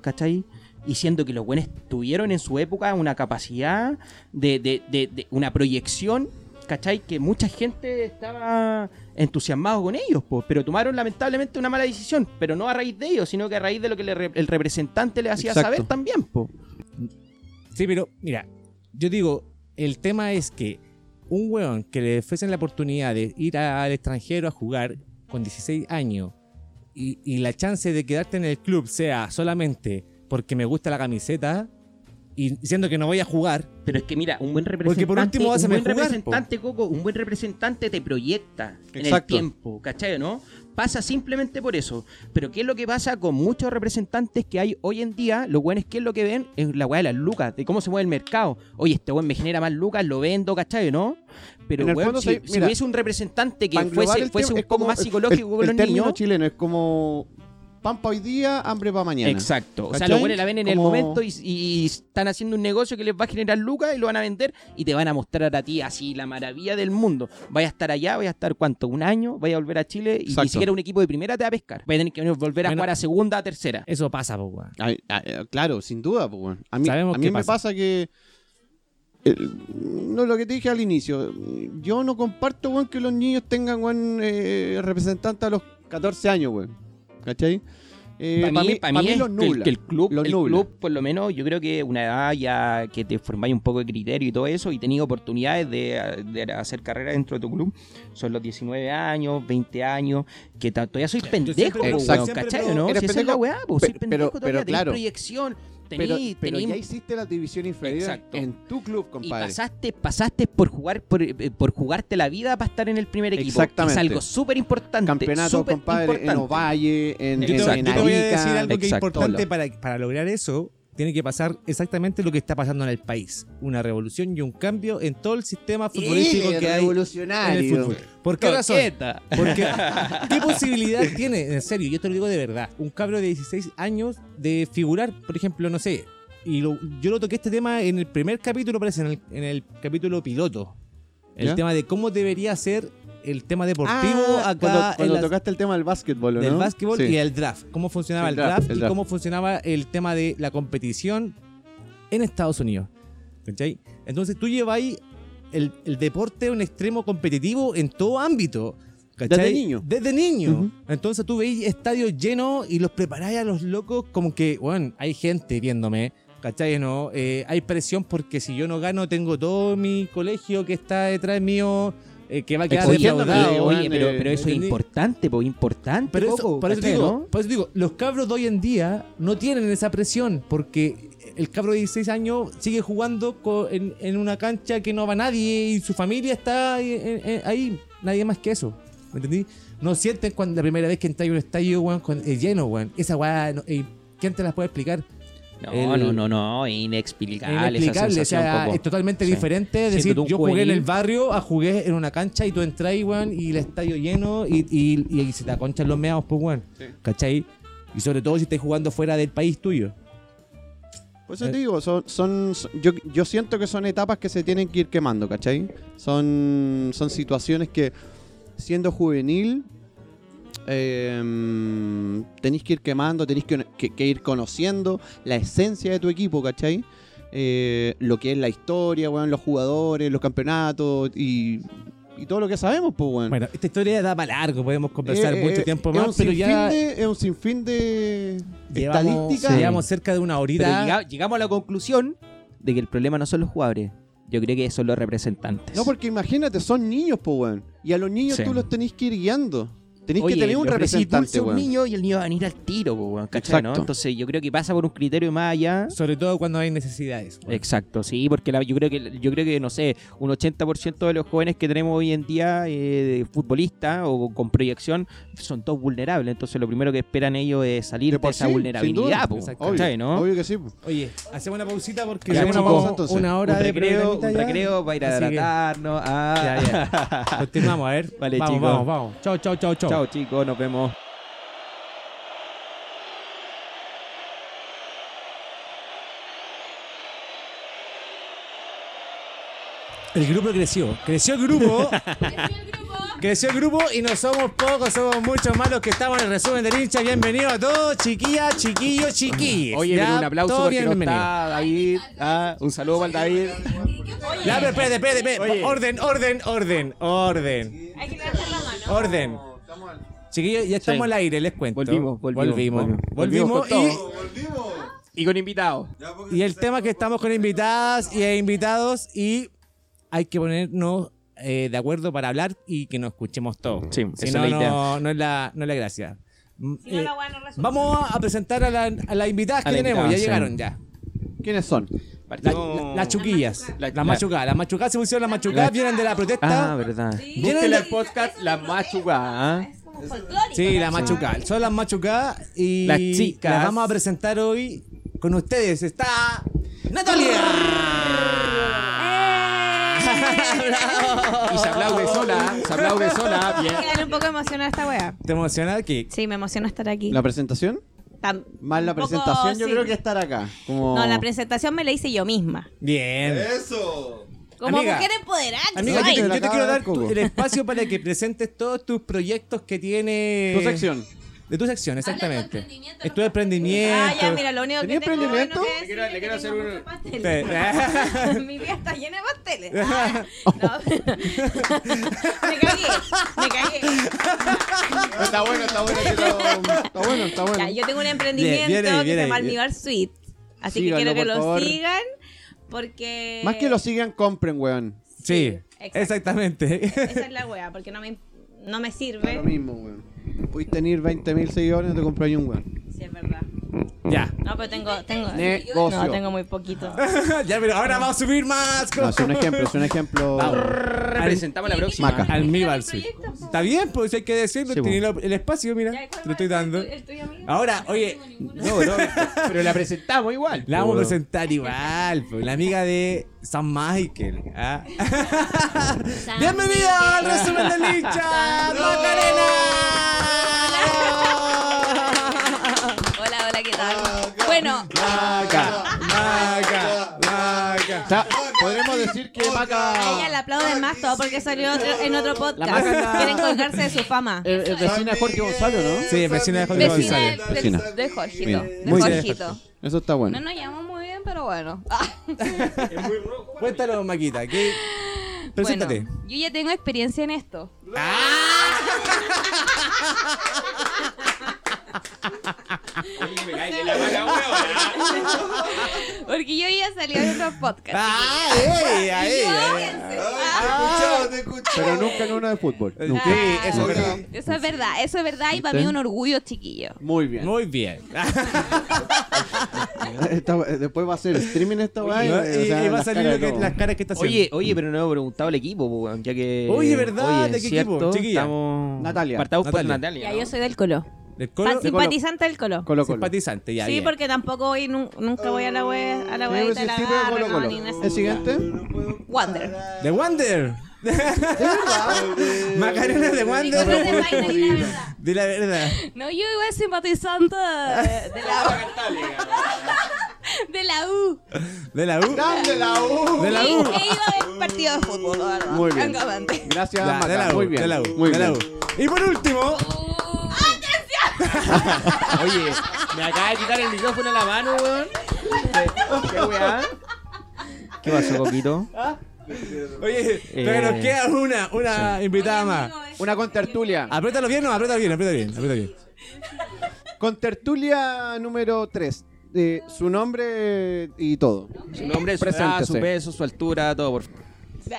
[SPEAKER 4] ¿cachai? Y siendo que los buenos tuvieron en su época una capacidad de, de- de- de una proyección, ¿cachai? Que mucha gente estaba entusiasmado con ellos, pues, pero tomaron lamentablemente una mala decisión, pero no a raíz de ellos, sino que a raíz de lo que le re- el representante le hacía
[SPEAKER 1] Exacto.
[SPEAKER 4] saber también, pues.
[SPEAKER 2] Sí, pero mira, yo digo, el tema es que un weón que le fuesen la oportunidad de ir a- al extranjero a jugar con 16 años y, y la chance de quedarte en el club sea solamente porque me gusta la camiseta y siendo que no voy a jugar,
[SPEAKER 4] Pero es que mira, un buen
[SPEAKER 2] Porque
[SPEAKER 4] representante,
[SPEAKER 2] por último vas a
[SPEAKER 4] un buen
[SPEAKER 2] mejorar, po.
[SPEAKER 4] representante Coco, un buen representante te proyecta en el
[SPEAKER 1] Exacto.
[SPEAKER 4] tiempo, ¿cachai? o ¿No? Pasa simplemente por eso. Pero ¿qué es lo que pasa con muchos representantes que hay hoy en día? Los buenos, ¿qué es lo que ven? Es la weá de las lucas, de cómo se mueve el mercado. Oye, este weón me genera más lucas, lo vendo, ¿cachai? o ¿No? Pero
[SPEAKER 1] En el
[SPEAKER 4] weón,
[SPEAKER 1] fondo,
[SPEAKER 4] si,
[SPEAKER 1] sí,
[SPEAKER 4] si
[SPEAKER 1] mira,
[SPEAKER 4] hubiese un representante que
[SPEAKER 1] Para englobar
[SPEAKER 4] fuese,
[SPEAKER 1] el
[SPEAKER 4] fuese
[SPEAKER 1] tema,
[SPEAKER 4] un
[SPEAKER 1] es
[SPEAKER 4] poco
[SPEAKER 1] como
[SPEAKER 4] más
[SPEAKER 1] el-
[SPEAKER 4] psicológico
[SPEAKER 1] el,
[SPEAKER 4] con
[SPEAKER 1] el
[SPEAKER 4] los
[SPEAKER 1] término
[SPEAKER 4] niños.
[SPEAKER 1] chileno es como pan para hoy día, hambre para mañana.
[SPEAKER 4] Exacto. O sea,
[SPEAKER 1] ¿Cachai?
[SPEAKER 4] los buenos la ven en el
[SPEAKER 1] Como-
[SPEAKER 4] momento y, y están haciendo un negocio que les va a generar lucas y lo van a vender y te van a mostrar a ti así la maravilla del mundo. Vaya a estar allá, vaya a estar cuánto, un año, vaya a volver a Chile y ni
[SPEAKER 1] Exacto.
[SPEAKER 4] siquiera un equipo de primera te va a pescar. Vaya a tener que volver a
[SPEAKER 2] Bueno.
[SPEAKER 4] jugar a segunda, a tercera.
[SPEAKER 2] eso pasa, po, weón.
[SPEAKER 1] Ay, ay, eh, claro, sin duda, pues, weón. A mí,
[SPEAKER 2] Sabemos
[SPEAKER 1] a mí
[SPEAKER 2] qué
[SPEAKER 1] me
[SPEAKER 2] pasa.
[SPEAKER 1] pasa, que. el- no, lo que te dije al inicio. Yo no comparto, weón, que los niños tengan, weón, eh, representante a los 14 años, weón. ¿Cachai? Eh,
[SPEAKER 4] para mí, pa' mí es
[SPEAKER 1] los
[SPEAKER 4] que el-
[SPEAKER 1] nubla.
[SPEAKER 4] que el club,
[SPEAKER 1] Los
[SPEAKER 4] el
[SPEAKER 1] nubla.
[SPEAKER 4] club, por lo menos, yo creo que una edad ya que te formáis un poco de criterio y todo eso, y tenéis oportunidades de, de hacer carrera dentro de tu club, son los 19 años, 20 años, que ta- todavía soy pendejo,
[SPEAKER 2] siempre-
[SPEAKER 4] po,
[SPEAKER 1] Exacto.
[SPEAKER 4] weón, ¿cachai?
[SPEAKER 2] siempre
[SPEAKER 4] ¿no?
[SPEAKER 1] eres
[SPEAKER 4] Si esa es la
[SPEAKER 1] pendejo,
[SPEAKER 4] weá, po, soy
[SPEAKER 1] pe- pero-
[SPEAKER 4] pendejo
[SPEAKER 1] pero
[SPEAKER 4] todavía, tenés
[SPEAKER 1] claro.
[SPEAKER 4] proyección, tenés,
[SPEAKER 1] Pero, pero
[SPEAKER 4] tenés-
[SPEAKER 1] ya hiciste la división inferior
[SPEAKER 4] Exacto.
[SPEAKER 1] en tu club,
[SPEAKER 4] y
[SPEAKER 1] compadre.
[SPEAKER 4] pasaste, pasaste por jugar por, eh, por jugarte la vida para estar en el primer equipo. que
[SPEAKER 1] Exactamente.
[SPEAKER 4] Es algo súper importante.
[SPEAKER 1] Campeonato, compadre, en Ovalle, en, en,
[SPEAKER 2] Yo te,
[SPEAKER 1] en
[SPEAKER 2] yo te voy a
[SPEAKER 1] Arica.
[SPEAKER 2] decir algo que es
[SPEAKER 4] Exacto.
[SPEAKER 2] importante para, para lograr eso. Tiene que pasar exactamente lo que está pasando en el país. Una revolución y un cambio en todo el sistema futbolístico
[SPEAKER 1] Eh,
[SPEAKER 2] que hay en
[SPEAKER 1] revolucionario.
[SPEAKER 2] el fútbol. ¿Por qué razón?
[SPEAKER 1] [laughs]
[SPEAKER 2] Porque, ¿qué posibilidad tiene, en serio, yo te lo digo de verdad, un cabro de 16 años de figurar, por ejemplo, no sé, y lo- yo lo toqué este tema en el primer capítulo, parece, en el, en el capítulo piloto. El
[SPEAKER 1] ¿Ya?
[SPEAKER 2] tema de cómo debería ser el tema deportivo
[SPEAKER 1] Ah,
[SPEAKER 2] acá
[SPEAKER 1] cuando,
[SPEAKER 2] en
[SPEAKER 1] cuando
[SPEAKER 2] las-
[SPEAKER 1] tocaste el tema del básquetbol, ¿o
[SPEAKER 2] del
[SPEAKER 1] ¿no?
[SPEAKER 2] básquetbol
[SPEAKER 1] Sí.
[SPEAKER 2] y el draft. Cómo funcionaba
[SPEAKER 1] El
[SPEAKER 2] el
[SPEAKER 1] draft,
[SPEAKER 2] draft,
[SPEAKER 1] el
[SPEAKER 2] y
[SPEAKER 1] draft.
[SPEAKER 2] cómo funcionaba el tema de la competición en Estados Unidos. ¿Cachai? Entonces tú llevas ahí el, el deporte a un extremo competitivo en todo ámbito. ¿cachai?
[SPEAKER 1] Desde niño.
[SPEAKER 2] Desde niño.
[SPEAKER 1] Ujú.
[SPEAKER 2] Entonces tú veis estadios llenos y los preparáis a los locos como que, bueno, hay gente viéndome. ¿Cachai? No, Eh, hay presión porque si yo no gano, tengo todo mi colegio que está detrás mío, eh, que va a quedar
[SPEAKER 1] Exigiéndome,
[SPEAKER 2] defraudado.
[SPEAKER 1] weón,
[SPEAKER 4] Oye, pero, pero eso es
[SPEAKER 2] ¿entendí?
[SPEAKER 4] importante, po, importante.
[SPEAKER 2] Pero eso-
[SPEAKER 4] Coco,
[SPEAKER 2] por, eso
[SPEAKER 4] ¿cachai,
[SPEAKER 2] digo,
[SPEAKER 4] no?
[SPEAKER 2] por eso digo, los cabros de hoy en día no tienen esa presión porque el cabro de 16 años sigue jugando co- en, en una cancha que no va nadie y su familia está ahí, en- en- ahí, nadie más que eso. ¿Me entendí? No sienten cuando la primera vez que entra a un estadio weón, con, eh, lleno, weón. Esa weá, no- eh, ¿quién te las puede explicar?
[SPEAKER 4] No,
[SPEAKER 2] el-
[SPEAKER 4] no, no, no, inexplicable,
[SPEAKER 2] es inexplicable,
[SPEAKER 4] esa
[SPEAKER 2] o
[SPEAKER 4] sensación,
[SPEAKER 2] sea,
[SPEAKER 4] Coco.
[SPEAKER 2] es totalmente
[SPEAKER 4] Sí.
[SPEAKER 2] diferente de decir
[SPEAKER 4] Siéntate un
[SPEAKER 2] yo jugué en el
[SPEAKER 4] juvenil.
[SPEAKER 2] barrio a jugué en una cancha y tú entras, weón, y el estadio lleno y, y, y, se te aconchan los meados, pues, weón. ¿Cachai? Y sobre todo si estás jugando fuera del país tuyo.
[SPEAKER 1] Por eso te digo, son, son, son- yo, yo siento que son etapas que se tienen que ir quemando, ¿cachai? Son, son situaciones que, siendo juvenil, eh, tenéis que ir quemando, tenéis que, que- que ir conociendo la esencia de tu equipo, ¿cachai? Eh, lo que es la historia, weón, los jugadores, los campeonatos y, y todo lo que sabemos, pues, weón.
[SPEAKER 2] Bueno, esta historia da para largo, podemos conversar
[SPEAKER 1] Eh,
[SPEAKER 2] mucho
[SPEAKER 1] eh,
[SPEAKER 2] tiempo
[SPEAKER 1] es un
[SPEAKER 2] más, pero
[SPEAKER 1] sinfín
[SPEAKER 2] ya
[SPEAKER 1] de- es un sinfín de
[SPEAKER 2] llevamos,
[SPEAKER 1] estadísticas.
[SPEAKER 2] llevamos cerca de una
[SPEAKER 4] Pero
[SPEAKER 2] horita.
[SPEAKER 4] llega- llegamos a la conclusión de que el problema no son los jugadores. Yo creo que son los representantes.
[SPEAKER 1] No, porque imagínate, son niños, po, weón. Y a los niños
[SPEAKER 4] Sí.
[SPEAKER 1] tú los tenés que ir guiando. Tenéis
[SPEAKER 4] Oye,
[SPEAKER 1] que tener un
[SPEAKER 4] le ofrecí dulce
[SPEAKER 1] representante,
[SPEAKER 4] a un
[SPEAKER 1] weón.
[SPEAKER 4] niño y el niño va a venir al tiro, po, weón, ¿cachai, no?
[SPEAKER 1] Exacto.
[SPEAKER 4] Entonces yo creo que pasa por un criterio más allá.
[SPEAKER 2] Sobre todo cuando hay necesidades. weón.
[SPEAKER 4] Exacto, sí, porque la- yo creo que yo creo que no sé, un 80% de los jóvenes que tenemos hoy en día eh, futbolistas o con proyección son todos vulnerables, entonces lo primero que esperan ellos es salir
[SPEAKER 1] De
[SPEAKER 4] de,
[SPEAKER 1] por
[SPEAKER 4] esa
[SPEAKER 1] sí,
[SPEAKER 4] vulnerabilidad,
[SPEAKER 1] sin duda.
[SPEAKER 4] po,
[SPEAKER 2] Exacto.
[SPEAKER 1] Obvio,
[SPEAKER 4] ¿cachai, no?
[SPEAKER 1] obvio que sí.
[SPEAKER 2] Oye, hacemos una pausita porque
[SPEAKER 1] Ya,
[SPEAKER 2] ya
[SPEAKER 1] chicos,
[SPEAKER 2] llevamos
[SPEAKER 1] entonces.
[SPEAKER 2] una hora
[SPEAKER 4] un
[SPEAKER 2] de
[SPEAKER 4] recreo,
[SPEAKER 2] programita
[SPEAKER 4] un
[SPEAKER 2] ya.
[SPEAKER 4] recreo para ir a
[SPEAKER 2] Así que-
[SPEAKER 4] hidratarnos.
[SPEAKER 2] Ya,
[SPEAKER 4] Ah.
[SPEAKER 2] ya. Continuamos, a ver.
[SPEAKER 4] Vale,
[SPEAKER 2] vamos,
[SPEAKER 4] chicos.
[SPEAKER 2] vamos, vamos. Chao, chao, chao, chao.
[SPEAKER 4] [laughs] Chao chicos, nos vemos.
[SPEAKER 2] El grupo creció. Creció el
[SPEAKER 5] [laughs]
[SPEAKER 2] grupo.
[SPEAKER 5] el grupo.
[SPEAKER 2] Creció el grupo y no somos pocos, somos muchos más los que estamos en el resumen del hincha. Bienvenidos a todos, chiquillas, chiquillos, chiquillos.
[SPEAKER 4] Oye, pero un aplauso porque no está David.
[SPEAKER 5] Ah,
[SPEAKER 4] un saludo para el David.
[SPEAKER 5] Oye,
[SPEAKER 2] Ya, pero espérate, espérate, espérate. Orden, orden, orden, orden,
[SPEAKER 5] hay que levantar la mano.
[SPEAKER 2] orden. Chiquillos, ya estamos
[SPEAKER 4] Sí.
[SPEAKER 2] al aire, les cuento.
[SPEAKER 4] Volvimos, volvimos,
[SPEAKER 2] Volvimos,
[SPEAKER 4] volvimos.
[SPEAKER 2] volvimos,
[SPEAKER 4] Volvimos con Y con invitados.
[SPEAKER 2] y, y el tema es que estamos con invitadas y invitados y hay que ponernos eh, de acuerdo para hablar y que nos escuchemos todos.
[SPEAKER 4] Sí,
[SPEAKER 2] Si
[SPEAKER 4] esa
[SPEAKER 2] no,
[SPEAKER 4] es la idea.
[SPEAKER 2] no, no es la, no es la gracia. Mm,
[SPEAKER 5] Si no,
[SPEAKER 2] eh,
[SPEAKER 5] la weá no resulta.
[SPEAKER 2] Vamos a- a presentar a, la- a las invitadas
[SPEAKER 4] A
[SPEAKER 2] que
[SPEAKER 4] la
[SPEAKER 2] tenemos.
[SPEAKER 4] invitada,
[SPEAKER 2] Ya
[SPEAKER 4] sí.
[SPEAKER 2] llegaron ya.
[SPEAKER 1] ¿Quiénes son?
[SPEAKER 2] La- la- las chuquillas.
[SPEAKER 4] La-
[SPEAKER 2] Las machucadas. Las machucadas se pusieron las machucadas.
[SPEAKER 4] La-
[SPEAKER 2] Vienen de la protesta.
[SPEAKER 4] Ah, verdad.
[SPEAKER 5] Sí,
[SPEAKER 2] ¿Vieron
[SPEAKER 5] sí,
[SPEAKER 2] el
[SPEAKER 5] sí,
[SPEAKER 4] podcast
[SPEAKER 5] eso
[SPEAKER 4] La
[SPEAKER 5] no protesta,
[SPEAKER 4] Machuca, ¿ah?
[SPEAKER 5] Es como folclórico.
[SPEAKER 2] sí, las
[SPEAKER 5] ¿cachai?
[SPEAKER 2] machucadas. Son las machucadas. Y
[SPEAKER 4] Las chicas.
[SPEAKER 2] Las vamos a presentar hoy con ustedes. Está. [laughs]
[SPEAKER 5] ¡Eh!
[SPEAKER 2] ¡Natalia! ¡Bravo!
[SPEAKER 4] Y se aplaude sola, se aplaude sola. Bien.
[SPEAKER 5] Quedan un poco emocionada esta weá.
[SPEAKER 2] ¿Te emociona aquí?
[SPEAKER 5] Sí, me emociona estar aquí.
[SPEAKER 1] ¿La presentación?
[SPEAKER 5] Tam-
[SPEAKER 1] Más la
[SPEAKER 5] un poco,
[SPEAKER 1] presentación, yo
[SPEAKER 5] sí.
[SPEAKER 1] creo que estar acá. Como...
[SPEAKER 5] No, la presentación me la hice yo misma.
[SPEAKER 2] Bien.
[SPEAKER 5] Como
[SPEAKER 2] Amiga.
[SPEAKER 5] mujer empoderada. que
[SPEAKER 2] Amiga, yo
[SPEAKER 5] soy.
[SPEAKER 2] te, yo te
[SPEAKER 1] Acaba
[SPEAKER 2] quiero
[SPEAKER 1] de dar
[SPEAKER 2] dar tu-
[SPEAKER 1] coco.
[SPEAKER 2] el espacio para que presentes todos tus proyectos que tiene.
[SPEAKER 1] Tu sección.
[SPEAKER 2] De tu sección,
[SPEAKER 5] Habla de tu
[SPEAKER 2] exactamente.
[SPEAKER 5] emprendimiento,
[SPEAKER 2] Es tu
[SPEAKER 5] no-
[SPEAKER 2] emprendimiento.
[SPEAKER 5] Ah, ya, mira, lo único que
[SPEAKER 1] ¿Tenía
[SPEAKER 5] tengo bueno
[SPEAKER 1] emprendimiento?
[SPEAKER 5] que decir
[SPEAKER 4] quiero-
[SPEAKER 5] es
[SPEAKER 4] le
[SPEAKER 5] que
[SPEAKER 4] quiero hacer
[SPEAKER 5] tengo
[SPEAKER 4] un-
[SPEAKER 5] muchos pasteles. [laughs] Mi vida está llena de pasteles.
[SPEAKER 2] [laughs]
[SPEAKER 5] Ah, no. [laughs] me cagué, me cagué.
[SPEAKER 1] Está bueno, está
[SPEAKER 5] [laughs]
[SPEAKER 1] bueno. Está, está bueno, está bueno.
[SPEAKER 5] Ya, yo tengo un emprendimiento
[SPEAKER 2] Bien, bien ahí, bien
[SPEAKER 5] que se
[SPEAKER 2] ahí,
[SPEAKER 5] llama
[SPEAKER 2] bien.
[SPEAKER 5] Almíbar Suite. Así
[SPEAKER 1] Síganlo,
[SPEAKER 5] que quiero que
[SPEAKER 1] por
[SPEAKER 5] lo
[SPEAKER 1] favor.
[SPEAKER 5] sigan porque...
[SPEAKER 1] Más que lo sigan, compren, weón.
[SPEAKER 2] [laughs] Sí,
[SPEAKER 5] exacto.
[SPEAKER 2] exactamente.
[SPEAKER 5] Esa es la wea, porque no me, no me
[SPEAKER 1] Da Lo
[SPEAKER 5] sirve.
[SPEAKER 1] mismo, weón. Puedes tener 20.000 seguidores, te compráis un weón.
[SPEAKER 5] Sí, es verdad.
[SPEAKER 2] ya.
[SPEAKER 5] No, pero tengo... tengo
[SPEAKER 1] Negocio.
[SPEAKER 5] No, tengo muy poquito.
[SPEAKER 2] [laughs] ya, pero ahora vamos a subir más.
[SPEAKER 1] No, es un ejemplo, es un ejemplo.
[SPEAKER 4] Representamos la próxima.
[SPEAKER 1] Maca.
[SPEAKER 2] Almíbar,
[SPEAKER 5] Está
[SPEAKER 2] sí.
[SPEAKER 5] mi proyecto,
[SPEAKER 2] Está bien, pues hay que decirlo.
[SPEAKER 1] Sí,
[SPEAKER 2] tiene
[SPEAKER 1] bueno.
[SPEAKER 2] lo- el espacio, mira.
[SPEAKER 5] Ya, ¿y cuál
[SPEAKER 2] Te lo estoy
[SPEAKER 5] va a ser
[SPEAKER 2] dando.
[SPEAKER 5] tu- el tuyo, amigo?
[SPEAKER 2] Ahora, oye,
[SPEAKER 5] No tengo
[SPEAKER 4] No,
[SPEAKER 5] ninguno.
[SPEAKER 4] no, pero la presentamos igual.
[SPEAKER 2] La vamos a
[SPEAKER 4] Pero-
[SPEAKER 2] presentar igual, pues, la amiga de San Michael. ¿ah? ¡Bienvenida al resumen de Licha! ¡Macarena!
[SPEAKER 5] Hola, hola, ¿qué tal?
[SPEAKER 2] Ah,
[SPEAKER 5] Bueno,
[SPEAKER 2] ¡Maca! ¡Maca! ¡Maca!
[SPEAKER 1] O sea, podremos decir que
[SPEAKER 5] a ella
[SPEAKER 1] Maca
[SPEAKER 5] la aplauden más todo porque salió otro- en otro podcast.
[SPEAKER 1] Maca la-
[SPEAKER 5] Quieren colgarse de su fama.
[SPEAKER 4] Eh,
[SPEAKER 1] es es vecina de Jorge Gonzalo, ¿no?
[SPEAKER 2] Sí, vecina de Jorge
[SPEAKER 6] Vecina
[SPEAKER 2] González.
[SPEAKER 6] del-
[SPEAKER 1] Vecina.
[SPEAKER 6] del- de Jorgito.
[SPEAKER 1] Mira,
[SPEAKER 6] de
[SPEAKER 2] muy bien.
[SPEAKER 6] Jorgito.
[SPEAKER 1] Eso está bueno.
[SPEAKER 6] No nos llevamos muy bien, pero bueno. Ah,
[SPEAKER 2] Cuéntalo, Maquita. ¿qué? Preséntate.
[SPEAKER 6] Bueno, yo ya tengo experiencia en esto. [laughs] Porque yo ya salí de otros podcasts.
[SPEAKER 2] ¡Ah! ¡Ey! ¡A ella! eh.
[SPEAKER 6] Equivóquense.
[SPEAKER 1] Pero nunca en una de fútbol. Nunca.
[SPEAKER 2] Sí,
[SPEAKER 6] Ah,
[SPEAKER 2] eso es
[SPEAKER 6] no.
[SPEAKER 2] verdad.
[SPEAKER 6] Eso es verdad, eso es verdad y para mí
[SPEAKER 1] ¿Viste?
[SPEAKER 6] un orgullo, chiquillo.
[SPEAKER 1] Muy bien.
[SPEAKER 2] Muy bien.
[SPEAKER 1] Esta- después va a ser streaming esta weá.
[SPEAKER 2] Y,
[SPEAKER 1] o sea,
[SPEAKER 2] y va a
[SPEAKER 1] las
[SPEAKER 2] salir
[SPEAKER 1] caras,
[SPEAKER 2] lo que-
[SPEAKER 1] no.
[SPEAKER 2] las caras que está haciendo.
[SPEAKER 4] Oye, oye, pero no hemos preguntado al equipo, po, weón, ya que...
[SPEAKER 2] Oye, ¿verdad?
[SPEAKER 4] Oye,
[SPEAKER 2] ¿De qué
[SPEAKER 4] ¿cierto?
[SPEAKER 2] equipo? Chiquilla.
[SPEAKER 4] Estamos...
[SPEAKER 1] Natalia.
[SPEAKER 4] Partamos por
[SPEAKER 2] Natalia.
[SPEAKER 4] Natalia.
[SPEAKER 5] Ya,
[SPEAKER 4] ¿no?
[SPEAKER 5] yo soy del Colo.
[SPEAKER 2] Del
[SPEAKER 5] Fan-
[SPEAKER 2] colo,
[SPEAKER 1] Colo.
[SPEAKER 5] Simpatizante del Colo.
[SPEAKER 1] Colo Colo.
[SPEAKER 2] simpatizante, ya.
[SPEAKER 5] Sí,
[SPEAKER 2] bien.
[SPEAKER 5] porque tampoco voy, nun- nunca voy a la web, a la web y te la
[SPEAKER 1] Siempre
[SPEAKER 5] agarro,
[SPEAKER 1] Colo
[SPEAKER 5] no,
[SPEAKER 1] Colo.
[SPEAKER 5] ni nada.
[SPEAKER 1] El siguiente.
[SPEAKER 6] Wander.
[SPEAKER 2] The Wonder. [laughs] Macarena de Wonder.
[SPEAKER 5] Yo soy de Wagner, la verdad.
[SPEAKER 2] De la verdad.
[SPEAKER 6] No, yo igual simpatizante de de la U. De la U.
[SPEAKER 2] De la U.
[SPEAKER 1] ¡Grande la U!
[SPEAKER 2] De la U.
[SPEAKER 6] Que iba a ver partido de fútbol, la verdad.
[SPEAKER 1] Muy bien.
[SPEAKER 6] francamente.
[SPEAKER 1] Gracias,
[SPEAKER 2] Ya,
[SPEAKER 1] Maca.
[SPEAKER 2] de la U.
[SPEAKER 1] Muy bien.
[SPEAKER 2] De la U.
[SPEAKER 1] Muy
[SPEAKER 2] De la
[SPEAKER 1] bien.
[SPEAKER 2] U. Y por último,
[SPEAKER 4] Oye, me acaba de quitar el micrófono a la mano, [laughs] weón. ¿Qué weá? ¿Qué pasó, Coquito?
[SPEAKER 2] oye, pero
[SPEAKER 4] Eh,
[SPEAKER 2] nos queda una, una invitada más.
[SPEAKER 1] Una contertulia.
[SPEAKER 2] Apriétalo bien, no, apriétalo bien, apriétalo bien, apriétalo bien.
[SPEAKER 1] Contertulia número 3. su nombre y todo.
[SPEAKER 4] Su nombre, su edad,
[SPEAKER 1] Preséntese.
[SPEAKER 4] su peso, su altura, todo, por favor.
[SPEAKER 5] Ya.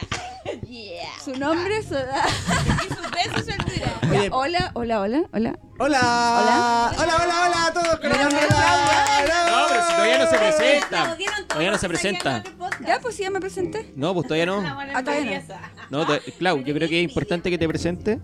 [SPEAKER 5] Yeah.
[SPEAKER 6] Su nombre
[SPEAKER 2] [laughs]
[SPEAKER 6] es...
[SPEAKER 5] Y sus besos su
[SPEAKER 6] [laughs]
[SPEAKER 5] altura.
[SPEAKER 2] Oye,
[SPEAKER 6] Hola, hola, hola, hola.
[SPEAKER 2] Hola. Hola, hola, hola, a todos. con el nombre de Laura.
[SPEAKER 4] No, pero si todavía no se presenta.
[SPEAKER 5] Aplaudieron todos
[SPEAKER 4] Todavía no se
[SPEAKER 5] los que salían
[SPEAKER 4] presenta.
[SPEAKER 5] en otro podcast.
[SPEAKER 6] Ya, pues sí, ya me presenté.
[SPEAKER 4] No, pues todavía
[SPEAKER 5] La
[SPEAKER 4] no.
[SPEAKER 5] buena
[SPEAKER 6] Ah, todavía no.
[SPEAKER 5] empresa.
[SPEAKER 4] No, to- Clau, yo creo que es importante que te presente.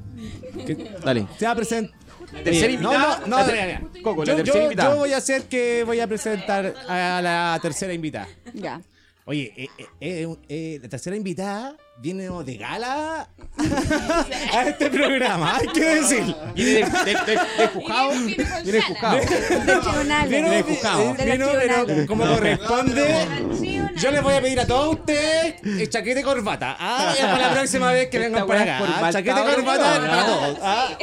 [SPEAKER 4] Dale.
[SPEAKER 2] Se va a presentar.
[SPEAKER 4] Tercer
[SPEAKER 2] Oye,
[SPEAKER 4] invitado.
[SPEAKER 2] No, no,
[SPEAKER 4] La
[SPEAKER 2] no.
[SPEAKER 4] ter-
[SPEAKER 2] mira, mira.
[SPEAKER 4] Coco, la
[SPEAKER 2] yo,
[SPEAKER 4] tercera
[SPEAKER 2] yo-
[SPEAKER 4] invitada.
[SPEAKER 2] yo voy a hacer que voy a presentar a la tercera invitada.
[SPEAKER 6] Ya.
[SPEAKER 2] Oye, eh, eh, eh, un- eh, la tercera invitada viene de gala [laughs] a este programa, hay que decir.
[SPEAKER 4] Viene de, de- de- de Jujao. [laughs]
[SPEAKER 5] Viene- viene con
[SPEAKER 4] Viene de
[SPEAKER 5] Shala.
[SPEAKER 2] Vino,
[SPEAKER 4] Jujao.
[SPEAKER 6] Regional. De
[SPEAKER 2] eh, vino,
[SPEAKER 6] regional.
[SPEAKER 2] pero como corresponde.
[SPEAKER 5] Archivo,
[SPEAKER 2] Yo les voy a pedir a todos ustedes eh, chaqueta y corbata. Ah, ya para la próxima vez que
[SPEAKER 4] Esta
[SPEAKER 2] vengan
[SPEAKER 4] weá
[SPEAKER 2] para
[SPEAKER 4] es
[SPEAKER 2] acá. ah,
[SPEAKER 4] formal,
[SPEAKER 2] chaqueta y
[SPEAKER 4] cabrón,
[SPEAKER 2] corbata
[SPEAKER 4] ¿no?
[SPEAKER 2] para todos. ah.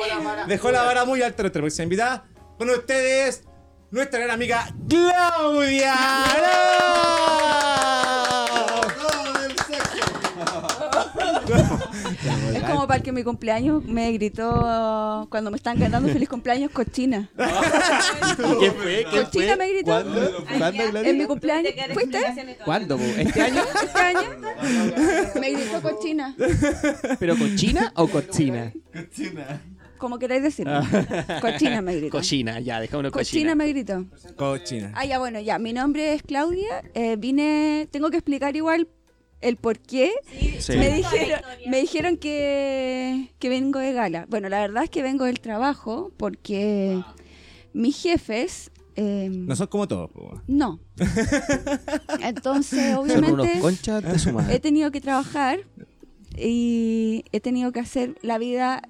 [SPEAKER 2] Dejó la vara muy alta nuestra próxima invitada. Con ustedes, nuestra gran amiga Claudia.
[SPEAKER 6] Es como para el que mi cumpleaños me gritó cuando me estaban cantando feliz cumpleaños, cochina.
[SPEAKER 4] ¿Quién fue? ¿Quién fue?
[SPEAKER 6] Cochina me gritó.
[SPEAKER 3] ¿Cuándo? ¿Cuándo,
[SPEAKER 6] En mi
[SPEAKER 3] Claudia?
[SPEAKER 6] cumpleaños. ¿Fuiste?
[SPEAKER 4] ¿Cuándo? po? ¿Este año?
[SPEAKER 6] ¿Este año? Me gritó cochina.
[SPEAKER 4] ¿Pero cochina o cochina?
[SPEAKER 6] Como queráis decirlo. Cochina me gritó.
[SPEAKER 4] Cochina, ya, dejémonos
[SPEAKER 6] Cochina
[SPEAKER 4] cochina.
[SPEAKER 6] me gritó.
[SPEAKER 2] Cochina.
[SPEAKER 6] Ah, ya, bueno, ya. Mi nombre es Claudia. eh, vine. Tengo que explicar igual el por qué.
[SPEAKER 4] Sí.
[SPEAKER 6] Me, dijeron, me dijeron que, que vengo de gala. Bueno, la verdad es que vengo del trabajo porque mis jefes. eh,
[SPEAKER 2] No son como todos. po.
[SPEAKER 4] [laughs]
[SPEAKER 6] no. Entonces,
[SPEAKER 4] Son unos
[SPEAKER 6] obviamente,
[SPEAKER 4] conchas de su
[SPEAKER 6] he
[SPEAKER 4] madre.
[SPEAKER 6] tenido que trabajar y he tenido que hacer la vida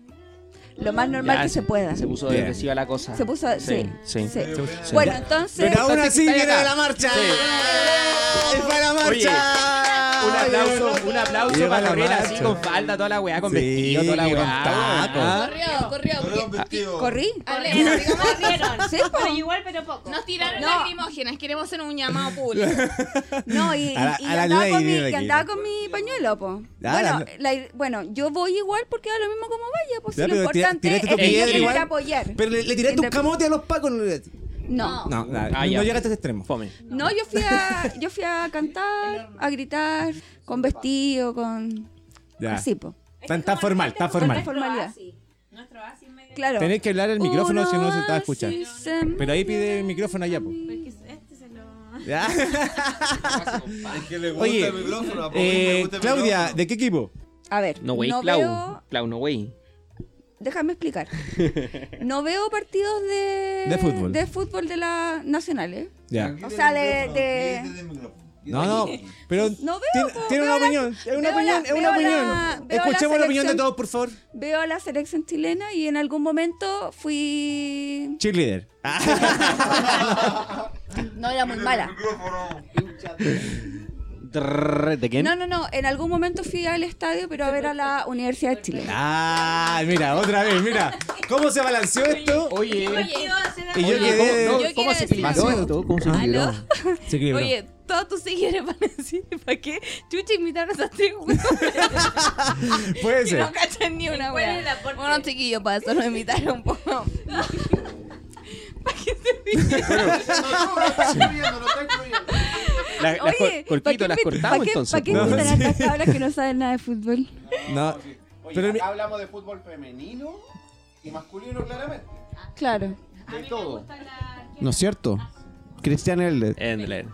[SPEAKER 6] lo más normal
[SPEAKER 4] Ya,
[SPEAKER 6] que se pueda.
[SPEAKER 4] Se puso
[SPEAKER 2] Bien.
[SPEAKER 4] depresiva la cosa.
[SPEAKER 6] Se puso, sí,
[SPEAKER 4] Sí.
[SPEAKER 6] sí.
[SPEAKER 4] Sí.
[SPEAKER 6] Bueno,
[SPEAKER 4] Ya.
[SPEAKER 6] entonces,
[SPEAKER 2] Pero aún así
[SPEAKER 4] Está
[SPEAKER 2] viene
[SPEAKER 4] acá.
[SPEAKER 2] de la marcha.
[SPEAKER 4] Sí.
[SPEAKER 2] ¡Ay, ¡Para la marcha!
[SPEAKER 4] Oye,
[SPEAKER 2] [laughs]
[SPEAKER 4] Un aplauso, un
[SPEAKER 2] Y
[SPEAKER 4] aplauso
[SPEAKER 2] llega
[SPEAKER 4] para
[SPEAKER 2] la
[SPEAKER 4] Gabriela, así
[SPEAKER 2] marcha.
[SPEAKER 4] con falda, toda la weá, con
[SPEAKER 2] Sí,
[SPEAKER 4] vestido, toda la
[SPEAKER 2] con
[SPEAKER 4] weá.
[SPEAKER 2] taco.
[SPEAKER 4] Ah,
[SPEAKER 5] Corrió, corrió. porque-
[SPEAKER 6] corrí.
[SPEAKER 5] Corrieron, digamos, corrieron.
[SPEAKER 6] Ah, Sí, po.
[SPEAKER 5] Pero igual, pero poco. Nos tiraron
[SPEAKER 6] No.
[SPEAKER 5] lacrimógenas. Queremos hacer un llamado público.
[SPEAKER 6] No, y,
[SPEAKER 2] A la-
[SPEAKER 6] y
[SPEAKER 2] a la
[SPEAKER 6] andaba, con
[SPEAKER 2] lady
[SPEAKER 6] mi,
[SPEAKER 2] de
[SPEAKER 6] y
[SPEAKER 2] aquí. pues.
[SPEAKER 6] andaba con mi pañuelo, po.
[SPEAKER 2] Ah,
[SPEAKER 6] bueno,
[SPEAKER 2] la-
[SPEAKER 6] la- bueno, yo voy igual porque da lo mismo como vaya, pues
[SPEAKER 2] Ya,
[SPEAKER 6] si lo
[SPEAKER 2] pero tira-
[SPEAKER 6] importante es
[SPEAKER 2] tiraste tu
[SPEAKER 6] que yo
[SPEAKER 2] piedra
[SPEAKER 6] quiero
[SPEAKER 2] igual.
[SPEAKER 6] apoyar.
[SPEAKER 2] Pero le, le tiré
[SPEAKER 6] Entre-
[SPEAKER 2] un camote a los pacos. No,
[SPEAKER 6] No,
[SPEAKER 2] no, no,
[SPEAKER 4] Ah, ya.
[SPEAKER 2] no llegaste a ese extremo.
[SPEAKER 4] fome.
[SPEAKER 6] no, yo fui a, yo fui a cantar, a gritar, con vestido, con...
[SPEAKER 2] Ya.
[SPEAKER 6] Así, po.
[SPEAKER 2] Tan, tan formal, tan
[SPEAKER 6] Formal.
[SPEAKER 2] formal.
[SPEAKER 6] Formalidad.
[SPEAKER 5] Nuestro oasis medio.
[SPEAKER 6] Claro.
[SPEAKER 2] Tenés que hablar el micrófono si no se te va a escuchar.
[SPEAKER 6] escuchando.
[SPEAKER 2] Pero ahí pide el micrófono allá, po.
[SPEAKER 5] Porque este se lo.
[SPEAKER 2] Ya.
[SPEAKER 3] [laughs] Es que le gusta
[SPEAKER 2] Oye,
[SPEAKER 3] el micrófono. ¿a poco le
[SPEAKER 2] eh,
[SPEAKER 3] gusta el
[SPEAKER 2] Claudia,
[SPEAKER 3] micrófono?
[SPEAKER 2] ¿de qué equipo?
[SPEAKER 6] A ver,
[SPEAKER 4] No wey,
[SPEAKER 6] no
[SPEAKER 4] Clau.
[SPEAKER 6] veo...
[SPEAKER 4] Clau, no wey.
[SPEAKER 2] [laughs]
[SPEAKER 6] Déjame explicar. No veo partidos de...
[SPEAKER 2] De fútbol.
[SPEAKER 6] De fútbol de las nacionales.
[SPEAKER 2] Ya.
[SPEAKER 6] O sea, de- de-
[SPEAKER 2] No, no, pero
[SPEAKER 6] No veo,
[SPEAKER 2] tiene,
[SPEAKER 6] po,
[SPEAKER 2] tiene
[SPEAKER 6] veo
[SPEAKER 2] una
[SPEAKER 6] la-
[SPEAKER 2] opinión, es una
[SPEAKER 6] veo la-
[SPEAKER 2] opinión, es una
[SPEAKER 6] veo
[SPEAKER 2] opinión.
[SPEAKER 6] la- veo la
[SPEAKER 2] Escuchemos la, opinión de
[SPEAKER 6] selección.
[SPEAKER 2] todos, por favor.
[SPEAKER 6] Veo a la selección chilena y en algún momento fui...
[SPEAKER 2] Cheerleader. [laughs]
[SPEAKER 6] [laughs] No era muy mala.
[SPEAKER 4] Drrr, ¿De quién?
[SPEAKER 6] No, no, no. En algún momento fui al estadio, pero a ver a la Universidad de Chile.
[SPEAKER 2] Ah, mira, otra vez, mira. ¿Cómo se balanceó esto?
[SPEAKER 4] Oye,
[SPEAKER 5] Oye, este
[SPEAKER 2] Y yo
[SPEAKER 4] oye,
[SPEAKER 2] quedé-
[SPEAKER 4] ¿cómo, no, ¿cómo
[SPEAKER 5] yo quiero
[SPEAKER 4] se
[SPEAKER 5] decir-
[SPEAKER 4] equilibró esto? ¿Cómo se equilibró?
[SPEAKER 2] Se equilibró.
[SPEAKER 6] Oye, todos tus seguidores van a decir, ¿para qué? Chucha, invitaron a
[SPEAKER 4] [laughs]
[SPEAKER 6] tres huevos
[SPEAKER 2] Puede
[SPEAKER 6] que
[SPEAKER 2] ser.
[SPEAKER 6] no cachan ni una
[SPEAKER 5] ¿Cuál es
[SPEAKER 6] wea.
[SPEAKER 5] el aporte?
[SPEAKER 6] Bueno, chiquillos, para eso nos invitaron un
[SPEAKER 5] [laughs]
[SPEAKER 6] poco.
[SPEAKER 4] [laughs] Las, las cor- corquito, las cortamos entonces. pues.
[SPEAKER 6] ¿Para qué
[SPEAKER 4] po.
[SPEAKER 2] No,
[SPEAKER 6] invitan a
[SPEAKER 2] sí.
[SPEAKER 4] [laughs]
[SPEAKER 6] estas cabras que no saben nada de fútbol?
[SPEAKER 2] No, pero mi-
[SPEAKER 1] hablamos de fútbol femenino y masculino claramente.
[SPEAKER 6] Claro.
[SPEAKER 1] De todo. ¿No es cierto? Cristian Elder.
[SPEAKER 4] Endler.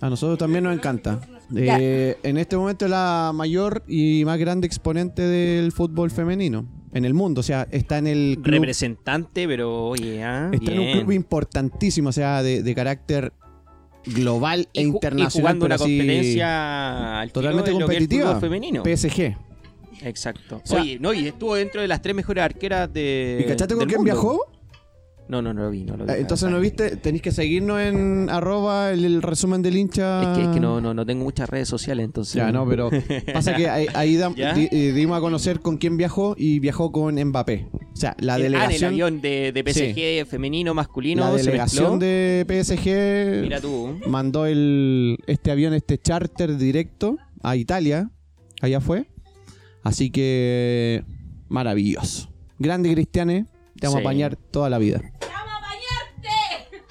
[SPEAKER 1] A nosotros también nos encanta.
[SPEAKER 6] Ya.
[SPEAKER 1] Eh, en este momento es la mayor y más grande exponente del fútbol femenino en el mundo. O sea, está en el club, está
[SPEAKER 4] Representante, pero oye, ah,
[SPEAKER 1] en un
[SPEAKER 4] bien.
[SPEAKER 1] club importantísimo, o sea, de, de carácter global
[SPEAKER 4] Y
[SPEAKER 1] e
[SPEAKER 4] ju- y
[SPEAKER 1] internacional.
[SPEAKER 4] jugando
[SPEAKER 1] pero
[SPEAKER 4] una
[SPEAKER 1] así,
[SPEAKER 4] competencia al tiro
[SPEAKER 1] totalmente
[SPEAKER 4] de lo que es el fútbol
[SPEAKER 1] competitiva.
[SPEAKER 4] femenino.
[SPEAKER 1] PSG.
[SPEAKER 4] Exacto.
[SPEAKER 1] O sea-
[SPEAKER 4] Oye, no, y estuvo dentro de las tres mejores arqueras de.
[SPEAKER 1] ¿Y cachaste con
[SPEAKER 4] Eh, del
[SPEAKER 1] quién
[SPEAKER 4] mundo.
[SPEAKER 1] viajó?
[SPEAKER 4] No, no, no lo vi, no lo vi.
[SPEAKER 1] Eh, Entonces no
[SPEAKER 4] Ah,
[SPEAKER 1] viste, tenéis que seguirnos en arroba el, el resumen del hincha.
[SPEAKER 4] Es que, es que no, no, no tengo muchas redes sociales, entonces.
[SPEAKER 1] ah. Ya, no, pero pasa que ahí, ahí dam-
[SPEAKER 4] [laughs] ¿Ya?
[SPEAKER 1] di- eh, dimos a conocer con quién viajó y viajó con Mbappé. O sea, la
[SPEAKER 4] El- ah, en el
[SPEAKER 1] delegación,
[SPEAKER 4] avión de, de PSG femenino, masculino.
[SPEAKER 1] la
[SPEAKER 4] se mezcló.
[SPEAKER 1] delegación de PSG
[SPEAKER 4] Mira tú.
[SPEAKER 1] mandó el, este avión, este charter directo a Italia. Allá fue. Así que maravilloso. Grande Cristiane, te vamos
[SPEAKER 4] Sí.
[SPEAKER 1] a apañar toda la vida.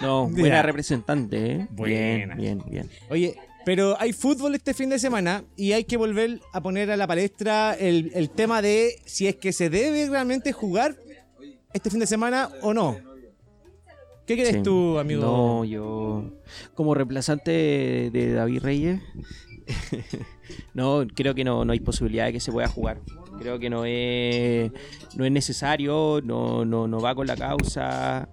[SPEAKER 4] No, buena
[SPEAKER 1] [laughs]
[SPEAKER 2] Ya.
[SPEAKER 4] representante, ¿eh?
[SPEAKER 2] Buena.
[SPEAKER 4] Bien, bien, bien.
[SPEAKER 2] oye, Pero hay fútbol este fin de semana y hay que volver a poner a la palestra el, el tema de si es que se debe realmente jugar este fin de semana o no. ¿Qué crees
[SPEAKER 4] Sí.
[SPEAKER 2] tú, amigo?
[SPEAKER 4] No, yo. Como reemplazante de David Reyes. [laughs] no, creo que no, no hay posibilidad de que se pueda jugar. Creo que no es, no es necesario, no, no, no va con la causa.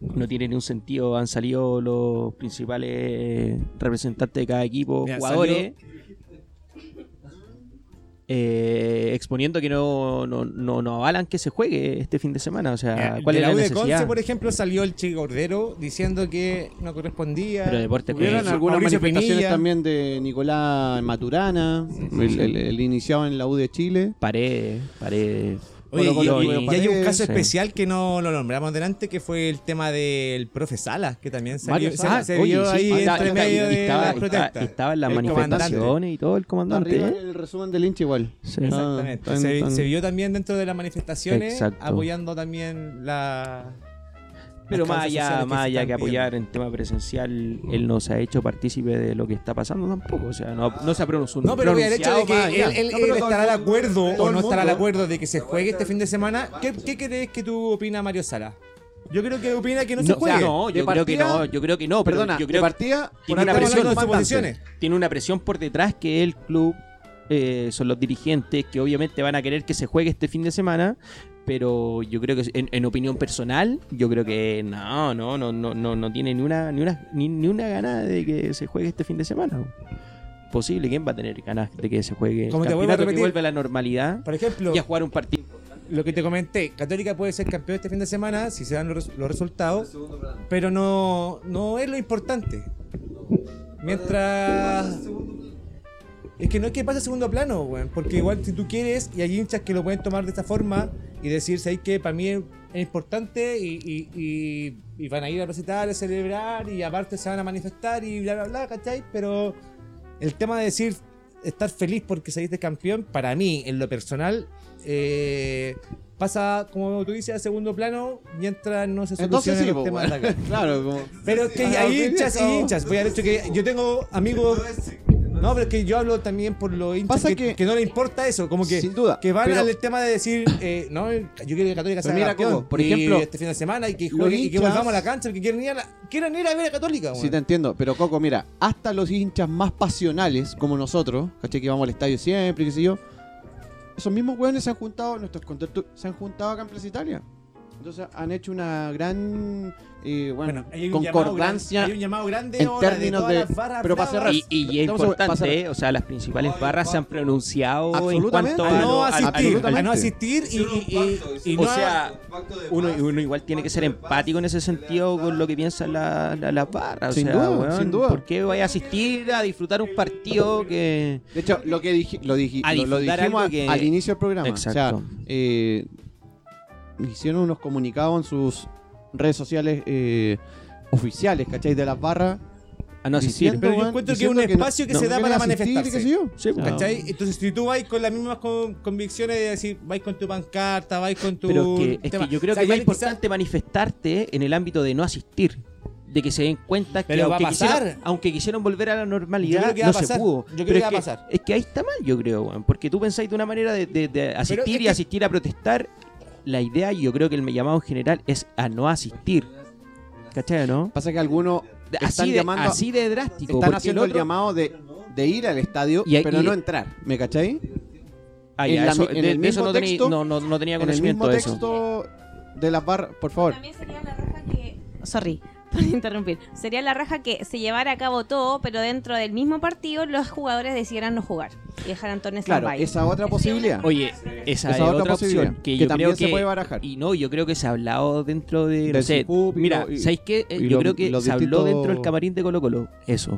[SPEAKER 4] No tiene ningún sentido. Han salido los principales representantes de cada equipo,
[SPEAKER 2] Mira,
[SPEAKER 4] jugadores. eh, exponiendo que no, no, no, no avalan que se juegue este fin de semana. O sea,
[SPEAKER 2] Eh,
[SPEAKER 4] ¿cuál
[SPEAKER 2] de
[SPEAKER 4] es la
[SPEAKER 2] U de
[SPEAKER 4] necesidad?
[SPEAKER 2] Conce, por ejemplo, salió el Che Cordero diciendo que no correspondía.
[SPEAKER 4] Pero pues. Deportes
[SPEAKER 2] Hubieron
[SPEAKER 4] Conce.
[SPEAKER 1] algunas
[SPEAKER 2] Mauricio
[SPEAKER 1] manifestaciones
[SPEAKER 2] Pinilla.
[SPEAKER 1] Eh, también de Nicolás Maturana, el, el- el iniciado en la U de Chile.
[SPEAKER 4] Paredes, paredes.
[SPEAKER 2] Oye,
[SPEAKER 1] Colo
[SPEAKER 2] y,
[SPEAKER 1] Colo,
[SPEAKER 2] y-
[SPEAKER 1] Colo
[SPEAKER 2] y
[SPEAKER 1] Colo
[SPEAKER 2] hay un
[SPEAKER 1] Paredes,
[SPEAKER 2] caso
[SPEAKER 4] sí.
[SPEAKER 2] especial que no lo nombramos delante, que fue el tema del profe Salas, que también salió,
[SPEAKER 1] Mario
[SPEAKER 2] se,
[SPEAKER 1] Salas.
[SPEAKER 2] se
[SPEAKER 4] Oye,
[SPEAKER 2] vio
[SPEAKER 4] sí, Ah,
[SPEAKER 2] ahí
[SPEAKER 4] está-
[SPEAKER 2] entre
[SPEAKER 4] está-
[SPEAKER 2] medio de
[SPEAKER 4] estaba,
[SPEAKER 2] las
[SPEAKER 4] estaba-
[SPEAKER 2] protestas.
[SPEAKER 4] estaba en las
[SPEAKER 2] El
[SPEAKER 4] manifestaciones
[SPEAKER 2] comandante.
[SPEAKER 4] y todo el comandante.
[SPEAKER 1] Arriba
[SPEAKER 4] ¿eh?
[SPEAKER 1] en el resumen del hincha igual.
[SPEAKER 4] Sí.
[SPEAKER 1] Ah,
[SPEAKER 2] Exactamente.
[SPEAKER 1] tan-
[SPEAKER 2] se,
[SPEAKER 1] tan-
[SPEAKER 2] se vio también dentro de las manifestaciones,
[SPEAKER 4] Exacto.
[SPEAKER 2] apoyando también la.
[SPEAKER 4] Pero
[SPEAKER 2] las
[SPEAKER 4] más
[SPEAKER 2] causas
[SPEAKER 4] allá,
[SPEAKER 2] sociales
[SPEAKER 4] más
[SPEAKER 2] se
[SPEAKER 4] allá
[SPEAKER 2] están
[SPEAKER 4] que apoyar en tema presencial, él no se ha hecho partícipe de lo que está pasando tampoco. O sea, no, no se ha pronunciado.
[SPEAKER 2] No, pero mira, el hecho de
[SPEAKER 4] más
[SPEAKER 2] que
[SPEAKER 4] allá.
[SPEAKER 2] él, él-
[SPEAKER 1] No, pero
[SPEAKER 2] él
[SPEAKER 1] todo
[SPEAKER 2] estará de
[SPEAKER 1] el mundo-
[SPEAKER 2] acuerdo
[SPEAKER 1] todo
[SPEAKER 2] o
[SPEAKER 1] el
[SPEAKER 2] no estará de
[SPEAKER 1] mundo.
[SPEAKER 2] acuerdo de que se juegue este fin de semana, ¿qué, qué crees que tú opina Mario Sala? Yo creo que opina que no, se
[SPEAKER 4] No, o sea,
[SPEAKER 2] juegue.
[SPEAKER 4] no,
[SPEAKER 1] De
[SPEAKER 4] yo creo que
[SPEAKER 1] partida-
[SPEAKER 4] no, yo creo que no. pero
[SPEAKER 1] Perdona, de
[SPEAKER 4] yo creo que
[SPEAKER 1] partida por
[SPEAKER 4] tiene una
[SPEAKER 1] acá
[SPEAKER 2] Estamos
[SPEAKER 4] presión
[SPEAKER 2] hablando de
[SPEAKER 1] comandante.
[SPEAKER 2] suposiciones.
[SPEAKER 4] tiene una presión por detrás que el club, eh, son los dirigentes que obviamente van a querer que se juegue este fin de semana. Pero yo creo que en, en opinión personal, yo creo que no, no, no, no, no, no tiene ni una, ni una, ni, ni una gana de que se juegue este fin de semana. Posible, ¿quién va a tener ganas de que se juegue? el
[SPEAKER 2] Como te vuelvo a
[SPEAKER 4] campeonato que
[SPEAKER 2] repetir.
[SPEAKER 4] vuelve a la normalidad
[SPEAKER 2] Por ejemplo,
[SPEAKER 4] y a jugar un partido.
[SPEAKER 2] lo que te comenté, Católica puede ser campeón este fin de semana si se dan los, res- los resultados, pero no, no es lo importante. Mientras... Es que no es que pase a segundo plano, weón, porque igual si tú quieres y hay hinchas que lo pueden tomar de esta forma y decir, ¿sabes que Para mí es es importante y, y- y- y van a ir a recitar, a celebrar y aparte se van a manifestar y bla, bla, bla, ¿cachai? Pero el tema de decir estar feliz porque saliste campeón, para mí, en lo personal, eh, pasa, como tú dices, a segundo plano mientras no se
[SPEAKER 1] Entonces
[SPEAKER 2] solucionen
[SPEAKER 1] sí,
[SPEAKER 2] los
[SPEAKER 1] po,
[SPEAKER 2] temas de
[SPEAKER 1] bueno.
[SPEAKER 2] acá.
[SPEAKER 1] [laughs] claro, como...
[SPEAKER 2] Pero es que
[SPEAKER 1] Ah,
[SPEAKER 2] hay
[SPEAKER 1] ok,
[SPEAKER 2] hinchas y
[SPEAKER 1] eso.
[SPEAKER 2] hinchas. Voy al hecho que yo tengo amigos. No, pero es que yo hablo también por los hinchas
[SPEAKER 1] Pasa
[SPEAKER 2] que,
[SPEAKER 1] que-
[SPEAKER 2] que no le importa eso. Como que,
[SPEAKER 1] Sin duda,
[SPEAKER 2] que van
[SPEAKER 1] pero-
[SPEAKER 2] al tema de decir, eh, no, yo quiero que Católica sea
[SPEAKER 1] Pero mira,
[SPEAKER 2] campeón.
[SPEAKER 1] Coco, por
[SPEAKER 2] y
[SPEAKER 1] ejemplo,
[SPEAKER 2] este fin de semana y que,
[SPEAKER 1] los
[SPEAKER 2] juegue- y que
[SPEAKER 1] hinchas-
[SPEAKER 2] volvamos a la cancha, que quieran ir a, la- quieran ir a ver a Católica.
[SPEAKER 1] Sí,
[SPEAKER 2] weón.
[SPEAKER 1] te entiendo, pero Coco, mira, hasta los hinchas más pasionales como nosotros, caché que vamos al estadio siempre, qué sé yo, esos mismos hueones se han juntado, nuestros contactos, se han juntado acá en Plaza Italia. Entonces han hecho una gran eh, bueno,
[SPEAKER 2] Bueno, hay un
[SPEAKER 1] concordancia.
[SPEAKER 2] Llamado, gran- hay un llamado grande
[SPEAKER 1] en
[SPEAKER 2] ahora
[SPEAKER 1] términos
[SPEAKER 2] todas
[SPEAKER 1] de-
[SPEAKER 2] las barras
[SPEAKER 1] pero para
[SPEAKER 2] bravas.
[SPEAKER 1] cerrar,
[SPEAKER 4] Y, y es
[SPEAKER 1] Estamos sobre- pasar-
[SPEAKER 4] importante, eh, o sea, las principales barras se han pronunciado en
[SPEAKER 1] Absolutamente.
[SPEAKER 4] cuanto
[SPEAKER 2] a
[SPEAKER 4] a
[SPEAKER 2] Ah, no
[SPEAKER 4] lo- al- al-
[SPEAKER 2] asistir,
[SPEAKER 1] absolutamente.
[SPEAKER 2] a no asistir y, y- y- y
[SPEAKER 4] o
[SPEAKER 2] no-
[SPEAKER 4] sea, uno, uno igual tiene que ser empático en ese sentido con lo que piensan la- la- las barras. o
[SPEAKER 1] Sin
[SPEAKER 4] sea,
[SPEAKER 1] duda,
[SPEAKER 4] weón,
[SPEAKER 1] sin duda.
[SPEAKER 4] ¿Por qué vaya a asistir a disfrutar un partido que.
[SPEAKER 1] De hecho, lo que dije, lo, diji-
[SPEAKER 4] A
[SPEAKER 1] lo- lo
[SPEAKER 4] disfrutar
[SPEAKER 1] dijimos
[SPEAKER 4] algo que-
[SPEAKER 1] al inicio del programa. O
[SPEAKER 4] Exacto.
[SPEAKER 1] sea, eh, hicieron unos comunicados en sus redes sociales eh, oficiales, ¿cachai? De las barras.
[SPEAKER 4] a no asistir?
[SPEAKER 1] diciendo,
[SPEAKER 2] Pero yo
[SPEAKER 1] weón,
[SPEAKER 2] encuentro que
[SPEAKER 1] diciendo
[SPEAKER 2] un espacio que se da
[SPEAKER 1] quieren
[SPEAKER 2] para
[SPEAKER 1] asistir,
[SPEAKER 2] manifestarse.
[SPEAKER 1] qué sé yo.
[SPEAKER 4] Sí, pues.
[SPEAKER 2] ¿Cachai? Entonces, si tú vais con las mismas con- convicciones de decir, vais con tu pancarta, vais con tu.
[SPEAKER 4] Pero es que, es
[SPEAKER 2] tema.
[SPEAKER 4] que yo creo
[SPEAKER 2] O sea,
[SPEAKER 4] que es
[SPEAKER 2] ya
[SPEAKER 4] más
[SPEAKER 2] quizá-
[SPEAKER 4] importante manifestarte en el ámbito de no asistir. De que se den cuenta que
[SPEAKER 2] Pero va
[SPEAKER 4] aunque
[SPEAKER 2] a pasar.
[SPEAKER 4] quisieron, aunque quisieron volver a la
[SPEAKER 2] Yo creo
[SPEAKER 4] normalidad,
[SPEAKER 2] que va
[SPEAKER 4] no
[SPEAKER 2] a
[SPEAKER 4] se
[SPEAKER 2] pasar.
[SPEAKER 4] pudo.
[SPEAKER 2] Yo creo
[SPEAKER 4] Pero
[SPEAKER 2] que
[SPEAKER 4] es
[SPEAKER 2] va a pastar.
[SPEAKER 4] Es que ahí está mal, yo creo, weón, porque tú pensáis de una manera de, de- de asistir
[SPEAKER 2] es
[SPEAKER 4] y
[SPEAKER 2] que-
[SPEAKER 4] asistir a protestar. La idea, y yo creo que el llamado en general es a no asistir. ¿Cachai, o no?
[SPEAKER 1] Pasa que algunos
[SPEAKER 4] De-
[SPEAKER 1] están
[SPEAKER 4] Así de,
[SPEAKER 1] llamando,
[SPEAKER 4] así de drástico.
[SPEAKER 1] están
[SPEAKER 4] porque
[SPEAKER 1] haciendo el,
[SPEAKER 4] otro-
[SPEAKER 1] llamado de, de ir al estadio,
[SPEAKER 4] Y ahí-
[SPEAKER 1] pero
[SPEAKER 4] y-
[SPEAKER 1] no entrar. ¿Me cachai?
[SPEAKER 4] Ah, ya,
[SPEAKER 1] en la
[SPEAKER 4] eso-
[SPEAKER 1] mi- en
[SPEAKER 4] de-
[SPEAKER 1] el
[SPEAKER 4] de eso
[SPEAKER 1] mismo
[SPEAKER 4] no, tení-
[SPEAKER 1] texto-
[SPEAKER 4] no, no- no tenía
[SPEAKER 1] En el mismo
[SPEAKER 4] conocimiento de eso.
[SPEAKER 1] texto de las barras, por favor.
[SPEAKER 5] También sería la raja que. Sorry [laughs] por interrumpir. Sería la raja que se llevara a cabo todo, pero dentro del mismo partido los jugadores decidieran no jugar y dejaran Tornes
[SPEAKER 1] Claro,
[SPEAKER 5] en bye.
[SPEAKER 1] esa otra posibilidad.
[SPEAKER 4] Oye, esa,
[SPEAKER 1] Ah. Esa
[SPEAKER 4] es
[SPEAKER 1] otra
[SPEAKER 4] otra,
[SPEAKER 1] posibilidad,
[SPEAKER 4] opción que,
[SPEAKER 1] que
[SPEAKER 4] yo
[SPEAKER 1] también
[SPEAKER 4] creo
[SPEAKER 1] se
[SPEAKER 4] que
[SPEAKER 1] puede barajar.
[SPEAKER 4] Y no, yo creo que se ha hablado dentro de. no
[SPEAKER 1] Del
[SPEAKER 4] sé,
[SPEAKER 1] CIFUP y
[SPEAKER 4] mira,
[SPEAKER 1] lo- y-
[SPEAKER 4] ¿sabéis qué? Eh,
[SPEAKER 1] y
[SPEAKER 4] yo
[SPEAKER 1] lo-
[SPEAKER 4] creo que se
[SPEAKER 1] los
[SPEAKER 4] habló
[SPEAKER 1] distintos-
[SPEAKER 4] dentro del camarín de Colo Colo. Eso.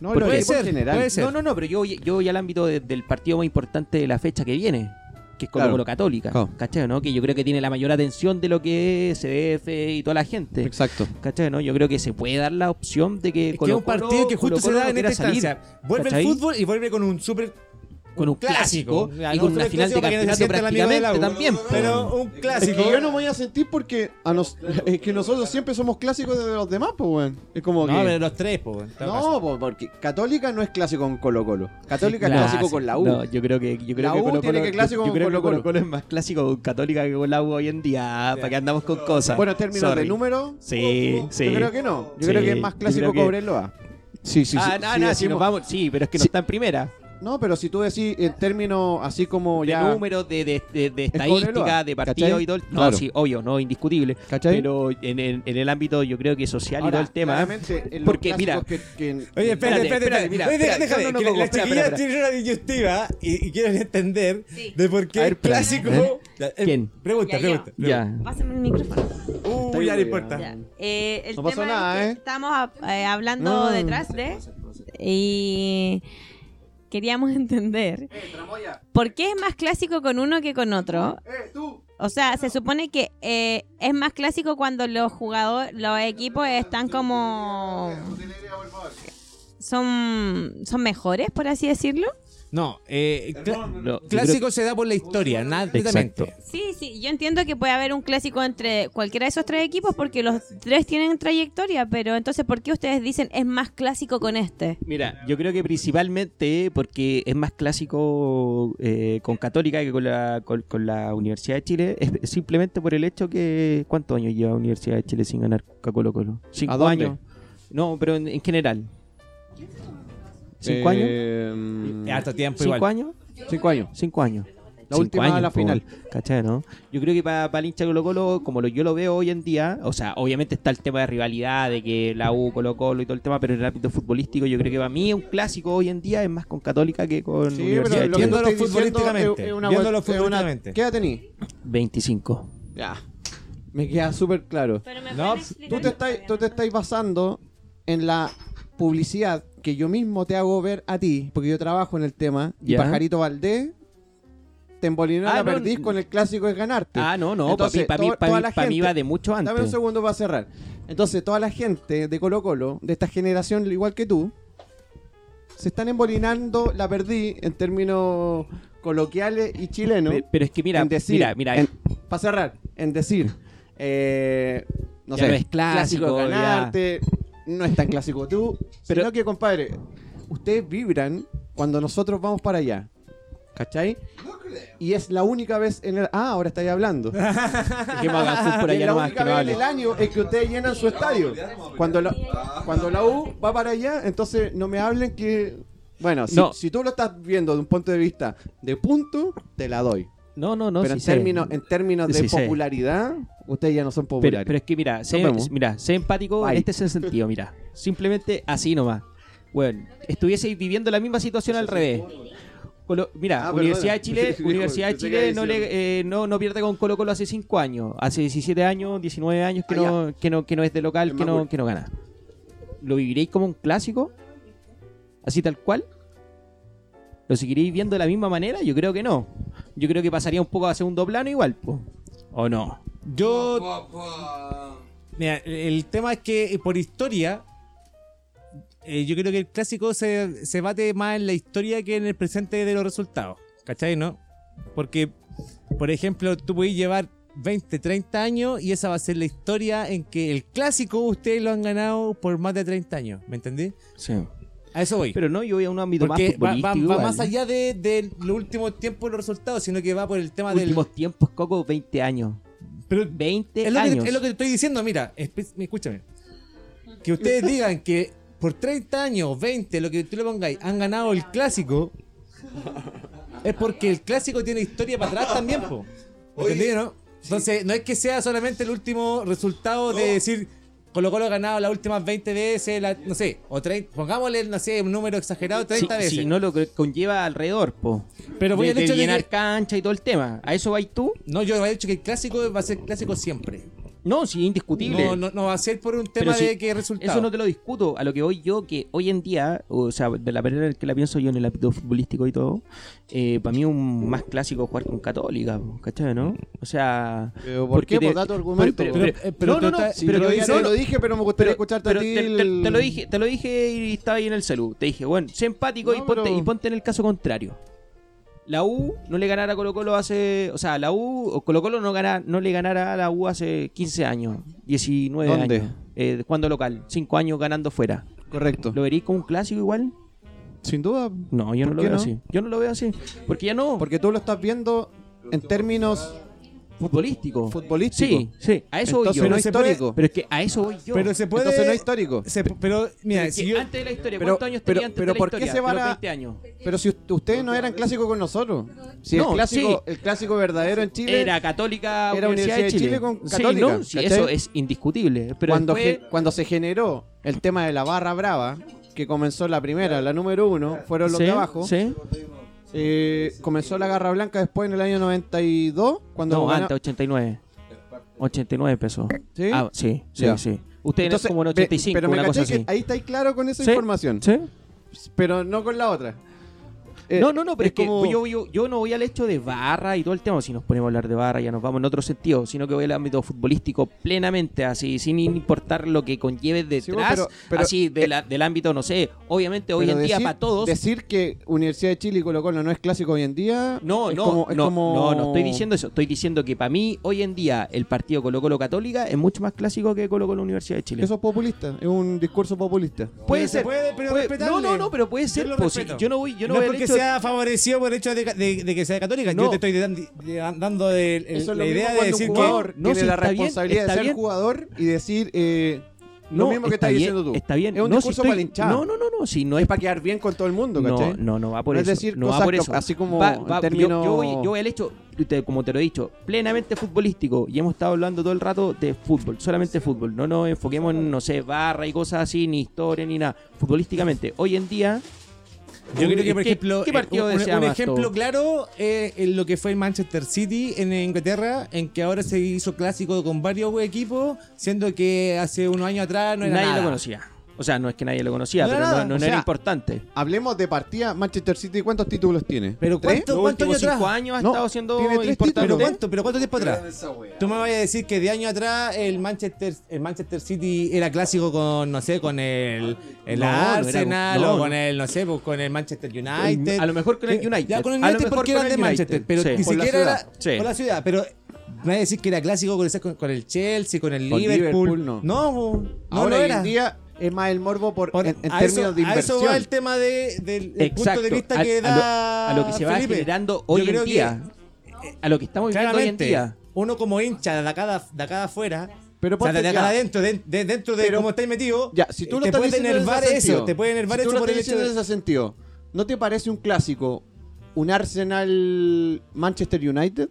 [SPEAKER 1] No,
[SPEAKER 4] Porque-
[SPEAKER 1] lo
[SPEAKER 4] Puede
[SPEAKER 1] digo en
[SPEAKER 2] ser,
[SPEAKER 1] general.
[SPEAKER 2] puede ser.
[SPEAKER 4] No, no, no, pero yo, voy- yo voy al ámbito de- del partido más importante de la fecha que viene, que es Colo
[SPEAKER 1] Claro. Oh.
[SPEAKER 4] Colo Católica.
[SPEAKER 1] Claro.
[SPEAKER 4] ¿Cachai? ¿no? Que yo creo que tiene la mayor atención de lo que es CDF y toda la gente.
[SPEAKER 1] Exacto.
[SPEAKER 4] ¿Cachai? ¿no? Yo creo que se puede dar la opción de que
[SPEAKER 2] Es que es un partido que justo se da en esta instancia. Vuelve
[SPEAKER 4] ¿cachai?
[SPEAKER 2] el fútbol y vuelve con un súper
[SPEAKER 4] con un clásico,
[SPEAKER 2] Ya,
[SPEAKER 4] y
[SPEAKER 2] no
[SPEAKER 4] con
[SPEAKER 2] fue
[SPEAKER 4] una
[SPEAKER 2] el
[SPEAKER 4] final de
[SPEAKER 2] clásico para que no se
[SPEAKER 4] carpetazo
[SPEAKER 2] sienta el amigo de la
[SPEAKER 4] prácticamente
[SPEAKER 2] U.
[SPEAKER 4] también. po.
[SPEAKER 2] Pero un
[SPEAKER 1] Es
[SPEAKER 2] clásico.
[SPEAKER 1] que yo no me voy a sentir porque a nos, [laughs] es que nosotros siempre somos clásicos de los demás, pues, weón. Es como
[SPEAKER 2] No,
[SPEAKER 1] que.
[SPEAKER 2] pero los tres, po. en todo caso.
[SPEAKER 1] No, po, porque Católica no es clásico con Colo Colo. Católica
[SPEAKER 4] No,
[SPEAKER 1] es clásico
[SPEAKER 4] sí.
[SPEAKER 1] con la U.
[SPEAKER 4] No, yo creo que yo creo
[SPEAKER 1] La
[SPEAKER 4] que
[SPEAKER 1] U
[SPEAKER 4] Colo-Colo-
[SPEAKER 1] tiene que clásico
[SPEAKER 4] yo, yo
[SPEAKER 1] con
[SPEAKER 4] creo que
[SPEAKER 1] Colo-Colo.
[SPEAKER 4] Colo-Colo es más clásico con Católica que con la U hoy en día, para que andamos con cosas.
[SPEAKER 1] Bueno, en términos
[SPEAKER 4] Sorry.
[SPEAKER 1] de número,
[SPEAKER 4] Sí, sí. Ah,
[SPEAKER 1] yo creo que no. Yo
[SPEAKER 4] Sí,
[SPEAKER 1] creo que es más
[SPEAKER 4] yo
[SPEAKER 1] clásico
[SPEAKER 4] creo que-
[SPEAKER 1] Cobreloa. Sí, sí,
[SPEAKER 4] ah,
[SPEAKER 1] sí,
[SPEAKER 4] no,
[SPEAKER 1] sí,
[SPEAKER 4] no, si
[SPEAKER 1] decimos-
[SPEAKER 4] nos vamos, sí, pero es que no
[SPEAKER 1] Sí.
[SPEAKER 4] está en primera.
[SPEAKER 1] No, pero si tú decís en términos así como
[SPEAKER 4] De
[SPEAKER 1] ya.
[SPEAKER 4] números, de, de, de, de
[SPEAKER 1] Cobreloa,
[SPEAKER 4] estadística, de partido
[SPEAKER 1] ¿cachai?
[SPEAKER 4] y todo. el- No,
[SPEAKER 1] Claro.
[SPEAKER 4] sí, obvio, no, indiscutible.
[SPEAKER 1] ¿Cachai?
[SPEAKER 4] Pero en, el- en el ámbito, yo creo que social y
[SPEAKER 1] Ahora,
[SPEAKER 4] todo el tema. ¿eh?
[SPEAKER 1] claramente, en los
[SPEAKER 4] Porque,
[SPEAKER 1] clásicos
[SPEAKER 4] mira,
[SPEAKER 1] que- que-
[SPEAKER 2] Oye, espérate,
[SPEAKER 4] Espérate,
[SPEAKER 2] espérate,
[SPEAKER 4] espérate,
[SPEAKER 2] espérate.
[SPEAKER 4] mira,
[SPEAKER 2] Oye, deja,
[SPEAKER 4] espera,
[SPEAKER 2] deja,
[SPEAKER 4] no, no,
[SPEAKER 2] que
[SPEAKER 4] no,
[SPEAKER 2] las
[SPEAKER 4] espera,
[SPEAKER 2] chiquillas
[SPEAKER 4] espera.
[SPEAKER 2] tienen una disyuntiva y, y quieren entender
[SPEAKER 5] Sí.
[SPEAKER 2] de por qué
[SPEAKER 4] A ver,
[SPEAKER 2] el
[SPEAKER 4] espérate,
[SPEAKER 2] clásico.
[SPEAKER 4] ¿eh?
[SPEAKER 2] Ya, eh,
[SPEAKER 4] ¿Quién?
[SPEAKER 2] Pregunta,
[SPEAKER 5] Ya,
[SPEAKER 2] pregunta.
[SPEAKER 4] ya. Ya.
[SPEAKER 5] Pásame el micrófono.
[SPEAKER 2] Uy, ya no importa.
[SPEAKER 5] Ya. Eh, el
[SPEAKER 1] No
[SPEAKER 5] tema
[SPEAKER 1] pasó nada,
[SPEAKER 5] es que
[SPEAKER 1] ¿eh?
[SPEAKER 5] estamos ah, eh, hablando
[SPEAKER 1] No.
[SPEAKER 5] detrás de y queríamos [laughs] entender por qué es más clásico con uno que con otro. O sea, se supone que eh, es más clásico cuando los jugadores, los equipos están como son son mejores, por así decirlo.
[SPEAKER 2] No, eh, cla-
[SPEAKER 4] No, yo creo-
[SPEAKER 2] clásico se da por la historia,
[SPEAKER 4] Exacto.
[SPEAKER 2] netamente.
[SPEAKER 5] Sí, sí, yo entiendo que puede haber un clásico entre cualquiera de esos tres equipos porque los tres tienen trayectoria, pero entonces, ¿por qué ustedes dicen es más clásico con este?
[SPEAKER 4] Mira, yo creo que principalmente porque es más clásico eh, con Católica que con la, con, con la Universidad de Chile, es simplemente por el hecho que. ¿Cuántos años lleva Universidad de Chile sin ganar a Colo Colo? ¿Cinco
[SPEAKER 1] ¿A dónde?
[SPEAKER 4] años? No, pero en, en general. ¿Cinco años?
[SPEAKER 1] Eh,
[SPEAKER 2] Es harto tiempo
[SPEAKER 4] ¿Cinco
[SPEAKER 2] igual.
[SPEAKER 4] años?
[SPEAKER 1] Cinco años.
[SPEAKER 4] Cinco años.
[SPEAKER 1] La
[SPEAKER 4] Cinco
[SPEAKER 1] última de la
[SPEAKER 4] po,
[SPEAKER 1] final.
[SPEAKER 4] ¿Cachai, no? Yo creo que para el hincha Colo Colo, como lo, yo lo veo hoy en día, o sea, obviamente está el tema de rivalidad, de que la U, Colo Colo y todo el tema, pero en el ámbito futbolístico, yo creo que para mí un clásico hoy en día es más con Católica que con
[SPEAKER 1] Sí,
[SPEAKER 4] Universidad
[SPEAKER 1] pero lo que
[SPEAKER 4] de Chile.
[SPEAKER 1] tú
[SPEAKER 2] Viéndolo
[SPEAKER 1] estás diciendo
[SPEAKER 2] futbolísticamente,
[SPEAKER 1] es- es una-
[SPEAKER 2] viéndolo
[SPEAKER 1] es una-
[SPEAKER 2] futbolísticamente.
[SPEAKER 1] ¿Qué edad tenís?
[SPEAKER 4] 25.
[SPEAKER 1] Ya. Me queda súper claro.
[SPEAKER 5] Pero me
[SPEAKER 2] No,
[SPEAKER 5] pueden
[SPEAKER 2] tú
[SPEAKER 1] pues,
[SPEAKER 5] explicar
[SPEAKER 1] Tú te,
[SPEAKER 5] eso,
[SPEAKER 1] estás,
[SPEAKER 5] todavía
[SPEAKER 1] tú
[SPEAKER 5] no.
[SPEAKER 1] te estás basando en la publicidad que yo mismo te hago ver a ti, porque yo trabajo en el tema, y
[SPEAKER 4] Ya.
[SPEAKER 1] Pajarito Valdés te embolinó
[SPEAKER 4] Ah,
[SPEAKER 1] la
[SPEAKER 4] no,
[SPEAKER 1] perdiz
[SPEAKER 4] n-
[SPEAKER 1] con el clásico es ganarte.
[SPEAKER 4] Ah, no, no, para
[SPEAKER 1] Entonces,
[SPEAKER 4] mí, pa' mí,
[SPEAKER 1] to-
[SPEAKER 4] pa'
[SPEAKER 1] toda
[SPEAKER 4] mí-
[SPEAKER 1] la
[SPEAKER 4] pa' mí
[SPEAKER 1] gente-
[SPEAKER 4] va de mucho antes.
[SPEAKER 1] Dame un segundo para cerrar. Entonces, toda la gente de Colo Colo, de esta generación igual que tú, se están embolinando la perdí en términos coloquiales y chilenos.
[SPEAKER 4] Pe- Pero es que mira,
[SPEAKER 1] en decir,
[SPEAKER 4] mira, mira, eh.
[SPEAKER 1] para cerrar, en decir, eh, no
[SPEAKER 4] Ya
[SPEAKER 1] sé,
[SPEAKER 4] no es clásico,
[SPEAKER 1] es
[SPEAKER 4] ya.
[SPEAKER 1] ganarte, no es tan clásico tú, pero sino que compadre, ustedes vibran cuando nosotros vamos para allá. ¿Cachai? Y es la única vez en el. Ah, ahora estáis
[SPEAKER 4] [laughs]
[SPEAKER 1] hablando.
[SPEAKER 4] que me hagan por
[SPEAKER 1] Y [laughs] es
[SPEAKER 4] allá
[SPEAKER 1] la
[SPEAKER 4] nomás
[SPEAKER 1] única
[SPEAKER 4] que
[SPEAKER 1] vez
[SPEAKER 4] no hable.
[SPEAKER 1] en el año es que ustedes llenan su estadio. Cuando la, cuando la U va para allá, entonces no me hablen que. Bueno, si,
[SPEAKER 4] No.
[SPEAKER 1] si tú lo estás viendo de un punto de vista de punto, te la doy.
[SPEAKER 4] No, no, no,
[SPEAKER 1] pero
[SPEAKER 4] sí
[SPEAKER 1] en,
[SPEAKER 4] sé.
[SPEAKER 1] términos, en términos de
[SPEAKER 4] Sí sé.
[SPEAKER 1] popularidad, ustedes ya no son populares.
[SPEAKER 4] Pero, pero es que mira, sé,
[SPEAKER 1] vemos.
[SPEAKER 4] mira, sé empático
[SPEAKER 1] Bye.
[SPEAKER 4] en este ese sentido, mira. Simplemente así nomás. Bueno, estuvieseis viviendo la misma situación al revés. Colo- mira,
[SPEAKER 1] Ah,
[SPEAKER 4] Universidad de
[SPEAKER 1] perdona. [laughs]
[SPEAKER 4] Chile,
[SPEAKER 1] Dijo,
[SPEAKER 4] Universidad de
[SPEAKER 1] pensé que
[SPEAKER 4] Chile no,
[SPEAKER 1] había
[SPEAKER 4] le, eh, no, no pierde con Colo Colo hace 5 años, hace 17 años, 19 años que,
[SPEAKER 1] Ah,
[SPEAKER 4] no, que, no, que no es de local,
[SPEAKER 1] En
[SPEAKER 4] que no,
[SPEAKER 1] Macul.
[SPEAKER 4] que no gana. ¿Lo viviréis como un clásico? ¿Así tal cual? ¿Lo seguiréis viendo de la misma manera? Yo creo que no. Yo creo que pasaría un poco a segundo plano igual, po. ¿o no?
[SPEAKER 2] Yo. Mira, el tema es que eh, por historia. eh, yo creo que el clásico se, se bate más en la historia que en el presente de los resultados. ¿Cachai? ¿No? Porque, por ejemplo, tú podés llevar 20, 30 años y esa va a ser la historia en que el clásico ustedes lo han ganado por más de 30 años. ¿Me entendí?
[SPEAKER 4] Sí.
[SPEAKER 2] A eso voy.
[SPEAKER 4] Pero no, yo voy a un ámbito más
[SPEAKER 2] Porque va, va-
[SPEAKER 4] futbolístico.
[SPEAKER 2] va
[SPEAKER 4] igual.
[SPEAKER 2] más allá de, de los últimos tiempos de los resultados, sino que va por el tema del.
[SPEAKER 4] Últimos tiempos, Coco, 20 años.
[SPEAKER 2] Pero
[SPEAKER 4] 20
[SPEAKER 2] es lo, que,
[SPEAKER 4] años.
[SPEAKER 2] es lo que te estoy diciendo, mira, espe- escúchame. Que ustedes
[SPEAKER 4] [laughs]
[SPEAKER 2] digan que por 30 años, 20, lo que tú le pongáis, han ganado el clásico, es porque el clásico tiene historia para atrás también, po. ¿Entendí, no? Entonces, no es que sea solamente el último resultado de decir Colo Colo ha ganado las últimas 20 veces, la- no sé, o 30, pongámosle, no sé, un número exagerado, 30
[SPEAKER 4] Si-
[SPEAKER 2] veces.
[SPEAKER 4] Si no lo que conlleva alrededor, po.
[SPEAKER 2] Pero voy
[SPEAKER 4] de,
[SPEAKER 2] al
[SPEAKER 4] de
[SPEAKER 2] hecho de
[SPEAKER 4] llenar
[SPEAKER 2] que-
[SPEAKER 4] cancha y todo el tema. ¿A eso vais tú?
[SPEAKER 2] No, yo he dicho que el clásico va a ser clásico siempre.
[SPEAKER 4] No, sí, indiscutible.
[SPEAKER 2] No, no, no va a ser por un tema
[SPEAKER 4] Pero si-
[SPEAKER 2] de que resultado.
[SPEAKER 4] Eso no te lo discuto. A lo que voy yo, que hoy en día, o sea, de la manera en que la pienso yo en el ámbito futbolístico y todo, eh, para mí un más clásico es jugar con Católica, po, ¿cachai, no? O sea...
[SPEAKER 1] Pero, ¿por
[SPEAKER 4] porque
[SPEAKER 1] qué? Por
[SPEAKER 4] te-
[SPEAKER 1] dato argumento,
[SPEAKER 4] pero-
[SPEAKER 1] po.
[SPEAKER 4] pero-
[SPEAKER 2] Pero-
[SPEAKER 4] pero-
[SPEAKER 2] pero
[SPEAKER 4] no,
[SPEAKER 2] tú
[SPEAKER 4] no, no,
[SPEAKER 2] estás- si
[SPEAKER 4] pero
[SPEAKER 2] yo
[SPEAKER 1] Yo
[SPEAKER 4] yo
[SPEAKER 1] ya
[SPEAKER 2] dice-
[SPEAKER 1] te
[SPEAKER 4] no,
[SPEAKER 1] lo
[SPEAKER 4] no,
[SPEAKER 1] dije, pero me gustaría
[SPEAKER 4] Pero-
[SPEAKER 1] escucharte
[SPEAKER 4] pero
[SPEAKER 1] a ti.
[SPEAKER 4] te, te-
[SPEAKER 1] el-
[SPEAKER 4] te lo dije, te lo dije y estaba ahí en el celu. Te dije, bueno, sé empático
[SPEAKER 1] No,
[SPEAKER 4] y, ponte,
[SPEAKER 1] pero-
[SPEAKER 4] y ponte en el caso contrario. la U no le ganara a Colo Colo hace. O sea, la U. O Colo Colo no, gana, no le ganara a la U hace 15 años, 19
[SPEAKER 1] ¿Dónde?
[SPEAKER 4] años. Eh, jugando local, 5 años ganando fuera.
[SPEAKER 1] Correcto.
[SPEAKER 4] ¿Lo veréis como un clásico igual?
[SPEAKER 1] Sin duda.
[SPEAKER 4] No, yo no
[SPEAKER 1] ¿Por
[SPEAKER 4] lo
[SPEAKER 1] qué
[SPEAKER 4] veo
[SPEAKER 1] no?
[SPEAKER 4] así. Yo no lo veo así. Porque ya no.
[SPEAKER 1] Porque tú lo estás viendo en términos
[SPEAKER 4] futbolístico.
[SPEAKER 1] futbolísticos.
[SPEAKER 4] Sí, sí, a eso
[SPEAKER 1] Entonces
[SPEAKER 4] voy yo.
[SPEAKER 1] no
[SPEAKER 2] se puede-
[SPEAKER 1] histórico.
[SPEAKER 4] Pero es que a eso voy yo.
[SPEAKER 2] Pero se puede.
[SPEAKER 1] Entonces no histórico.
[SPEAKER 2] se- pero mira,
[SPEAKER 4] Porque
[SPEAKER 2] si yo,
[SPEAKER 4] Antes de la historia,
[SPEAKER 1] Pero-
[SPEAKER 4] ¿cuántos años
[SPEAKER 1] pero-
[SPEAKER 4] tenía antes
[SPEAKER 1] pero
[SPEAKER 4] de la
[SPEAKER 1] ¿por qué
[SPEAKER 4] historia?
[SPEAKER 1] se van
[SPEAKER 4] De los
[SPEAKER 1] a-
[SPEAKER 4] 20 años.
[SPEAKER 1] Pero si ust- ustedes no eran clásicos con nosotros. Si
[SPEAKER 4] No,
[SPEAKER 1] el clásico,
[SPEAKER 4] sí.
[SPEAKER 1] el clásico verdadero en Chile
[SPEAKER 4] Era Católica
[SPEAKER 1] Era
[SPEAKER 4] Universidad, de Chile.
[SPEAKER 1] con
[SPEAKER 4] Sí,
[SPEAKER 1] Católica,
[SPEAKER 4] no, sí,
[SPEAKER 1] ¿cachai?
[SPEAKER 4] eso es indiscutible. Pero
[SPEAKER 1] cuando,
[SPEAKER 4] después-
[SPEAKER 1] ge- cuando se generó el tema de la barra brava, que comenzó la primera, la número uno, fueron los
[SPEAKER 4] Sí,
[SPEAKER 1] de abajo.
[SPEAKER 4] sí.
[SPEAKER 1] Eh, comenzó la garra blanca después en el año 92, cuando
[SPEAKER 4] No,
[SPEAKER 1] gana-
[SPEAKER 4] antes, 89. 89 empezó.
[SPEAKER 1] ¿Sí?
[SPEAKER 4] Ah, sí, sí,
[SPEAKER 1] Ya.
[SPEAKER 4] sí. Ustedes
[SPEAKER 1] Entonces,
[SPEAKER 4] como en
[SPEAKER 1] ve-
[SPEAKER 4] 85,
[SPEAKER 1] pero me
[SPEAKER 4] una cosa
[SPEAKER 1] caché que
[SPEAKER 4] así.
[SPEAKER 1] ahí estáis claro con esa
[SPEAKER 4] Sí,
[SPEAKER 1] información,
[SPEAKER 4] ¿Sí?
[SPEAKER 1] pero no con la otra. Eh,
[SPEAKER 4] no, no, no, pero es, que
[SPEAKER 1] como-
[SPEAKER 4] yo, yo- yo no voy al hecho de barra y todo el tema. Si nos ponemos a hablar de barra, ya nos vamos en otro sentido, sino que voy al ámbito futbolístico plenamente, así, sin importar lo que conlleve detrás,
[SPEAKER 1] Sí, bueno, pero- pero- eh,
[SPEAKER 4] así, de la- del ámbito, no sé. Obviamente, hoy
[SPEAKER 1] pero
[SPEAKER 4] en día,
[SPEAKER 1] decir-
[SPEAKER 4] para todos.
[SPEAKER 1] Decir que Universidad de Chile y Colo Colo no es clásico hoy en día.
[SPEAKER 4] No,
[SPEAKER 1] es
[SPEAKER 4] no,
[SPEAKER 1] como- es
[SPEAKER 4] no,
[SPEAKER 1] como-
[SPEAKER 4] no, no estoy diciendo eso. Estoy diciendo que para mí, hoy en día, el partido Colo Colo Católica es mucho más clásico que Colo Colo Universidad de Chile.
[SPEAKER 1] Eso es populista, es un discurso populista.
[SPEAKER 4] puede
[SPEAKER 2] Pero se
[SPEAKER 4] ser.
[SPEAKER 2] puede, pero
[SPEAKER 4] puede- no,
[SPEAKER 2] respetable.
[SPEAKER 4] no, no, pero puede ser.
[SPEAKER 2] lo
[SPEAKER 4] pues,
[SPEAKER 2] respeto.
[SPEAKER 4] yo no voy, yo
[SPEAKER 2] no
[SPEAKER 4] no,
[SPEAKER 2] es
[SPEAKER 4] voy al
[SPEAKER 2] porque
[SPEAKER 4] hecho-
[SPEAKER 2] sea favorecido por el hecho de, de- de que sea católica.
[SPEAKER 4] No.
[SPEAKER 2] Yo te estoy dan- de- dando el- el-
[SPEAKER 1] Eso es lo
[SPEAKER 2] Eh, la
[SPEAKER 1] mismo
[SPEAKER 2] idea de
[SPEAKER 1] cuando
[SPEAKER 2] decir
[SPEAKER 1] un
[SPEAKER 2] que.
[SPEAKER 1] jugador
[SPEAKER 4] no,
[SPEAKER 1] tiene
[SPEAKER 4] sí,
[SPEAKER 1] la
[SPEAKER 4] está bien,
[SPEAKER 1] responsabilidad
[SPEAKER 4] está
[SPEAKER 1] de ser
[SPEAKER 4] bien.
[SPEAKER 1] jugador y decir eh, lo
[SPEAKER 4] No,
[SPEAKER 1] mismo que estás
[SPEAKER 4] bien,
[SPEAKER 1] diciendo tú.
[SPEAKER 4] Está bien.
[SPEAKER 1] Es un
[SPEAKER 4] No, si
[SPEAKER 1] discurso
[SPEAKER 4] estoy-
[SPEAKER 1] para la hinchada.
[SPEAKER 4] No, no, no, no, si no
[SPEAKER 1] es
[SPEAKER 4] es
[SPEAKER 1] para quedar bien con todo el mundo,
[SPEAKER 4] No,
[SPEAKER 1] ¿cachai?
[SPEAKER 4] no, no va por
[SPEAKER 1] No es
[SPEAKER 4] eso.
[SPEAKER 1] decir,
[SPEAKER 4] no va
[SPEAKER 1] cosas
[SPEAKER 4] por
[SPEAKER 1] que-
[SPEAKER 4] eso.
[SPEAKER 1] así como en
[SPEAKER 4] yo-
[SPEAKER 1] términos-
[SPEAKER 4] yo, voy, yo voy al hecho, te- como te lo he dicho, plenamente futbolístico. Y hemos estado hablando todo el rato de fútbol, solamente fútbol. No nos enfoquemos en, no sé, barra y cosas así, ni historia, ni nada. Futbolísticamente, hoy en día.
[SPEAKER 2] Yo creo que, por
[SPEAKER 4] ¿qué-
[SPEAKER 2] ejemplo,
[SPEAKER 4] ¿Qué
[SPEAKER 2] eh,
[SPEAKER 4] partido
[SPEAKER 2] un, un-
[SPEAKER 4] desea
[SPEAKER 2] un
[SPEAKER 4] más
[SPEAKER 2] ejemplo
[SPEAKER 4] todo?
[SPEAKER 2] claro eh, en lo que fue el Manchester City en Inglaterra, en que ahora se hizo clásico con varios equipos, siendo que hace unos años atrás no era
[SPEAKER 4] nadie
[SPEAKER 2] nada.
[SPEAKER 4] lo conocía. O sea, no es que nadie lo conocía,
[SPEAKER 2] No era
[SPEAKER 4] pero no-
[SPEAKER 2] nada.
[SPEAKER 4] no, no
[SPEAKER 1] O
[SPEAKER 4] era
[SPEAKER 1] sea,
[SPEAKER 4] importante.
[SPEAKER 1] Hablemos de partida Manchester City. ¿Cuántos títulos tiene?
[SPEAKER 2] Pero
[SPEAKER 1] ¿Tres?
[SPEAKER 2] ¿cuánto,
[SPEAKER 4] Los
[SPEAKER 2] cuánto
[SPEAKER 4] últimos
[SPEAKER 2] años atrás?
[SPEAKER 4] cinco años ha
[SPEAKER 1] No,
[SPEAKER 4] estado siendo
[SPEAKER 1] tiene tres
[SPEAKER 4] importante.
[SPEAKER 2] ¿Pero cuánto, pero cuánto tiempo atrás? Tú me vas a decir que de años atrás el Manchester, el Manchester City era clásico con, no sé, con el, el
[SPEAKER 4] No, no era-
[SPEAKER 2] Arsenal
[SPEAKER 4] no,
[SPEAKER 2] o
[SPEAKER 4] no.
[SPEAKER 2] con el, no sé, pues, con el Manchester United.
[SPEAKER 4] A lo mejor con el United.
[SPEAKER 2] Ya con el
[SPEAKER 4] A lo
[SPEAKER 2] United
[SPEAKER 4] mejor
[SPEAKER 2] porque
[SPEAKER 4] con
[SPEAKER 2] era
[SPEAKER 4] el
[SPEAKER 2] de
[SPEAKER 4] United.
[SPEAKER 2] Manchester, pero
[SPEAKER 4] Sí.
[SPEAKER 2] ni
[SPEAKER 4] Por la
[SPEAKER 2] siquiera
[SPEAKER 4] ciudad.
[SPEAKER 2] era
[SPEAKER 4] Sí.
[SPEAKER 2] por la ciudad. Pero me va a decir que era clásico con, ese- con el Chelsea, con el
[SPEAKER 1] Con
[SPEAKER 2] Liverpool.
[SPEAKER 1] Liverpool, no.
[SPEAKER 2] no, po, no,
[SPEAKER 1] Ahora
[SPEAKER 2] no
[SPEAKER 1] hoy
[SPEAKER 2] era.
[SPEAKER 1] en día es más el morbo por,
[SPEAKER 2] Por-
[SPEAKER 1] en, en
[SPEAKER 2] a,
[SPEAKER 1] términos
[SPEAKER 2] eso,
[SPEAKER 1] de
[SPEAKER 2] a eso va el
[SPEAKER 1] inversión.
[SPEAKER 2] tema de- del el
[SPEAKER 4] Exacto.
[SPEAKER 2] punto de vista
[SPEAKER 4] Al-
[SPEAKER 2] que
[SPEAKER 4] a lo-
[SPEAKER 2] da
[SPEAKER 4] a lo que se va
[SPEAKER 2] Felipe.
[SPEAKER 4] generando
[SPEAKER 2] Yo
[SPEAKER 4] hoy en
[SPEAKER 2] creo que,
[SPEAKER 4] día. eh, A lo que estamos viviendo hoy en
[SPEAKER 2] Claramente,
[SPEAKER 4] día.
[SPEAKER 2] uno como hincha de acá, de acá afuera,
[SPEAKER 1] Pero
[SPEAKER 2] o sea,
[SPEAKER 1] ponte
[SPEAKER 2] de
[SPEAKER 1] ya.
[SPEAKER 2] acá adentro, de, de- dentro de
[SPEAKER 1] Pero-
[SPEAKER 2] cómo estáis metido,
[SPEAKER 1] Ya, si tú lo
[SPEAKER 2] te
[SPEAKER 1] estás
[SPEAKER 2] puede
[SPEAKER 1] diciendo en
[SPEAKER 2] enervar
[SPEAKER 1] ese
[SPEAKER 2] eso,
[SPEAKER 1] sentido,
[SPEAKER 2] te puede enervar
[SPEAKER 1] si tú
[SPEAKER 2] eso
[SPEAKER 1] lo
[SPEAKER 2] por el
[SPEAKER 1] estás
[SPEAKER 2] hecho
[SPEAKER 1] diciendo
[SPEAKER 2] de...
[SPEAKER 1] en ese sentido, ¿no te parece un clásico un Arsenal Manchester United?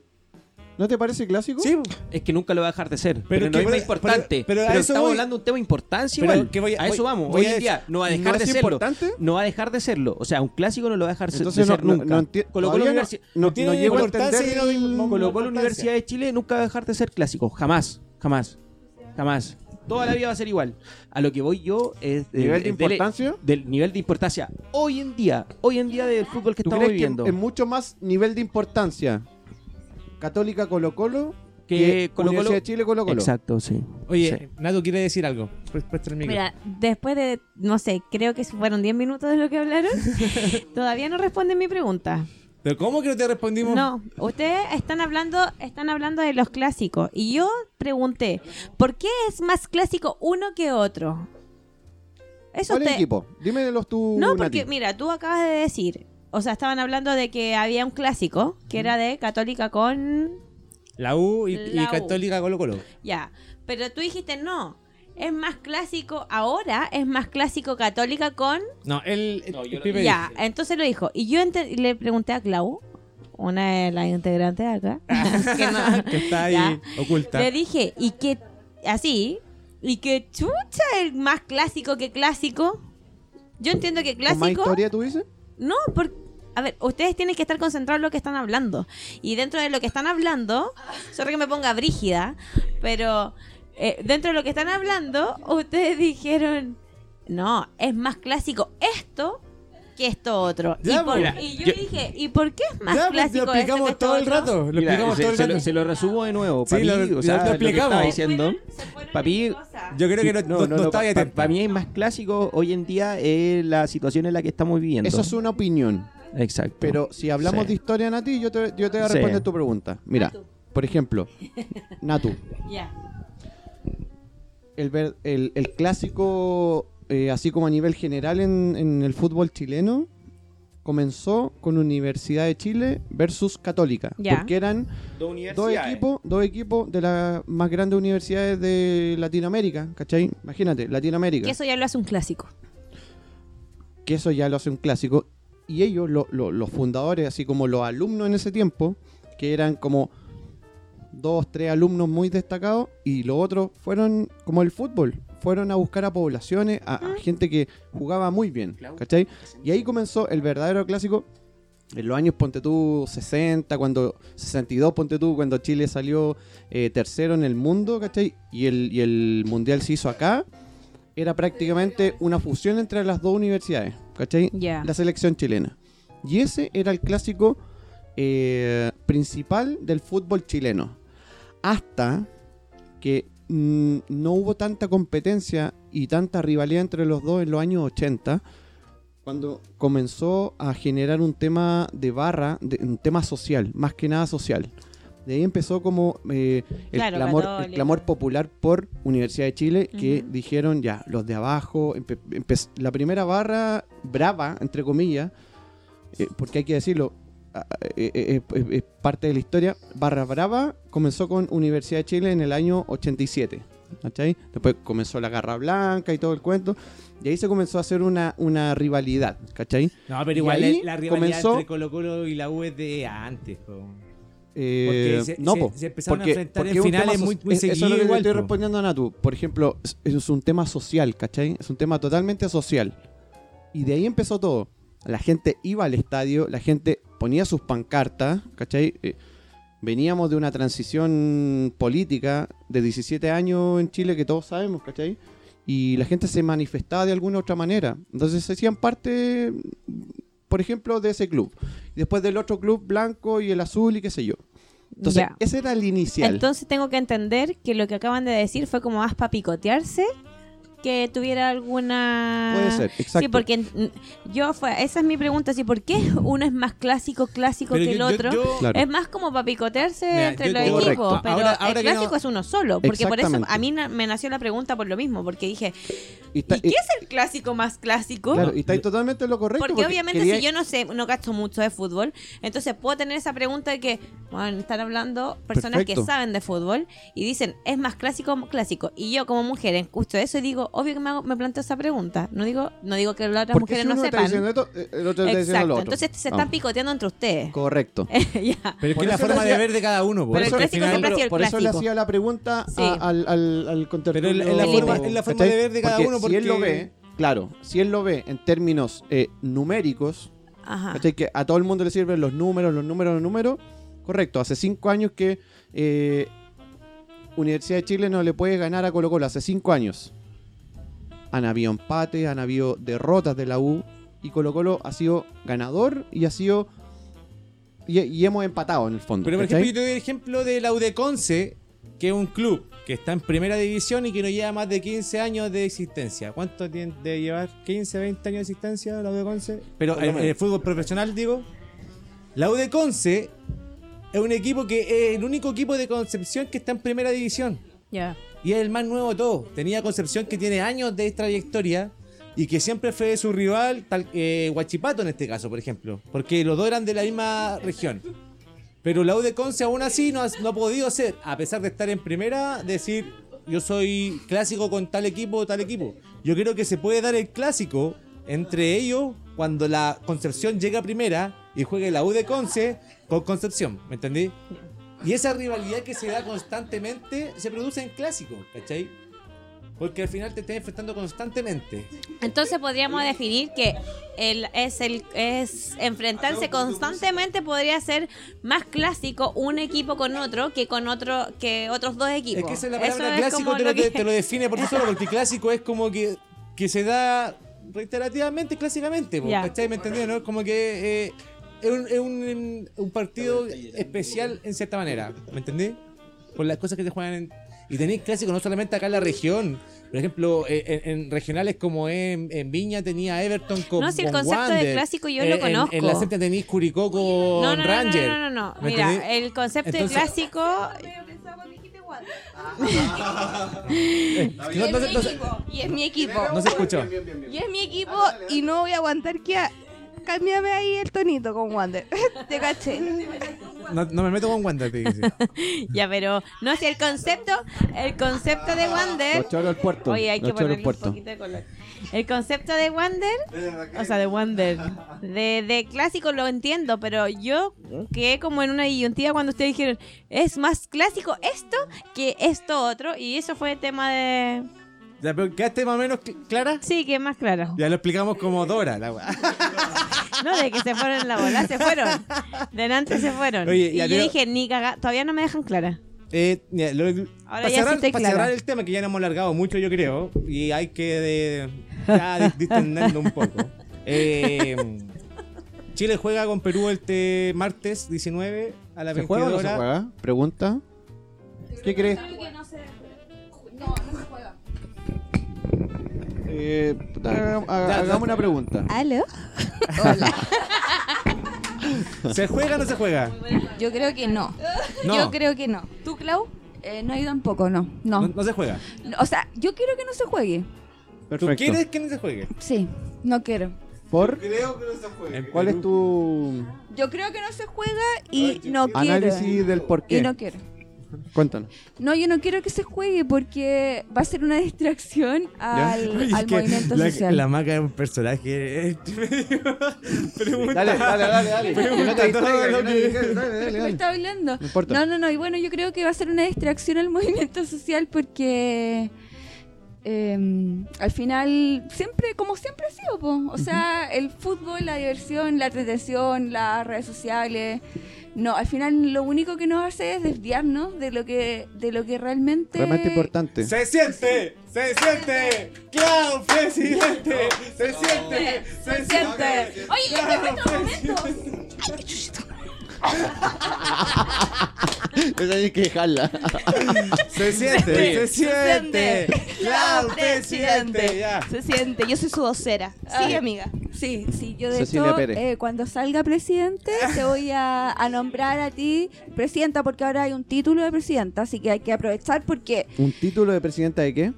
[SPEAKER 1] ¿No te parece clásico?
[SPEAKER 2] Sí,
[SPEAKER 4] Es que nunca lo va a dejar de ser. Pero,
[SPEAKER 2] Pero
[SPEAKER 4] no
[SPEAKER 2] que
[SPEAKER 4] es más
[SPEAKER 2] voy-
[SPEAKER 4] importante. Pero,
[SPEAKER 2] pero- pero a eso
[SPEAKER 4] estamos
[SPEAKER 2] voy.
[SPEAKER 4] hablando de un tema de importancia
[SPEAKER 2] Pero
[SPEAKER 4] igual.
[SPEAKER 2] que voy-
[SPEAKER 4] a eso
[SPEAKER 2] voy-
[SPEAKER 4] vamos.
[SPEAKER 2] voy
[SPEAKER 4] Hoy
[SPEAKER 2] a
[SPEAKER 4] en
[SPEAKER 2] decir-
[SPEAKER 4] día no va a dejar
[SPEAKER 1] ¿No
[SPEAKER 4] de
[SPEAKER 1] es
[SPEAKER 4] serlo.
[SPEAKER 1] importante?
[SPEAKER 4] No va a dejar de serlo. O sea, un clásico no lo va a dejar de
[SPEAKER 1] Entonces no,
[SPEAKER 4] ser
[SPEAKER 1] no,
[SPEAKER 4] nunca.
[SPEAKER 1] no entiendo.
[SPEAKER 4] Colo Colo Universi-
[SPEAKER 1] no,
[SPEAKER 2] tiene
[SPEAKER 1] no llego a
[SPEAKER 2] importancia
[SPEAKER 1] entender
[SPEAKER 2] y no-
[SPEAKER 1] el-
[SPEAKER 4] Colo Colo
[SPEAKER 2] importancia.
[SPEAKER 4] Universidad de Chile nunca va a dejar de ser clásico. Jamás. Jamás. Jamás. Toda la vida va a ser igual. A lo que voy yo es... eh,
[SPEAKER 1] ¿Nivel de
[SPEAKER 4] dele-
[SPEAKER 1] importancia?
[SPEAKER 4] Del nivel de importancia. Hoy en día. Hoy en día del fútbol que
[SPEAKER 1] ¿Tú
[SPEAKER 4] estamos
[SPEAKER 1] crees
[SPEAKER 4] viviendo.
[SPEAKER 1] que es mucho más nivel de importancia Católica Colo Colo
[SPEAKER 4] Que
[SPEAKER 1] que,
[SPEAKER 4] Colo-Colo-
[SPEAKER 1] Universidad de Chile Colo Colo?
[SPEAKER 4] Exacto, sí.
[SPEAKER 2] Oye,
[SPEAKER 4] Sí.
[SPEAKER 2] Nato quiere decir algo. Pues, presta el micro.
[SPEAKER 5] Mira, después de, no sé, creo que fueron 10 minutos de lo que
[SPEAKER 1] [laughs]
[SPEAKER 5] hablaron, todavía no responden mi pregunta.
[SPEAKER 2] ¿Pero cómo que no te respondimos?
[SPEAKER 5] No, ustedes están hablando, están hablando de los clásicos. Y yo pregunté, ¿por qué es más clásico uno que otro? Eso
[SPEAKER 1] ¿Cuál es el
[SPEAKER 5] te-
[SPEAKER 1] equipo? Dímelos tú.
[SPEAKER 5] No, porque
[SPEAKER 1] Nati.
[SPEAKER 5] mira, tú acabas de decir, o sea, estaban hablando de que había un clásico que era de Católica con
[SPEAKER 2] La U y, y
[SPEAKER 5] La U.
[SPEAKER 2] Católica Colo Colo.
[SPEAKER 5] ya, pero tú dijiste no. Es más clásico ahora, es más clásico católica con
[SPEAKER 2] No, él... el Pipe
[SPEAKER 5] ya,
[SPEAKER 2] dice.
[SPEAKER 5] entonces lo dijo. Y yo ente- le pregunté a Clau, una de las integrantes de
[SPEAKER 2] [laughs]
[SPEAKER 5] acá, [laughs] que no-
[SPEAKER 2] Que está ahí
[SPEAKER 5] Ya.
[SPEAKER 2] oculta.
[SPEAKER 5] Le dije, y que así, y que chucha el más clásico que clásico. Yo entiendo que
[SPEAKER 1] ¿Con más
[SPEAKER 5] clásico.
[SPEAKER 1] historia tú dices?
[SPEAKER 5] No, porque. A ver, ustedes tienen que estar concentrados en lo que están hablando. Y dentro de lo que están hablando, sorry que me ponga brígida, pero eh, dentro de lo que están hablando, ustedes dijeron, no, es más clásico esto que esto otro.
[SPEAKER 2] Ya,
[SPEAKER 5] y, por-
[SPEAKER 2] mira,
[SPEAKER 5] y yo,
[SPEAKER 2] yo-
[SPEAKER 5] dije, ¿y por qué es más
[SPEAKER 2] Ya, pues,
[SPEAKER 5] clásico
[SPEAKER 2] lo
[SPEAKER 5] esto
[SPEAKER 2] explicamos
[SPEAKER 5] que esto
[SPEAKER 2] todo el
[SPEAKER 5] otro?"
[SPEAKER 2] rato. Lo
[SPEAKER 4] Mira,
[SPEAKER 2] explicamos
[SPEAKER 4] se,
[SPEAKER 2] todo el
[SPEAKER 4] se
[SPEAKER 2] rato.
[SPEAKER 4] lo, se lo resumo de nuevo.
[SPEAKER 2] Sí,
[SPEAKER 4] Papi,
[SPEAKER 2] lo-
[SPEAKER 4] o
[SPEAKER 2] lo-
[SPEAKER 4] sea,
[SPEAKER 2] lo
[SPEAKER 4] que
[SPEAKER 2] explicamos.
[SPEAKER 4] estaba
[SPEAKER 2] Se
[SPEAKER 4] diciendo. Papi,
[SPEAKER 2] Yo creo que no, no, no estaba atento.
[SPEAKER 4] Para mí es más clásico hoy en día eh, la situación en la que estamos viviendo.
[SPEAKER 1] Eso es una opinión.
[SPEAKER 4] Exacto.
[SPEAKER 1] Pero si hablamos
[SPEAKER 4] Sí.
[SPEAKER 1] de historia, Nati, yo te, yo te voy a
[SPEAKER 4] Sí.
[SPEAKER 1] responder tu pregunta. Mira,
[SPEAKER 5] Natu.
[SPEAKER 1] por ejemplo, [laughs] Natu,
[SPEAKER 5] Ya.
[SPEAKER 1] el, ver- el, el clásico, eh, así como a nivel general en, en el fútbol chileno, comenzó con Universidad de Chile versus Católica.
[SPEAKER 5] Ya.
[SPEAKER 1] Porque eran dos equipos, dos equipos de las más grandes universidades de Latinoamérica, ¿cachai? Imagínate, Latinoamérica.
[SPEAKER 5] Que eso ya lo hace un clásico.
[SPEAKER 1] que eso ya lo hace un clásico. Y ellos, lo- lo- los fundadores, así como los alumnos en ese tiempo, que eran como dos, tres alumnos muy destacados, y los otros fueron como el fútbol, fueron a buscar a poblaciones, a, a gente que jugaba muy bien, ¿cachai? Y ahí comenzó el verdadero clásico. En los años Ponte tú 60, cuando 62 Ponte tú, cuando Chile salió eh, tercero en el mundo, ¿cachai? Y el, y el mundial se hizo acá era prácticamente una fusión entre las dos universidades, ¿cachai?
[SPEAKER 5] Ya.
[SPEAKER 1] La selección chilena. Y ese era el clásico eh, principal del fútbol chileno. Hasta que mm, no hubo tanta competencia y tanta rivalidad entre los dos en los años 80, cuando comenzó a generar un tema de barra, de- un tema social, más que nada social. De ahí empezó como eh, el,
[SPEAKER 5] Claro,
[SPEAKER 1] clamor, el
[SPEAKER 5] católico.
[SPEAKER 1] clamor popular por Universidad de Chile, que
[SPEAKER 5] Ujú.
[SPEAKER 1] dijeron ya, los de abajo, empe- empe- la primera barra brava, entre comillas, eh, porque hay que decirlo, ah, eh, eh, eh, es parte de la historia, barra brava comenzó con Universidad de Chile en el año 87. ¿cachai? Después comenzó la Garra Blanca y todo el cuento. Y ahí se comenzó a hacer una, una rivalidad, ¿cachai?
[SPEAKER 2] No, pero
[SPEAKER 1] Y
[SPEAKER 2] igual
[SPEAKER 1] ahí
[SPEAKER 2] la, la rivalidad
[SPEAKER 1] comenzó-
[SPEAKER 2] entre Colo Colo y la U es de antes. po.
[SPEAKER 1] Eh,
[SPEAKER 2] Porque se-
[SPEAKER 1] no,
[SPEAKER 2] se-
[SPEAKER 1] po,
[SPEAKER 2] se empezaron a enfrentar en
[SPEAKER 1] es un
[SPEAKER 2] finales
[SPEAKER 1] tema
[SPEAKER 2] muy-
[SPEAKER 1] so-
[SPEAKER 2] muy
[SPEAKER 1] es- Eso es lo
[SPEAKER 2] seguido
[SPEAKER 1] que yo
[SPEAKER 2] igual,
[SPEAKER 1] estoy
[SPEAKER 2] po.
[SPEAKER 1] respondiendo a Natu. Por ejemplo, es, es un tema social, ¿cachai? Es un tema totalmente social. Y de ahí empezó todo. La gente iba al estadio, la gente ponía sus pancartas, ¿cachai? Eh, veníamos de una transición política de 17 años en Chile que todos sabemos, ¿cachai? Y la gente se manifestaba de alguna u otra manera. Entonces se hacían parte, por ejemplo, de ese club. Después del otro club blanco y el azul y qué sé yo. Entonces,
[SPEAKER 5] Ya.
[SPEAKER 1] ese era el inicial.
[SPEAKER 5] Entonces tengo que entender que lo que acaban de decir fue como más para picotearse que tuviera alguna...
[SPEAKER 1] Puede ser, exacto.
[SPEAKER 5] Sí, porque mm, yo fue, esa es mi pregunta, sí, ¿por qué uno es más clásico clásico
[SPEAKER 2] Pero
[SPEAKER 5] que el
[SPEAKER 2] yo- yo-
[SPEAKER 5] otro?
[SPEAKER 2] yo-
[SPEAKER 1] Claro.
[SPEAKER 5] Es más como para picotearse
[SPEAKER 2] Mira, yo-
[SPEAKER 5] entre los
[SPEAKER 1] correcto.
[SPEAKER 5] equipos, pero
[SPEAKER 2] Ahora- ahora
[SPEAKER 5] el
[SPEAKER 2] que no-
[SPEAKER 5] clásico es uno solo, porque por eso a
[SPEAKER 1] Exactamente.
[SPEAKER 5] mí na- me nació la pregunta por lo mismo, porque dije,
[SPEAKER 1] Y
[SPEAKER 5] ¿y
[SPEAKER 1] está-
[SPEAKER 5] qué
[SPEAKER 1] y-
[SPEAKER 5] es el clásico más clásico?
[SPEAKER 1] claro, y estáis totalmente en lo correcto.
[SPEAKER 5] Porque, obviamente
[SPEAKER 1] quería-
[SPEAKER 5] si yo no sé, no gasto mucho de fútbol, entonces puedo tener esa pregunta de que, bueno, están hablando personas
[SPEAKER 1] Perfecto.
[SPEAKER 5] que saben de fútbol y dicen, es más clásico o clásico. Y yo como mujer escucho eso y digo, obvio que me, hago- me planteo esa pregunta. No digo, no digo que las otras
[SPEAKER 1] Porque
[SPEAKER 5] mujeres
[SPEAKER 1] si
[SPEAKER 5] no
[SPEAKER 1] uno está
[SPEAKER 5] sepan.
[SPEAKER 1] diciendo esto, eh, el otro está diciendo lo
[SPEAKER 5] Exacto.
[SPEAKER 1] otro. Ah.
[SPEAKER 5] Entonces se
[SPEAKER 1] No.
[SPEAKER 5] están picoteando entre ustedes.
[SPEAKER 1] Correcto.
[SPEAKER 5] [laughs] Ya.
[SPEAKER 2] Pero es
[SPEAKER 1] Por
[SPEAKER 2] que es la
[SPEAKER 1] eso le
[SPEAKER 2] forma de
[SPEAKER 1] hacía-
[SPEAKER 2] ver de cada uno. po.
[SPEAKER 5] Pero el
[SPEAKER 2] Porque al
[SPEAKER 5] clásico
[SPEAKER 2] final-
[SPEAKER 5] siempre ha sido el
[SPEAKER 1] por eso le
[SPEAKER 5] clásico.
[SPEAKER 1] hacía la pregunta a-
[SPEAKER 5] Sí.
[SPEAKER 1] al, al, al contertulio.
[SPEAKER 2] Pero es la- es
[SPEAKER 5] la
[SPEAKER 2] forma- es la forma
[SPEAKER 1] ¿Cachai?
[SPEAKER 2] de ver de cada
[SPEAKER 1] Porque
[SPEAKER 2] uno
[SPEAKER 1] Si él lo
[SPEAKER 2] porque-
[SPEAKER 1] ve, claro, si él lo ve en términos eh, numéricos,
[SPEAKER 5] Ajá.
[SPEAKER 1] ¿Cachai? Que a todo el mundo le sirven los números, los números, los números. Correcto, hace cinco años que eh, Universidad de Chile no le puede ganar a Colo Colo, hace cinco años. Han habido empates, han habido derrotas de la U y Colo Colo ha sido ganador y ha sido... Y, y hemos empatado en el fondo.
[SPEAKER 2] Pero por
[SPEAKER 1] ¿cachai?
[SPEAKER 2] ejemplo, yo te doy el ejemplo de la Udeconce, que es un club que está en primera división y que no lleva más de 15 años de existencia. ¿Cuánto tiene de llevar? ¿15, 20 años de existencia la Udeconce? Pero en en el fútbol profesional, digo. La Udeconce es un equipo que es el único equipo de Concepción que está en primera división.
[SPEAKER 5] Ya.
[SPEAKER 2] Y es el más nuevo de todos. Tenía Concepción que tiene años de trayectoria y que siempre fue su rival, tal, eh, Huachipato en este caso, por ejemplo. Porque los dos eran de la misma región. Pero la U de Conce aún así no ha, no ha podido ser, a pesar de estar en primera, decir yo soy clásico con tal equipo o tal equipo. Yo creo que se puede dar el clásico entre ellos cuando la Concepción llega a primera y juegue la U de Conce con Concepción, ¿me entendí? Y esa rivalidad que se da constantemente se produce en clásicos, ¿cachai? Porque al final te estás enfrentando constantemente.
[SPEAKER 5] Entonces podríamos definir que el, es el es enfrentarse constantemente podría ser más clásico un equipo con otro que con otro que otros dos equipos.
[SPEAKER 2] Es que esa es la
[SPEAKER 5] Eso
[SPEAKER 2] palabra
[SPEAKER 5] es
[SPEAKER 2] clásico,
[SPEAKER 5] como
[SPEAKER 2] te lo,
[SPEAKER 5] lo que-
[SPEAKER 2] te lo define por sí solo, porque clásico es como que, que se da reiterativamente, clásicamente, po,
[SPEAKER 5] Ya.
[SPEAKER 2] ¿cachai? ¿Me entendió, no? Como que eh, es, un, es un- un partido especial en cierta manera, ¿me entendí? Por las cosas que se juegan en- Y tenéis clásicos no solamente acá en la región, Por ejemplo, eh, en, en regionales como en, en Viña tenía Everton con
[SPEAKER 5] No, si el
[SPEAKER 2] con
[SPEAKER 5] concepto de
[SPEAKER 2] Wander.
[SPEAKER 5] clásico yo
[SPEAKER 2] Eh,
[SPEAKER 5] lo
[SPEAKER 2] en-
[SPEAKER 5] conozco.
[SPEAKER 2] En, la central tenías Curicó con
[SPEAKER 5] [laughs] No, no, no, no,
[SPEAKER 2] Ranger.
[SPEAKER 5] no, no, no, no.
[SPEAKER 2] ¿Me
[SPEAKER 5] Mira,
[SPEAKER 2] entendí?
[SPEAKER 5] el concepto
[SPEAKER 2] Entonces-
[SPEAKER 5] de clásico.
[SPEAKER 2] Que no- no se- no se-
[SPEAKER 6] Y es mi equipo.
[SPEAKER 2] no se escuchó.
[SPEAKER 6] Y es mi equipo y no voy a aguantar que... a- Cámbiame ahí el tonito con Wander. [laughs] Te caché.
[SPEAKER 2] No, no me meto con Wander, te dije.
[SPEAKER 5] [laughs] Ya, pero. No, si el concepto. El concepto de Wander.
[SPEAKER 1] Los choros al puerto.
[SPEAKER 5] Oye, hay que
[SPEAKER 1] los choros al
[SPEAKER 5] ponerle un
[SPEAKER 1] puerto.
[SPEAKER 5] poquito de color. El concepto de Wander, o sea, de Wander, de, de clásico lo entiendo, pero yo quedé como en una disyuntiva cuando ustedes dijeron, es más clásico esto que esto otro, y eso fue tema de...
[SPEAKER 2] Ya, pero ¿Quedaste más o menos cl- clara?
[SPEAKER 5] Sí, que más claro.
[SPEAKER 2] Ya lo explicamos como Dora, la weá. [laughs]
[SPEAKER 5] No, de que se fueron en la bola, se fueron. Delante se fueron.
[SPEAKER 2] Oye,
[SPEAKER 5] y
[SPEAKER 2] ya
[SPEAKER 5] yo
[SPEAKER 2] creo-
[SPEAKER 5] dije, ni caga, todavía no me dejan clara.
[SPEAKER 2] Eh, mira, lo- para,
[SPEAKER 5] ya sí
[SPEAKER 2] cerrar,
[SPEAKER 5] estoy
[SPEAKER 2] para
[SPEAKER 5] clara.
[SPEAKER 2] cerrar el tema, que ya nos hemos alargado mucho, yo creo, y hay que de- ya dis- distendiendo un poco. Eh, Chile juega con Perú el te- martes 19 a la
[SPEAKER 1] ¿Se
[SPEAKER 2] 22
[SPEAKER 1] juega o no se
[SPEAKER 2] hora.
[SPEAKER 1] juega? Pregunta. ¿Qué crees? Eh, puta, hagam- haga- Hagamos una pregunta.
[SPEAKER 6] ¿Aló?
[SPEAKER 2] ¿Se juega o no se juega?
[SPEAKER 6] Yo creo que no.
[SPEAKER 2] No.
[SPEAKER 6] Yo creo que no. ¿Tú, Clau? Eh, no, yo tampoco, no. No.
[SPEAKER 2] No, no se juega.
[SPEAKER 6] O sea, yo quiero que no se juegue.
[SPEAKER 2] ¿Tú
[SPEAKER 1] Perfecto.
[SPEAKER 2] quieres que no se juegue?
[SPEAKER 6] Sí, no quiero.
[SPEAKER 1] ¿Por?
[SPEAKER 2] En
[SPEAKER 1] ¿Cuál es
[SPEAKER 2] Perú.
[SPEAKER 1] tu
[SPEAKER 6] Yo creo que no se juega y no quiero.
[SPEAKER 1] análisis del por
[SPEAKER 6] Y
[SPEAKER 1] qué?
[SPEAKER 6] no quiero.
[SPEAKER 1] Cuéntanos.
[SPEAKER 6] No, yo no quiero que se juegue porque va a ser una [laughs] distracción [laughs] al,
[SPEAKER 2] Oye,
[SPEAKER 6] al
[SPEAKER 2] que
[SPEAKER 6] movimiento
[SPEAKER 2] la,
[SPEAKER 6] social.
[SPEAKER 2] La maca es un personaje. eh, [laughs] pregunta.
[SPEAKER 1] Dale, dale, dale, dale. Que no te
[SPEAKER 2] Pregunta todo
[SPEAKER 1] distraigas,
[SPEAKER 2] lo
[SPEAKER 1] que no
[SPEAKER 2] que-
[SPEAKER 1] te distraigas. Dale, dale,
[SPEAKER 6] ¿Me
[SPEAKER 1] dale.
[SPEAKER 6] está hablando?
[SPEAKER 1] No importa.
[SPEAKER 6] No, no, no. Y bueno, yo creo que va a ser una distracción al [laughs] movimiento social porque eh, al final, siempre, como siempre ha sido, po. o sea, el fútbol, la diversión, la entretención, las redes sociales. No, al final lo único que nos hace es desviarnos de lo que, de lo que realmente,
[SPEAKER 1] Realmente importante.
[SPEAKER 2] ¡Se siente! ¡Se siente! ¡Clau, presidente! ¡Se siente! ¡Se siente!
[SPEAKER 6] Oye, ya te cuento un momento.
[SPEAKER 1] Esa hay que dejarla.
[SPEAKER 2] ¡Se siente! ¡Se siente!
[SPEAKER 7] siente.
[SPEAKER 2] ¡Clau, presidente! Ya.
[SPEAKER 7] Se siente, yo soy su vocera. Sí,
[SPEAKER 6] Ah.
[SPEAKER 7] amiga.
[SPEAKER 6] Sí, sí, yo de
[SPEAKER 1] Cecilia
[SPEAKER 6] hecho,
[SPEAKER 1] Pérez.
[SPEAKER 6] eh, cuando salga presidente, te voy a, a nombrar a ti presidenta, porque ahora hay un título de presidenta, así que hay que aprovechar porque,
[SPEAKER 1] [laughs] ¿Un título de presidenta de qué?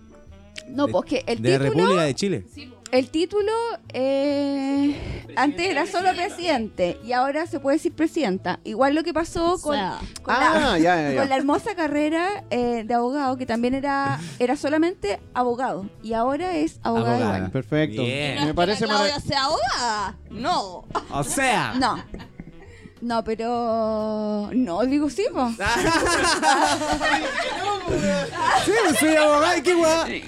[SPEAKER 6] no,
[SPEAKER 2] De-
[SPEAKER 6] porque el
[SPEAKER 2] De la
[SPEAKER 6] título,
[SPEAKER 2] República de Chile.
[SPEAKER 6] el título, eh, antes era solo presidente y ahora se puede decir presidenta. Igual lo que pasó con, con la,
[SPEAKER 1] Ah, ya, ya,
[SPEAKER 6] con la
[SPEAKER 1] ya.
[SPEAKER 6] hermosa carrera eh, de abogado, que también era, era solamente abogado y ahora es abogado.
[SPEAKER 2] Abogada.
[SPEAKER 6] igual.
[SPEAKER 1] Ah, Perfecto.
[SPEAKER 2] Bien.
[SPEAKER 1] Me parece marav-
[SPEAKER 7] Claudia sea abogada. No.
[SPEAKER 2] O sea.
[SPEAKER 6] No. No, pero. No, digo sí, po.
[SPEAKER 1] Ah.
[SPEAKER 2] Sí, pues, soy abogado, qué guay.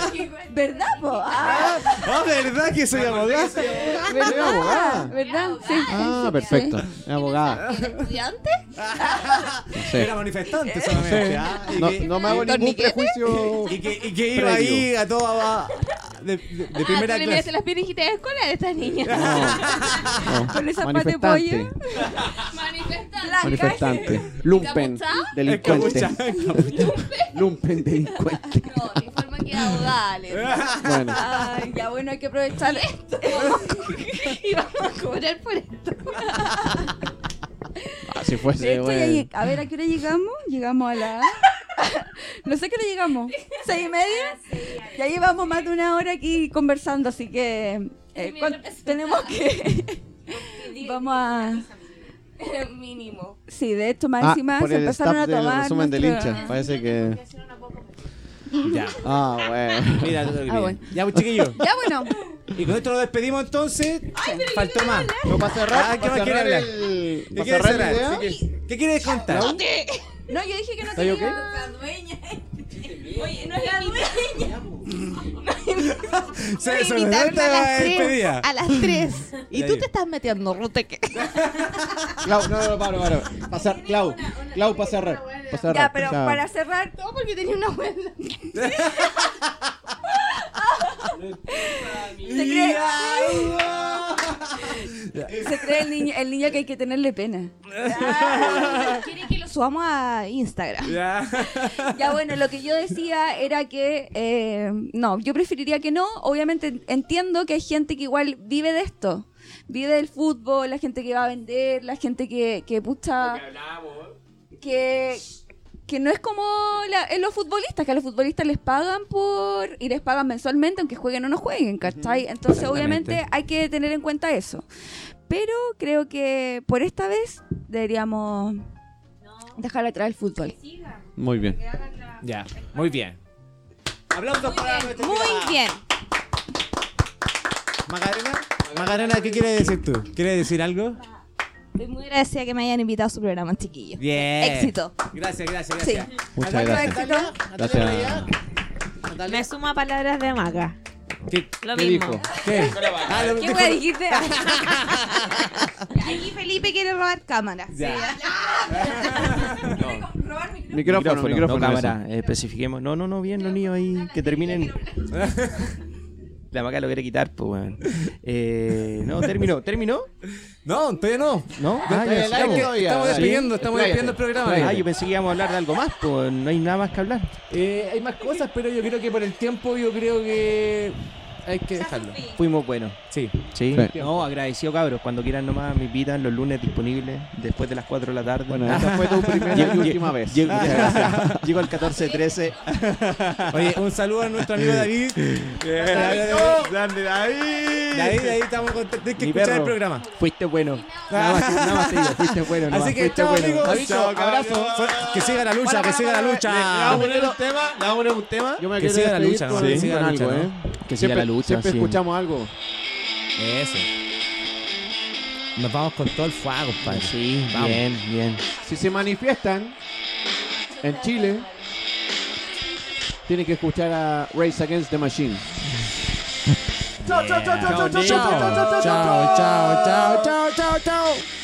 [SPEAKER 6] [laughs] ¿Verdad, po? Ah,
[SPEAKER 2] Ah, ¿verdad que soy abogado?
[SPEAKER 1] Soy Ah. abogada.
[SPEAKER 6] ¿Verdad? Sí.
[SPEAKER 1] Ah, perfecto. Es abogada.
[SPEAKER 6] [laughs]
[SPEAKER 7] Estudiante.
[SPEAKER 1] No sé.
[SPEAKER 2] Era manifestante solamente. ah, y
[SPEAKER 1] No,
[SPEAKER 2] que-
[SPEAKER 1] no me hago ningún
[SPEAKER 7] ¿Torniquete?
[SPEAKER 6] [laughs]
[SPEAKER 1] prejuicio.
[SPEAKER 2] Y que, y que
[SPEAKER 1] Previo.
[SPEAKER 2] iba ahí a toda. De, de- de
[SPEAKER 7] Ah, tú
[SPEAKER 2] primera
[SPEAKER 7] le miraste
[SPEAKER 2] clase.
[SPEAKER 7] las pirinjitas escolares a estas niñas.
[SPEAKER 1] No, no.
[SPEAKER 6] Con esa pata de
[SPEAKER 1] Manifestante.
[SPEAKER 7] Manifestante.
[SPEAKER 1] Manifestante. Lumpen.
[SPEAKER 7] ¿Encapuchado?
[SPEAKER 1] Delincuente.
[SPEAKER 2] Encapuchado, encapuchado.
[SPEAKER 1] Lumpen delincuente.
[SPEAKER 7] No, de forma que abogada. le-
[SPEAKER 1] Bueno.
[SPEAKER 6] Ay, ya bueno, hay que aprovechar. [laughs]
[SPEAKER 7] Y vamos a cobrar por esto.
[SPEAKER 1] Así
[SPEAKER 6] De
[SPEAKER 1] fuese,
[SPEAKER 6] hecho, ya
[SPEAKER 1] bueno.
[SPEAKER 6] lleg- a ver, ¿a qué hora llegamos? Llegamos a la. [laughs] No sé a qué hora
[SPEAKER 7] [laughs]
[SPEAKER 6] llegamos. ¿Seis y
[SPEAKER 7] Ah,
[SPEAKER 6] media? Ya llevamos más de una hora aquí conversando, así que. eh,
[SPEAKER 7] mi
[SPEAKER 6] cuan-
[SPEAKER 7] representante.
[SPEAKER 6] tenemos que.
[SPEAKER 7] [laughs]
[SPEAKER 6] [laughs] Vamos a.
[SPEAKER 7] Mínimo.
[SPEAKER 6] Sí, de hecho, más
[SPEAKER 1] Ah,
[SPEAKER 6] encima
[SPEAKER 1] por
[SPEAKER 6] se
[SPEAKER 1] el
[SPEAKER 6] empezaron a
[SPEAKER 1] staff del
[SPEAKER 6] tomar.
[SPEAKER 1] resumen del
[SPEAKER 6] nuestro-
[SPEAKER 1] hincha. Parece que.
[SPEAKER 2] Ya.
[SPEAKER 1] Ah, bueno.
[SPEAKER 2] Mira, todo bien.
[SPEAKER 6] bueno.
[SPEAKER 2] Ya, pues, chiquillos.
[SPEAKER 6] Ya bueno,
[SPEAKER 2] Y con esto nos despedimos entonces. Faltó más.
[SPEAKER 1] No, para cerrar,
[SPEAKER 2] Ah, ¿qué
[SPEAKER 1] para
[SPEAKER 2] más quiere
[SPEAKER 1] cerrar
[SPEAKER 2] hablar?
[SPEAKER 1] el-
[SPEAKER 2] ¿Qué
[SPEAKER 1] para
[SPEAKER 2] quieres
[SPEAKER 1] cerrar la
[SPEAKER 2] cerrar?
[SPEAKER 1] idea,
[SPEAKER 2] Sí, ¿qué- ¿Qué quieres contar?
[SPEAKER 6] no, yo dije que no
[SPEAKER 1] ¿Estáis
[SPEAKER 6] quería.
[SPEAKER 1] ok?
[SPEAKER 6] [laughs]
[SPEAKER 7] Oye, no es la dueña.
[SPEAKER 2] Se
[SPEAKER 7] Invitaron
[SPEAKER 2] solamente
[SPEAKER 7] a
[SPEAKER 2] la
[SPEAKER 7] las tres.
[SPEAKER 2] despedida.
[SPEAKER 7] A las tres. [laughs] Y
[SPEAKER 2] Ya,
[SPEAKER 7] tú
[SPEAKER 2] ya.
[SPEAKER 7] te estás metiendo, Ruteque.
[SPEAKER 1] Clau, no, no, no, para, para. Pa' cer- Clau, Clau, para cerrar. pa' cerrar,
[SPEAKER 6] Ya, pero
[SPEAKER 1] o sea,
[SPEAKER 6] para cerrar,
[SPEAKER 7] No, porque tenía
[SPEAKER 6] [laughs]
[SPEAKER 7] una abuela.
[SPEAKER 6] se cree, se cree el, niño, el niño que hay que tenerle pena.
[SPEAKER 7] Quiere que los
[SPEAKER 6] subamos a Instagram. [laughs] Ya bueno, lo que yo decía era que eh, no, yo preferiría que no. Obviamente entiendo que hay gente que igual vive de esto. Vive del fútbol, la gente que va a vender, la gente que, que pucha... Que, que no es como la- en los futbolistas, que a los futbolistas les pagan por y les pagan mensualmente, aunque jueguen o no jueguen, ¿cachai? Entonces obviamente hay que tener en cuenta eso. Pero creo que por esta vez deberíamos dejar atrás el fútbol.
[SPEAKER 1] Muy bien.
[SPEAKER 2] Ya, muy bien. Aplausos para nuestra
[SPEAKER 5] Muy
[SPEAKER 2] invitada.
[SPEAKER 5] bien.
[SPEAKER 2] Macarena, Macarena, ¿qué quieres decir tú? ¿Quieres decir algo?
[SPEAKER 7] Estoy muy agradecida que me hayan invitado a su programa, chiquillos.
[SPEAKER 2] Bien.
[SPEAKER 7] Éxito.
[SPEAKER 2] Gracias, gracias,
[SPEAKER 7] Sí.
[SPEAKER 2] gracias.
[SPEAKER 1] Muchas
[SPEAKER 2] Natalia,
[SPEAKER 1] gracias.
[SPEAKER 2] Natalia,
[SPEAKER 1] Gracias.
[SPEAKER 2] Natalia, Natalia.
[SPEAKER 5] Me sumo a palabras de Maca.
[SPEAKER 2] ¿Qué?
[SPEAKER 5] Lo
[SPEAKER 1] ¿Qué
[SPEAKER 5] mismo.
[SPEAKER 1] dijo?
[SPEAKER 2] ¿Qué? Ah, lo-
[SPEAKER 7] ¿Qué wea dijiste? Aquí Felipe quiere robar cámaras.
[SPEAKER 2] Ya.
[SPEAKER 1] Micrófono, micrófono.
[SPEAKER 4] no cámara,
[SPEAKER 1] eso.
[SPEAKER 4] eh, especifiquemos. No, no, no, bien los niños ahí, que terminen. La maca lo quiere quitar, pues, weón. Eh, no, terminó, terminó.
[SPEAKER 2] No, todavía no.
[SPEAKER 4] No,
[SPEAKER 1] Ah, ya,
[SPEAKER 2] Es que
[SPEAKER 1] sigamos.
[SPEAKER 2] Estamos
[SPEAKER 1] Sí.
[SPEAKER 2] despidiendo, estamos despidiendo el programa.
[SPEAKER 4] Ah, yo pensé que íbamos a hablar de algo más, pues, no hay nada más que hablar.
[SPEAKER 2] Eh, hay más cosas, pero yo creo que por el tiempo yo creo que hay que dejarlo.
[SPEAKER 4] Fuimos buenos.
[SPEAKER 2] Sí.
[SPEAKER 4] Sí.
[SPEAKER 1] Sí.
[SPEAKER 4] No, agradecido, cabros. Cuando quieran nomás me invitan los lunes disponibles después de las 4 de la tarde.
[SPEAKER 1] Bueno, esta
[SPEAKER 4] [laughs]
[SPEAKER 1] fue tu primera y
[SPEAKER 4] Llego-
[SPEAKER 1] última vez.
[SPEAKER 4] Llego, llego al 14-13.
[SPEAKER 2] [laughs] Oye, un saludo a nuestro amigo [laughs] David. Eh, David,
[SPEAKER 4] ¡Grande David!
[SPEAKER 2] David, David, estamos contentos. Hay que
[SPEAKER 4] Mi
[SPEAKER 2] escuchar el
[SPEAKER 4] perro.
[SPEAKER 2] programa.
[SPEAKER 4] Fuiste bueno. Nada más, nada más te digo, fuiste bueno. nomás,
[SPEAKER 2] Así que
[SPEAKER 4] fuiste
[SPEAKER 2] chao,
[SPEAKER 4] bueno.
[SPEAKER 2] amigos.
[SPEAKER 4] David,
[SPEAKER 2] Chao, abrazo. Que siga la lucha, que siga la lucha.
[SPEAKER 4] un tema? ¿Le vamos a poner un tema?
[SPEAKER 1] Yo me
[SPEAKER 2] Que
[SPEAKER 1] quiero
[SPEAKER 2] siga la
[SPEAKER 1] despedir
[SPEAKER 2] lucha, ¿no?
[SPEAKER 1] con,
[SPEAKER 2] Que siga
[SPEAKER 1] con
[SPEAKER 2] la
[SPEAKER 1] algo, ¿eh?
[SPEAKER 2] lucha,
[SPEAKER 4] Que siga
[SPEAKER 1] siempre,
[SPEAKER 4] la lucha.
[SPEAKER 1] Siempre
[SPEAKER 4] sí.
[SPEAKER 1] escuchamos algo.
[SPEAKER 2] Eso. Nos vamos con todo el fuego, compadre.
[SPEAKER 4] Sí,
[SPEAKER 2] Vamos.
[SPEAKER 4] bien, bien.
[SPEAKER 1] Si se manifiestan en Chile, tienen que escuchar a Race Against the Machine.
[SPEAKER 2] Chao, chao, chao, chao, chao, chao, chao, chao, chao, chao.